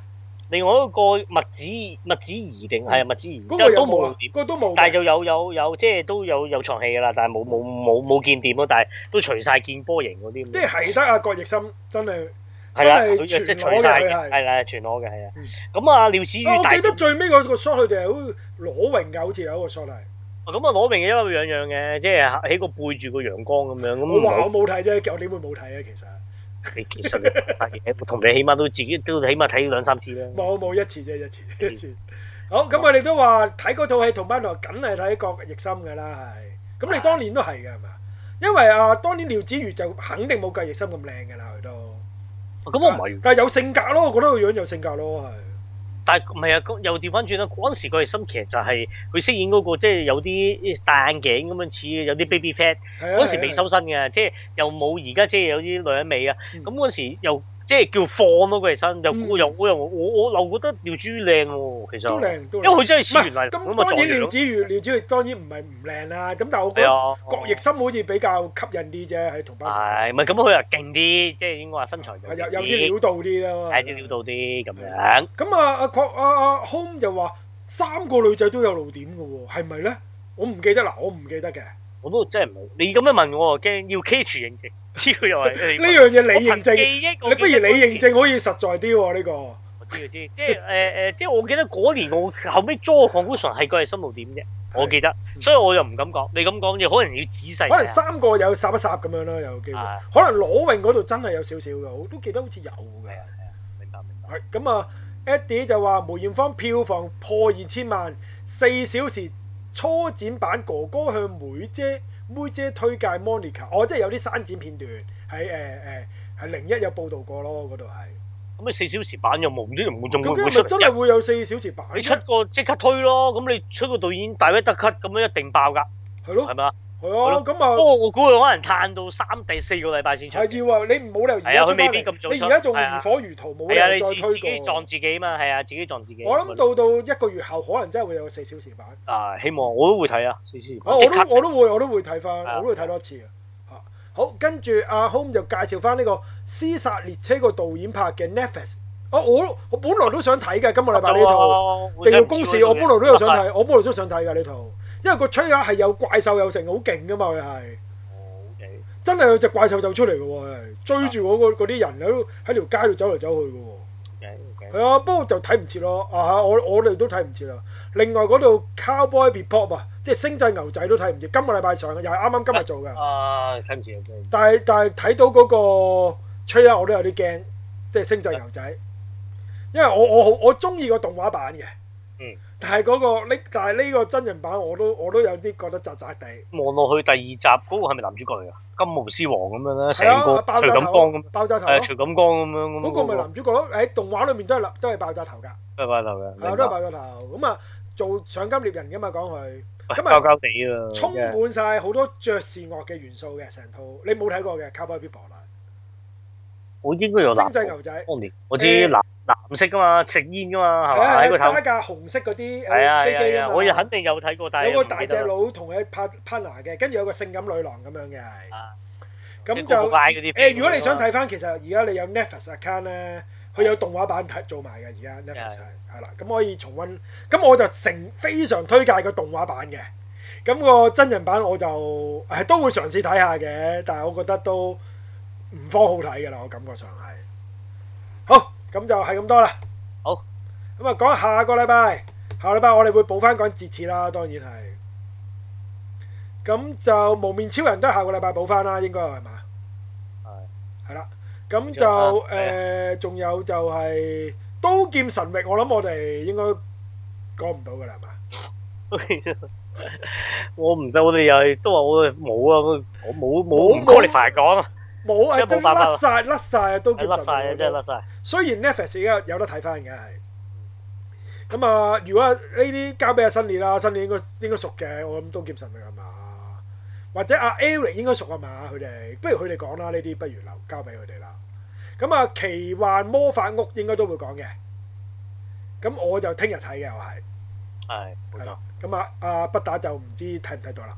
[SPEAKER 1] 另外一個麥子麥子怡定係啊麥子怡，
[SPEAKER 2] 嗯嗰個有
[SPEAKER 1] 都
[SPEAKER 2] 冇
[SPEAKER 1] 冇
[SPEAKER 2] 啊
[SPEAKER 1] 露點？。
[SPEAKER 2] 嗰個都冇嘅，
[SPEAKER 1] 但係就有有有即係都有有藏戲㗎啦，但係冇冇冇冇見點咯，但係都除晒見波型嗰啲咁樣。
[SPEAKER 2] 即係係得阿郭奕森真係，
[SPEAKER 1] 係啦，
[SPEAKER 2] 真係
[SPEAKER 1] 佢即係
[SPEAKER 2] 全
[SPEAKER 1] 除
[SPEAKER 2] 裸嘅
[SPEAKER 1] 晒
[SPEAKER 2] 佢
[SPEAKER 1] 嘅，
[SPEAKER 2] 係
[SPEAKER 1] 係啦，全裸嘅係啊
[SPEAKER 2] 嗯。
[SPEAKER 1] 咁啊，廖子
[SPEAKER 2] 啊
[SPEAKER 1] 妤
[SPEAKER 2] 我
[SPEAKER 1] 大
[SPEAKER 2] 記
[SPEAKER 1] 隻
[SPEAKER 2] 得最尾嗰個 shot 佢哋係好似裸泳㗎，好似有一個 shot 係。
[SPEAKER 1] 咁啊，攞明嘅因為樣樣嘅，即係喺個背住個陽光咁樣咁。
[SPEAKER 2] 我話我
[SPEAKER 1] 唔
[SPEAKER 2] 冇睇啫，我點會冇睇啊？其實
[SPEAKER 1] 係你其實你細嘢， 同你起碼都自己都起碼睇兩三次啦。
[SPEAKER 2] 冇冇一次啫，一次一次。好，咁我哋都話睇嗰套戲同班同學梗係睇郭奕森㗎啦，係。咁你當年都係㗎係嘛？因為啊，當年廖子瑜就肯定冇郭奕森咁靚㗎啦，佢都。
[SPEAKER 1] 咁啊我唔係，
[SPEAKER 2] 但係有性格咯，我覺得個樣有性格咯，係。
[SPEAKER 1] 但係唔係啊？咁又調翻轉啦。嗰陣時佢係心其實就係佢飾演嗰個，即係有啲戴眼鏡咁樣似有啲 baby fat。
[SPEAKER 2] 係啊
[SPEAKER 1] 嗰時
[SPEAKER 2] 係啊
[SPEAKER 1] 未
[SPEAKER 2] 係啊
[SPEAKER 1] 收身嘅，即係又冇而家即係有啲女人味啊。
[SPEAKER 2] 嗯
[SPEAKER 1] 咁嗰時又即係叫放咯，佢哋身又
[SPEAKER 2] 嗯
[SPEAKER 1] 又又我又我我又覺得廖珠靚喎，其實
[SPEAKER 2] 都靚都靚
[SPEAKER 1] 因為佢真係似原
[SPEAKER 2] 唔係，
[SPEAKER 1] 嚟
[SPEAKER 2] 咁
[SPEAKER 1] 咁啊
[SPEAKER 2] 當然
[SPEAKER 1] 撞
[SPEAKER 2] 廖
[SPEAKER 1] 咯
[SPEAKER 2] 子瑜，廖子瑜當然唔係唔靚啦。咁但係我覺
[SPEAKER 1] 係
[SPEAKER 2] 得
[SPEAKER 1] 啊，
[SPEAKER 2] 郭奕森好似比較吸引啲啫，喺同班
[SPEAKER 1] 係咪咁佢又勁啲，即係應該話身材
[SPEAKER 2] 有有啲料到啲啦。
[SPEAKER 1] 係啲料到啲咁樣。
[SPEAKER 2] 咁啊，阿郭阿阿 Home 就話三個女仔都有露點嘅喎，係咪咧？我唔記得啦，我唔記得嘅。呢
[SPEAKER 1] 我都真係唔係你咁樣問我，我驚要 K 住認證， 知佢又係你
[SPEAKER 2] 樣嘢
[SPEAKER 1] 我
[SPEAKER 2] 你認
[SPEAKER 1] 憑
[SPEAKER 2] 證，
[SPEAKER 1] 記
[SPEAKER 2] 你
[SPEAKER 1] 憶我
[SPEAKER 2] 不如
[SPEAKER 1] 記
[SPEAKER 2] 你
[SPEAKER 1] 得嗰時
[SPEAKER 2] 認證可以實在啲喎呢個。
[SPEAKER 1] 我知我知，即係誒誒，即係我記得嗰年我後尾 draw conclusion 係佢係心路點啫，我記得，所以我又唔敢講。你咁講嘢，可能要仔細睇下。
[SPEAKER 2] 嗯可能三個有霎一霎咁樣啦，有機會
[SPEAKER 1] 啊係。
[SPEAKER 2] 可能裸泳嗰度真係有少少嘅，我都記得好似有
[SPEAKER 1] 係
[SPEAKER 2] 嘅
[SPEAKER 1] 啊。係啊，明白明白。
[SPEAKER 2] 係咁啊，Eddie 就話梅艷芳票房破二千萬，四小時初剪版哥哥向妹姐妹姐推介 Monica，哦，即係有啲刪剪片段喺誒誒係零一有報導過咯，嗰度係。
[SPEAKER 1] 咁你四小時版又冇唔知冇仲
[SPEAKER 2] 咁
[SPEAKER 1] 嗯會
[SPEAKER 2] 佢
[SPEAKER 1] 會
[SPEAKER 2] 咪
[SPEAKER 1] 出
[SPEAKER 2] 真
[SPEAKER 1] 嚟
[SPEAKER 2] 係
[SPEAKER 1] 啫？
[SPEAKER 2] 會有四小時版
[SPEAKER 1] 你出
[SPEAKER 2] 嘅？
[SPEAKER 1] 個即刻推咯，咁你出個導演大 V 特 cut 咁樣一定爆㗎，
[SPEAKER 2] 係咯
[SPEAKER 1] 係，咪啊？
[SPEAKER 2] 係啊，
[SPEAKER 1] 咯哦不
[SPEAKER 2] 咁啊
[SPEAKER 1] 過我估佢可能攤到三第四個禮拜先出。
[SPEAKER 2] 係
[SPEAKER 1] 係
[SPEAKER 2] 要啊，你唔好理由而
[SPEAKER 1] 係
[SPEAKER 2] 家
[SPEAKER 1] 啊
[SPEAKER 2] 出
[SPEAKER 1] 佢
[SPEAKER 2] 翻
[SPEAKER 1] 未必咁早
[SPEAKER 2] 嚟，你
[SPEAKER 1] 出
[SPEAKER 2] 而家仲
[SPEAKER 1] 係啊
[SPEAKER 2] 如火如荼，冇理
[SPEAKER 1] 啊，
[SPEAKER 2] 由
[SPEAKER 1] 你
[SPEAKER 2] 再
[SPEAKER 1] 自自己
[SPEAKER 2] 推過
[SPEAKER 1] 撞。自己嘛，係啊，自己撞自己。
[SPEAKER 2] 我諗到到一個月後，可能真係會有個四小時版。
[SPEAKER 1] 啊，希望我都會睇啊，四小時
[SPEAKER 2] 啊！
[SPEAKER 1] 版
[SPEAKER 2] 我
[SPEAKER 1] 即
[SPEAKER 2] 都
[SPEAKER 1] 刻。
[SPEAKER 2] 我都會我都會睇翻，
[SPEAKER 1] 啊
[SPEAKER 2] 我都會睇多次嘅。嚇好，跟住阿 Home 就介紹翻呢個《屍殺列車》個導演拍嘅 Netflix。哦，我我本來都想睇嘅，今個禮拜
[SPEAKER 1] 啊
[SPEAKER 2] 呢套《地獄公使》，我本來都有想 睇，我本來都想睇嘅呢套，因為個 trailer 係有怪獸有成，好勁噶嘛佢係。真係有隻怪獸走出嚟嘅喎，佢係追住嗰個嗰啲人喺度喺條街度走嚟走去嘅喎。係啊，不過就睇唔切咯。啊，我我哋都睇唔切啦。另外嗰度 Cowboy Bebop 啊，即係星際牛仔都睇唔切。今個禮拜上嘅，又係啱啱今日做嘅。
[SPEAKER 1] 啊，睇唔住啊，真係
[SPEAKER 2] 但係但係睇到嗰個 trailer 我都有啲驚，即係星際牛仔，因為我我好我中意個動畫版嘅。
[SPEAKER 1] 啊嗯。
[SPEAKER 2] 但係嗰、個呢，但係呢個真人版我都我都有啲覺得渣渣地。
[SPEAKER 1] 望落去第二集嗰個係咪男主角嚟㗎？金毛獅王咁樣咧，
[SPEAKER 2] 係啊
[SPEAKER 1] 成個
[SPEAKER 2] 爆
[SPEAKER 1] 徐
[SPEAKER 2] 炸
[SPEAKER 1] 錦江
[SPEAKER 2] 頭
[SPEAKER 1] 咁，，
[SPEAKER 2] 爆炸頭咯
[SPEAKER 1] 係徐啊錦江咁樣咁。
[SPEAKER 2] 嗰個咪男主角咯。喺動畫裏面都係都係爆炸頭㗎，
[SPEAKER 1] 都係爆頭嘅，
[SPEAKER 2] 係啊，
[SPEAKER 1] 明
[SPEAKER 2] 都係
[SPEAKER 1] 白
[SPEAKER 2] 爆炸頭。咁啊，做賞金獵人噶嘛，講佢咁
[SPEAKER 1] 膠
[SPEAKER 2] 啊，
[SPEAKER 1] 膠地啊，
[SPEAKER 2] 充
[SPEAKER 1] 真係
[SPEAKER 2] 滿晒好多爵士樂嘅元素嘅成套，你冇睇過嘅《Cowboy Bebop》啦，
[SPEAKER 1] 我應該有藍
[SPEAKER 2] 星際牛仔。
[SPEAKER 1] 當年我知
[SPEAKER 2] 誒
[SPEAKER 1] 藍藍色噶嘛，食煙噶嘛，係
[SPEAKER 2] 係
[SPEAKER 1] 嘛
[SPEAKER 2] 啊
[SPEAKER 1] 喺個頭，
[SPEAKER 2] 揸架紅色嗰啲
[SPEAKER 1] 係啊
[SPEAKER 2] 誒飛機
[SPEAKER 1] 係
[SPEAKER 2] 啊
[SPEAKER 1] 啊，
[SPEAKER 2] 嘛
[SPEAKER 1] 我又肯定有睇過，但係
[SPEAKER 2] 有個
[SPEAKER 1] 我唔記
[SPEAKER 2] 大
[SPEAKER 1] 得
[SPEAKER 2] 隻
[SPEAKER 1] 啦
[SPEAKER 2] 佬同佢 part- partner 嘅，跟住有個性感女郎咁樣嘅，
[SPEAKER 1] 啊
[SPEAKER 2] 咁
[SPEAKER 1] 即係
[SPEAKER 2] 就
[SPEAKER 1] 個個嗌嗰啲
[SPEAKER 2] 誒，如果你想
[SPEAKER 1] 片
[SPEAKER 2] 睇翻，其實而家你有 Netflix account 咧，佢有動畫版睇做埋嘅，而家 Netflix
[SPEAKER 1] 係
[SPEAKER 2] 係係啦，咁可以重温。咁我就成非常推介個動畫版嘅，咁、個真人版我就誒都會嘗試睇下嘅，但係我覺得都唔方好睇嘅啦，我感覺上係。好，咁就係咁多啦。
[SPEAKER 1] 好，
[SPEAKER 2] 咁啊講下個禮拜，下禮拜我哋會補翻講節次啦，當然係。咁就無面超人都係下個禮拜補翻啦，應該係嘛？係啦，咁就
[SPEAKER 1] 仲有啊
[SPEAKER 2] 誒，仲、有就係、刀劍神域，我諗我哋應該講唔到噶啦，係嘛？
[SPEAKER 1] 係我唔得，我哋又係都話我哋冇啊，我冇冇
[SPEAKER 2] 冇
[SPEAKER 1] 唔 qualify 講啊，
[SPEAKER 2] 冇啊，
[SPEAKER 1] 真
[SPEAKER 2] 真
[SPEAKER 1] 係冇辦法啦
[SPEAKER 2] 係甩晒，甩晒啊！刀
[SPEAKER 1] 係
[SPEAKER 2] 劍
[SPEAKER 1] 甩
[SPEAKER 2] 神
[SPEAKER 1] 晒啊，
[SPEAKER 2] 域，
[SPEAKER 1] 真係甩晒。
[SPEAKER 2] 雖然 Netflix 而家有得睇翻嘅係，咁啊，如果呢啲交俾阿新年啦，新年應該應該熟嘅，我諗刀劍神域係嘛？或者阿 Eric 應該熟啊嘛？佢哋不如佢哋講啦，呢啲不如留交俾佢哋啦。咁啊，奇幻魔法屋應該都會講嘅。咁我就聽日睇嘅，我係。
[SPEAKER 1] 係冇
[SPEAKER 2] 係
[SPEAKER 1] 錯
[SPEAKER 2] 啦，，咁啊阿不打就唔知睇唔睇到啦。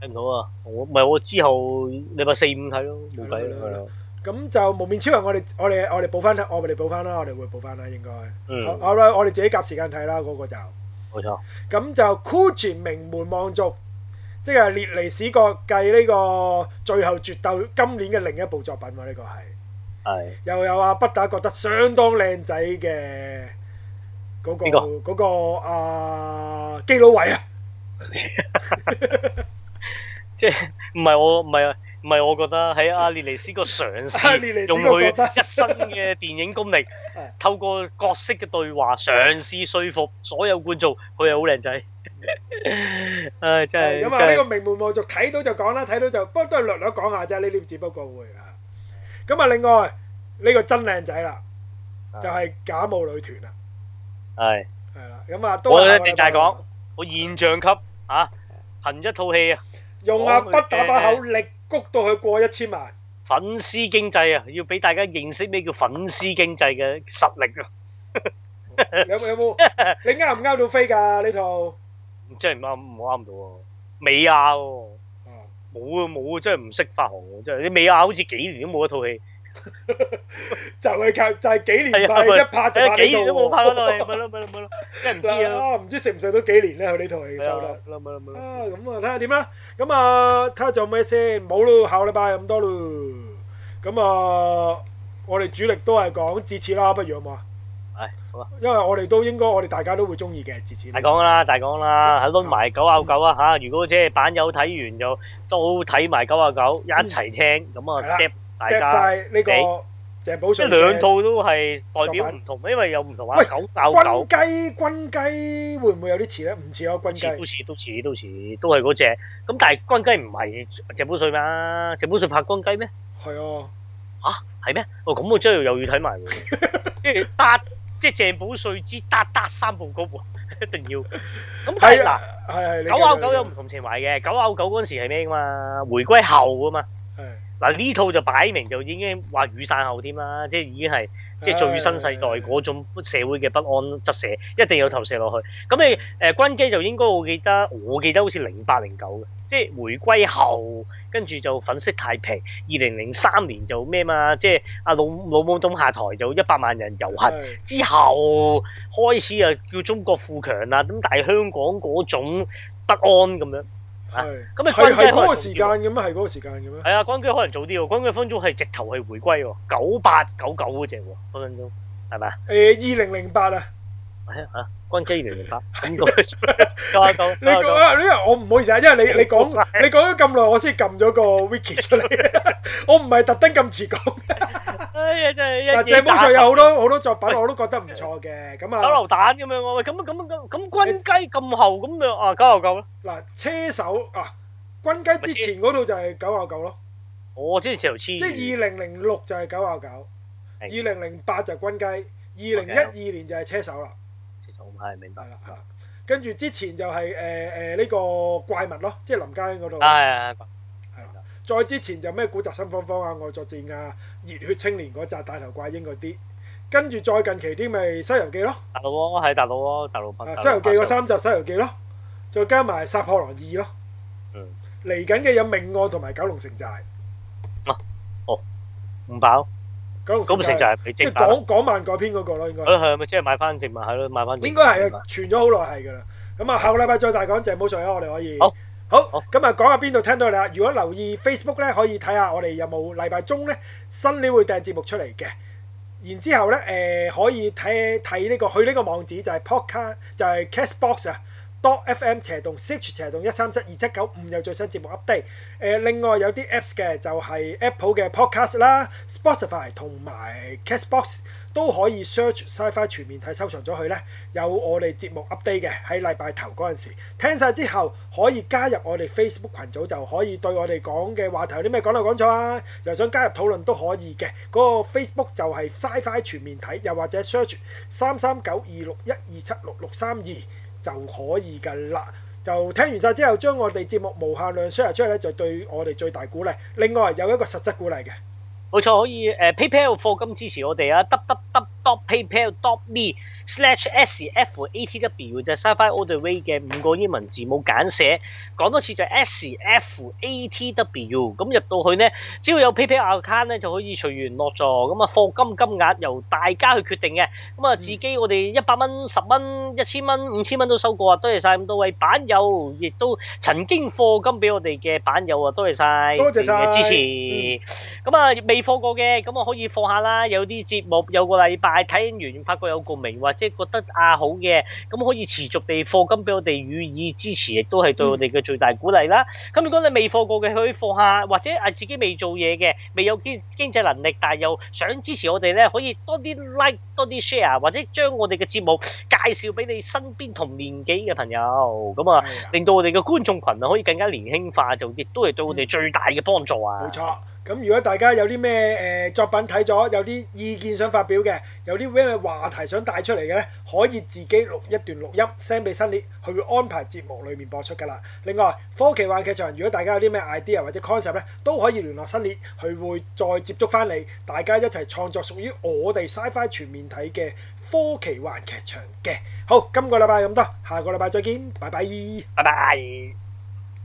[SPEAKER 1] 睇唔到啊！我唔係我之後禮拜四五睇咯，冇計
[SPEAKER 2] 係咯係
[SPEAKER 1] 啦
[SPEAKER 2] 咯。咁就無面超啊人我，哋我哋我哋補翻，我哋補翻啦，我哋會補翻啦，應該。
[SPEAKER 1] 嗯
[SPEAKER 2] 好好啦，我哋自己夾時間睇啦，嗰、個就。
[SPEAKER 1] 冇錯，
[SPEAKER 2] 咁就 Kuji 名門望族，即係列尼史葛繼呢個最後決鬥今年嘅另一部作品喎、呢、個係
[SPEAKER 1] 係
[SPEAKER 2] 又有阿不打覺得相當靚仔嘅嗰、個
[SPEAKER 1] 邊個
[SPEAKER 2] 嗰、個啊基佬位啊，
[SPEAKER 1] 即係唔係我唔係唔係我覺得喺阿列尼斯個嘗
[SPEAKER 2] 阿列尼
[SPEAKER 1] 試
[SPEAKER 2] 斯
[SPEAKER 1] 用
[SPEAKER 2] 個覺
[SPEAKER 1] 佢
[SPEAKER 2] 得啊
[SPEAKER 1] 一生嘅電影 功力
[SPEAKER 2] 係，
[SPEAKER 1] 透過角色嘅對話嘗試說服所有觀眾佢係好靚仔。 唉，真係
[SPEAKER 2] 咁啊，呢
[SPEAKER 1] 真
[SPEAKER 2] 個
[SPEAKER 1] 係
[SPEAKER 2] 名門望族睇到就講啦，睇到就不過都係略略講下啫，呢啲只不過會啊。咁啊，另外呢個真靚仔啦，就係假冒女團啦，
[SPEAKER 1] 係
[SPEAKER 2] 係啦，咁啊都
[SPEAKER 1] 我
[SPEAKER 2] 係
[SPEAKER 1] 一定大講，我現象級啊！憑一套戲啊，
[SPEAKER 2] 用啊不打把口力谷到佢過一千 萬，
[SPEAKER 1] 粉絲經濟啊，要俾大家認識咩叫粉絲經濟嘅實力啊！
[SPEAKER 2] 有冇有冇？你啱唔啱到飛㗎呢套？
[SPEAKER 1] 哦真係唔啱，唔啱到喎。美亞喎，
[SPEAKER 2] 啊
[SPEAKER 1] 冇啊冇啊，真係唔識發行喎，真係。你美亞好似幾年都冇一套戲，
[SPEAKER 2] 就係靠就係幾年拍
[SPEAKER 1] 係啊
[SPEAKER 2] 一拍就
[SPEAKER 1] 誒
[SPEAKER 2] 拍
[SPEAKER 1] 幾
[SPEAKER 2] 呢
[SPEAKER 1] 年都冇拍
[SPEAKER 2] 套
[SPEAKER 1] 嗰套戲，咪咯咪咯咪咯，真係唔知
[SPEAKER 2] 喎，
[SPEAKER 1] 啊。
[SPEAKER 2] 啊唔知食唔食到幾年咧？佢呢套戲
[SPEAKER 1] 係
[SPEAKER 2] 收
[SPEAKER 1] 啊
[SPEAKER 2] 得。
[SPEAKER 1] 咪咯咪咯咪咯
[SPEAKER 2] 啊，咁啊，睇下點啦。咁啊，睇下仲有咩先。冇咯，下個禮拜咁多咯。咁啊，我哋主力都係講節次啦，不如好唔好啊？
[SPEAKER 1] 係好啊，
[SPEAKER 2] 因為我哋都應該，我哋大家都會中意嘅節次。
[SPEAKER 1] 大講啦，大講啦，喺攆埋九啊九啊嚇！如果即係版友睇完就都睇埋九啊九，一齊聽咁
[SPEAKER 2] 係
[SPEAKER 1] 啊
[SPEAKER 2] 啦
[SPEAKER 1] d 大
[SPEAKER 2] 夾
[SPEAKER 1] 家。
[SPEAKER 2] 晒呢個鄭寶
[SPEAKER 1] 即係
[SPEAKER 2] 瑞
[SPEAKER 1] 兩
[SPEAKER 2] 嘅
[SPEAKER 1] 套都係代表唔同，因為有唔同啊，
[SPEAKER 2] 喂
[SPEAKER 1] 九咬九
[SPEAKER 2] 軍。雞，軍雞會唔會有啲似咧？唔似啊，軍
[SPEAKER 1] 似都
[SPEAKER 2] 雞。
[SPEAKER 1] 似都似都似都係嗰只，咁但係軍雞唔係鄭寶瑞嘛？鄭寶瑞拍軍雞咩？
[SPEAKER 2] 係啊，
[SPEAKER 1] 係咩？哦，咁我真係又要睇埋 喎，即係搭即係鄭寶瑞之搭搭三部曲喎， 一定要。咁但係
[SPEAKER 2] 係
[SPEAKER 1] 嗱
[SPEAKER 2] 啊，，係係。你
[SPEAKER 1] 九
[SPEAKER 2] 繼續
[SPEAKER 1] 咬九有唔同情懷嘅，九咬九嗰陣時係咩噶嘛？回歸後啊嘛，
[SPEAKER 2] 係
[SPEAKER 1] 嗱呢套就擺明就已經話雨傘後添啦，即係已經係。即係最新世代嗰種社會嘅不安側寫，一定有投射落去。咁你誒、呃、軍機就應該我記得，我記得好似零八零九嘅，即係回歸後，跟住就粉飾太平。二零零三年就咩嘛，即係阿老老母董下台就一百萬人遊行。
[SPEAKER 2] 係
[SPEAKER 1] 之後開始啊，叫中國富強啦，咁但係香港嗰種不安咁樣，
[SPEAKER 2] 係
[SPEAKER 1] 咁你
[SPEAKER 2] 係
[SPEAKER 1] 軍雞
[SPEAKER 2] 係
[SPEAKER 1] 可能
[SPEAKER 2] 嗰個
[SPEAKER 1] 仲
[SPEAKER 2] 時間
[SPEAKER 1] 要
[SPEAKER 2] 嘅咩？係嗰個時間嘅咩？
[SPEAKER 1] 係啊，關機可能早啲喎，關機分鐘係直頭係回歸喎，九八九九嗰只喎，分分鐘係咪啊？
[SPEAKER 2] 誒，二零零八啊。
[SPEAKER 1] 係啊，關機零零八，咁到夠夠
[SPEAKER 2] 你講啊！呢個我唔好意思啊，因為你你講
[SPEAKER 1] 冇晒
[SPEAKER 2] 你講咗咁耐，我先撳咗個 wiki 出嚟， 我唔係特登咁遲講。
[SPEAKER 1] 哎呀真係
[SPEAKER 2] 嗱，
[SPEAKER 1] 一
[SPEAKER 2] 鄭
[SPEAKER 1] 嘢
[SPEAKER 2] 寶
[SPEAKER 1] 炸
[SPEAKER 2] 瑞有好多好多作品，
[SPEAKER 1] 喂
[SPEAKER 2] 我都覺得唔錯嘅。咁
[SPEAKER 1] 手
[SPEAKER 2] 啊，
[SPEAKER 1] 榴彈咁樣喎，喂咁咁咁咁軍雞咁厚咁就啊九又夠啦。
[SPEAKER 2] 嗱，車手啊，軍雞之前嗰套就係九啊九咯，
[SPEAKER 1] 我即係條黐
[SPEAKER 2] 即係
[SPEAKER 1] 魚，
[SPEAKER 2] 二零零六就係九啊九，二
[SPEAKER 1] 嗯係
[SPEAKER 2] 零零八就係軍雞，二零一二年就係車手啦，
[SPEAKER 1] 其實我唔係明白
[SPEAKER 2] 係。啦，係啦。跟住之前就係誒誒呢個怪物咯，即係林家欣嗰
[SPEAKER 1] À,
[SPEAKER 2] 度。
[SPEAKER 1] 係
[SPEAKER 2] 再之前就咩古宅新方方啊、愛作戰啊、熱血青年嗰扎大頭怪嬰嗰啲，跟住再近期啲咪《西遊記》咯，
[SPEAKER 1] 大陸咯，係大陸咯，大陸
[SPEAKER 2] 啊
[SPEAKER 1] 哦拍
[SPEAKER 2] 《西遊記》嗰三集《西遊記》咯，再加埋《殺破狼二》咯
[SPEAKER 1] 嗯。
[SPEAKER 2] 嚟緊嘅有命案同埋九龍城寨，
[SPEAKER 1] 唔飽，
[SPEAKER 2] 九龍
[SPEAKER 1] 咁咪成就
[SPEAKER 2] 寨
[SPEAKER 1] 係俾
[SPEAKER 2] 即
[SPEAKER 1] 正
[SPEAKER 2] 係
[SPEAKER 1] 版咯。
[SPEAKER 2] 港港漫改編嗰個咯，應該
[SPEAKER 1] 係咯係咪即係買翻正版係咯，買翻正版。
[SPEAKER 2] 應該係啊，傳咗好耐係㗎啦。咁啊，下個禮拜再大講鄭寶瑞啊，我哋可以
[SPEAKER 1] 好。
[SPEAKER 2] 好
[SPEAKER 1] 好，
[SPEAKER 2] 咁啊講下邊度聽到你啦。如果留意 Facebook 咧，可以睇下我哋有冇禮拜中咧新料會掟節目出嚟嘅。然之後咧，誒、可以睇睇呢個去呢個網址就係 podcast 就係 Castbox 啊。dot FM 斜洞 CH 斜洞一三七二七九五有最新節目 update。誒、另呃外有啲 apps 嘅就係、Apple 嘅 Podcast 啦、Spotify 同埋 Castbox 都可以 search Sci-Fi 全面睇收藏咗佢咧，有我哋節目 update 嘅喺禮拜頭嗰陣時聽晒之後，可以加入我哋 Facebook 群組，就可以對我哋講嘅話題有啲咩講漏講錯啊，又想加入討論都可以嘅。嗰、個 Facebook 就係 Sci-Fi 全面睇，又或者 search 三三九二六一二七六六三二。就可以㗎啦。就聽完晒之後，將我哋節目無限量 share 出去咧，就對我哋最大鼓勵。另外有一個實質鼓勵嘅，
[SPEAKER 1] 冇錯，可以誒 PayPal 課金支持我哋啊，www.paypal.me/sfatw 就係 Sci-Fi All The Way 嘅五個英文字母簡寫，講多次就係 sfatw。咁入到去呢，只要有 PayPal account 咧就可以隨緣落座，咁啊課金金額由大家去決定嘅。咁啊，自己我哋一百蚊、十蚊、一千蚊、五千蚊都收過啊！多謝晒咁多位版友，亦都曾經課金俾我哋嘅版友啊，多謝晒
[SPEAKER 2] 多謝晒
[SPEAKER 1] 你嘅支持。
[SPEAKER 2] 嗯
[SPEAKER 1] 咁啊，未課過嘅，咁啊可以放下啦。有啲節目有個禮拜睇完，發覺有共鳴或者覺得啊好嘅，咁可以持續地課金俾我哋予以支持，亦都係對我哋嘅最大鼓勵啦。咁如果你未課過嘅，可以課下，或者啊自己未做嘢嘅，未有經經濟能力，但係又想支持我哋咧，可以多啲 like，多啲 share，或者將我哋嘅節目介紹俾你身邊同年紀嘅朋友，咁啊，
[SPEAKER 2] 係啊
[SPEAKER 1] 令到我哋嘅觀眾群啊可以更加年輕化，就亦都係對我哋最大嘅幫助啊！
[SPEAKER 2] 嗯冇錯。咁如果大家有啲咩誒呃作品睇咗，有啲意見想發表嘅，有啲咩話題想帶出嚟嘅咧，可以自己錄一段錄音 send 俾新烈，佢會安排節目裡面播出㗎啦。另外科技幻劇場，如果大家有啲咩 idea 或者 concept 咧，都可以聯絡新烈，佢會再接觸翻你，大家一齊創作屬於我哋 Sci-Fi 全面睇嘅科技幻劇場嘅。好，今個禮拜咁多，下個禮拜再見，拜拜。
[SPEAKER 1] 拜拜。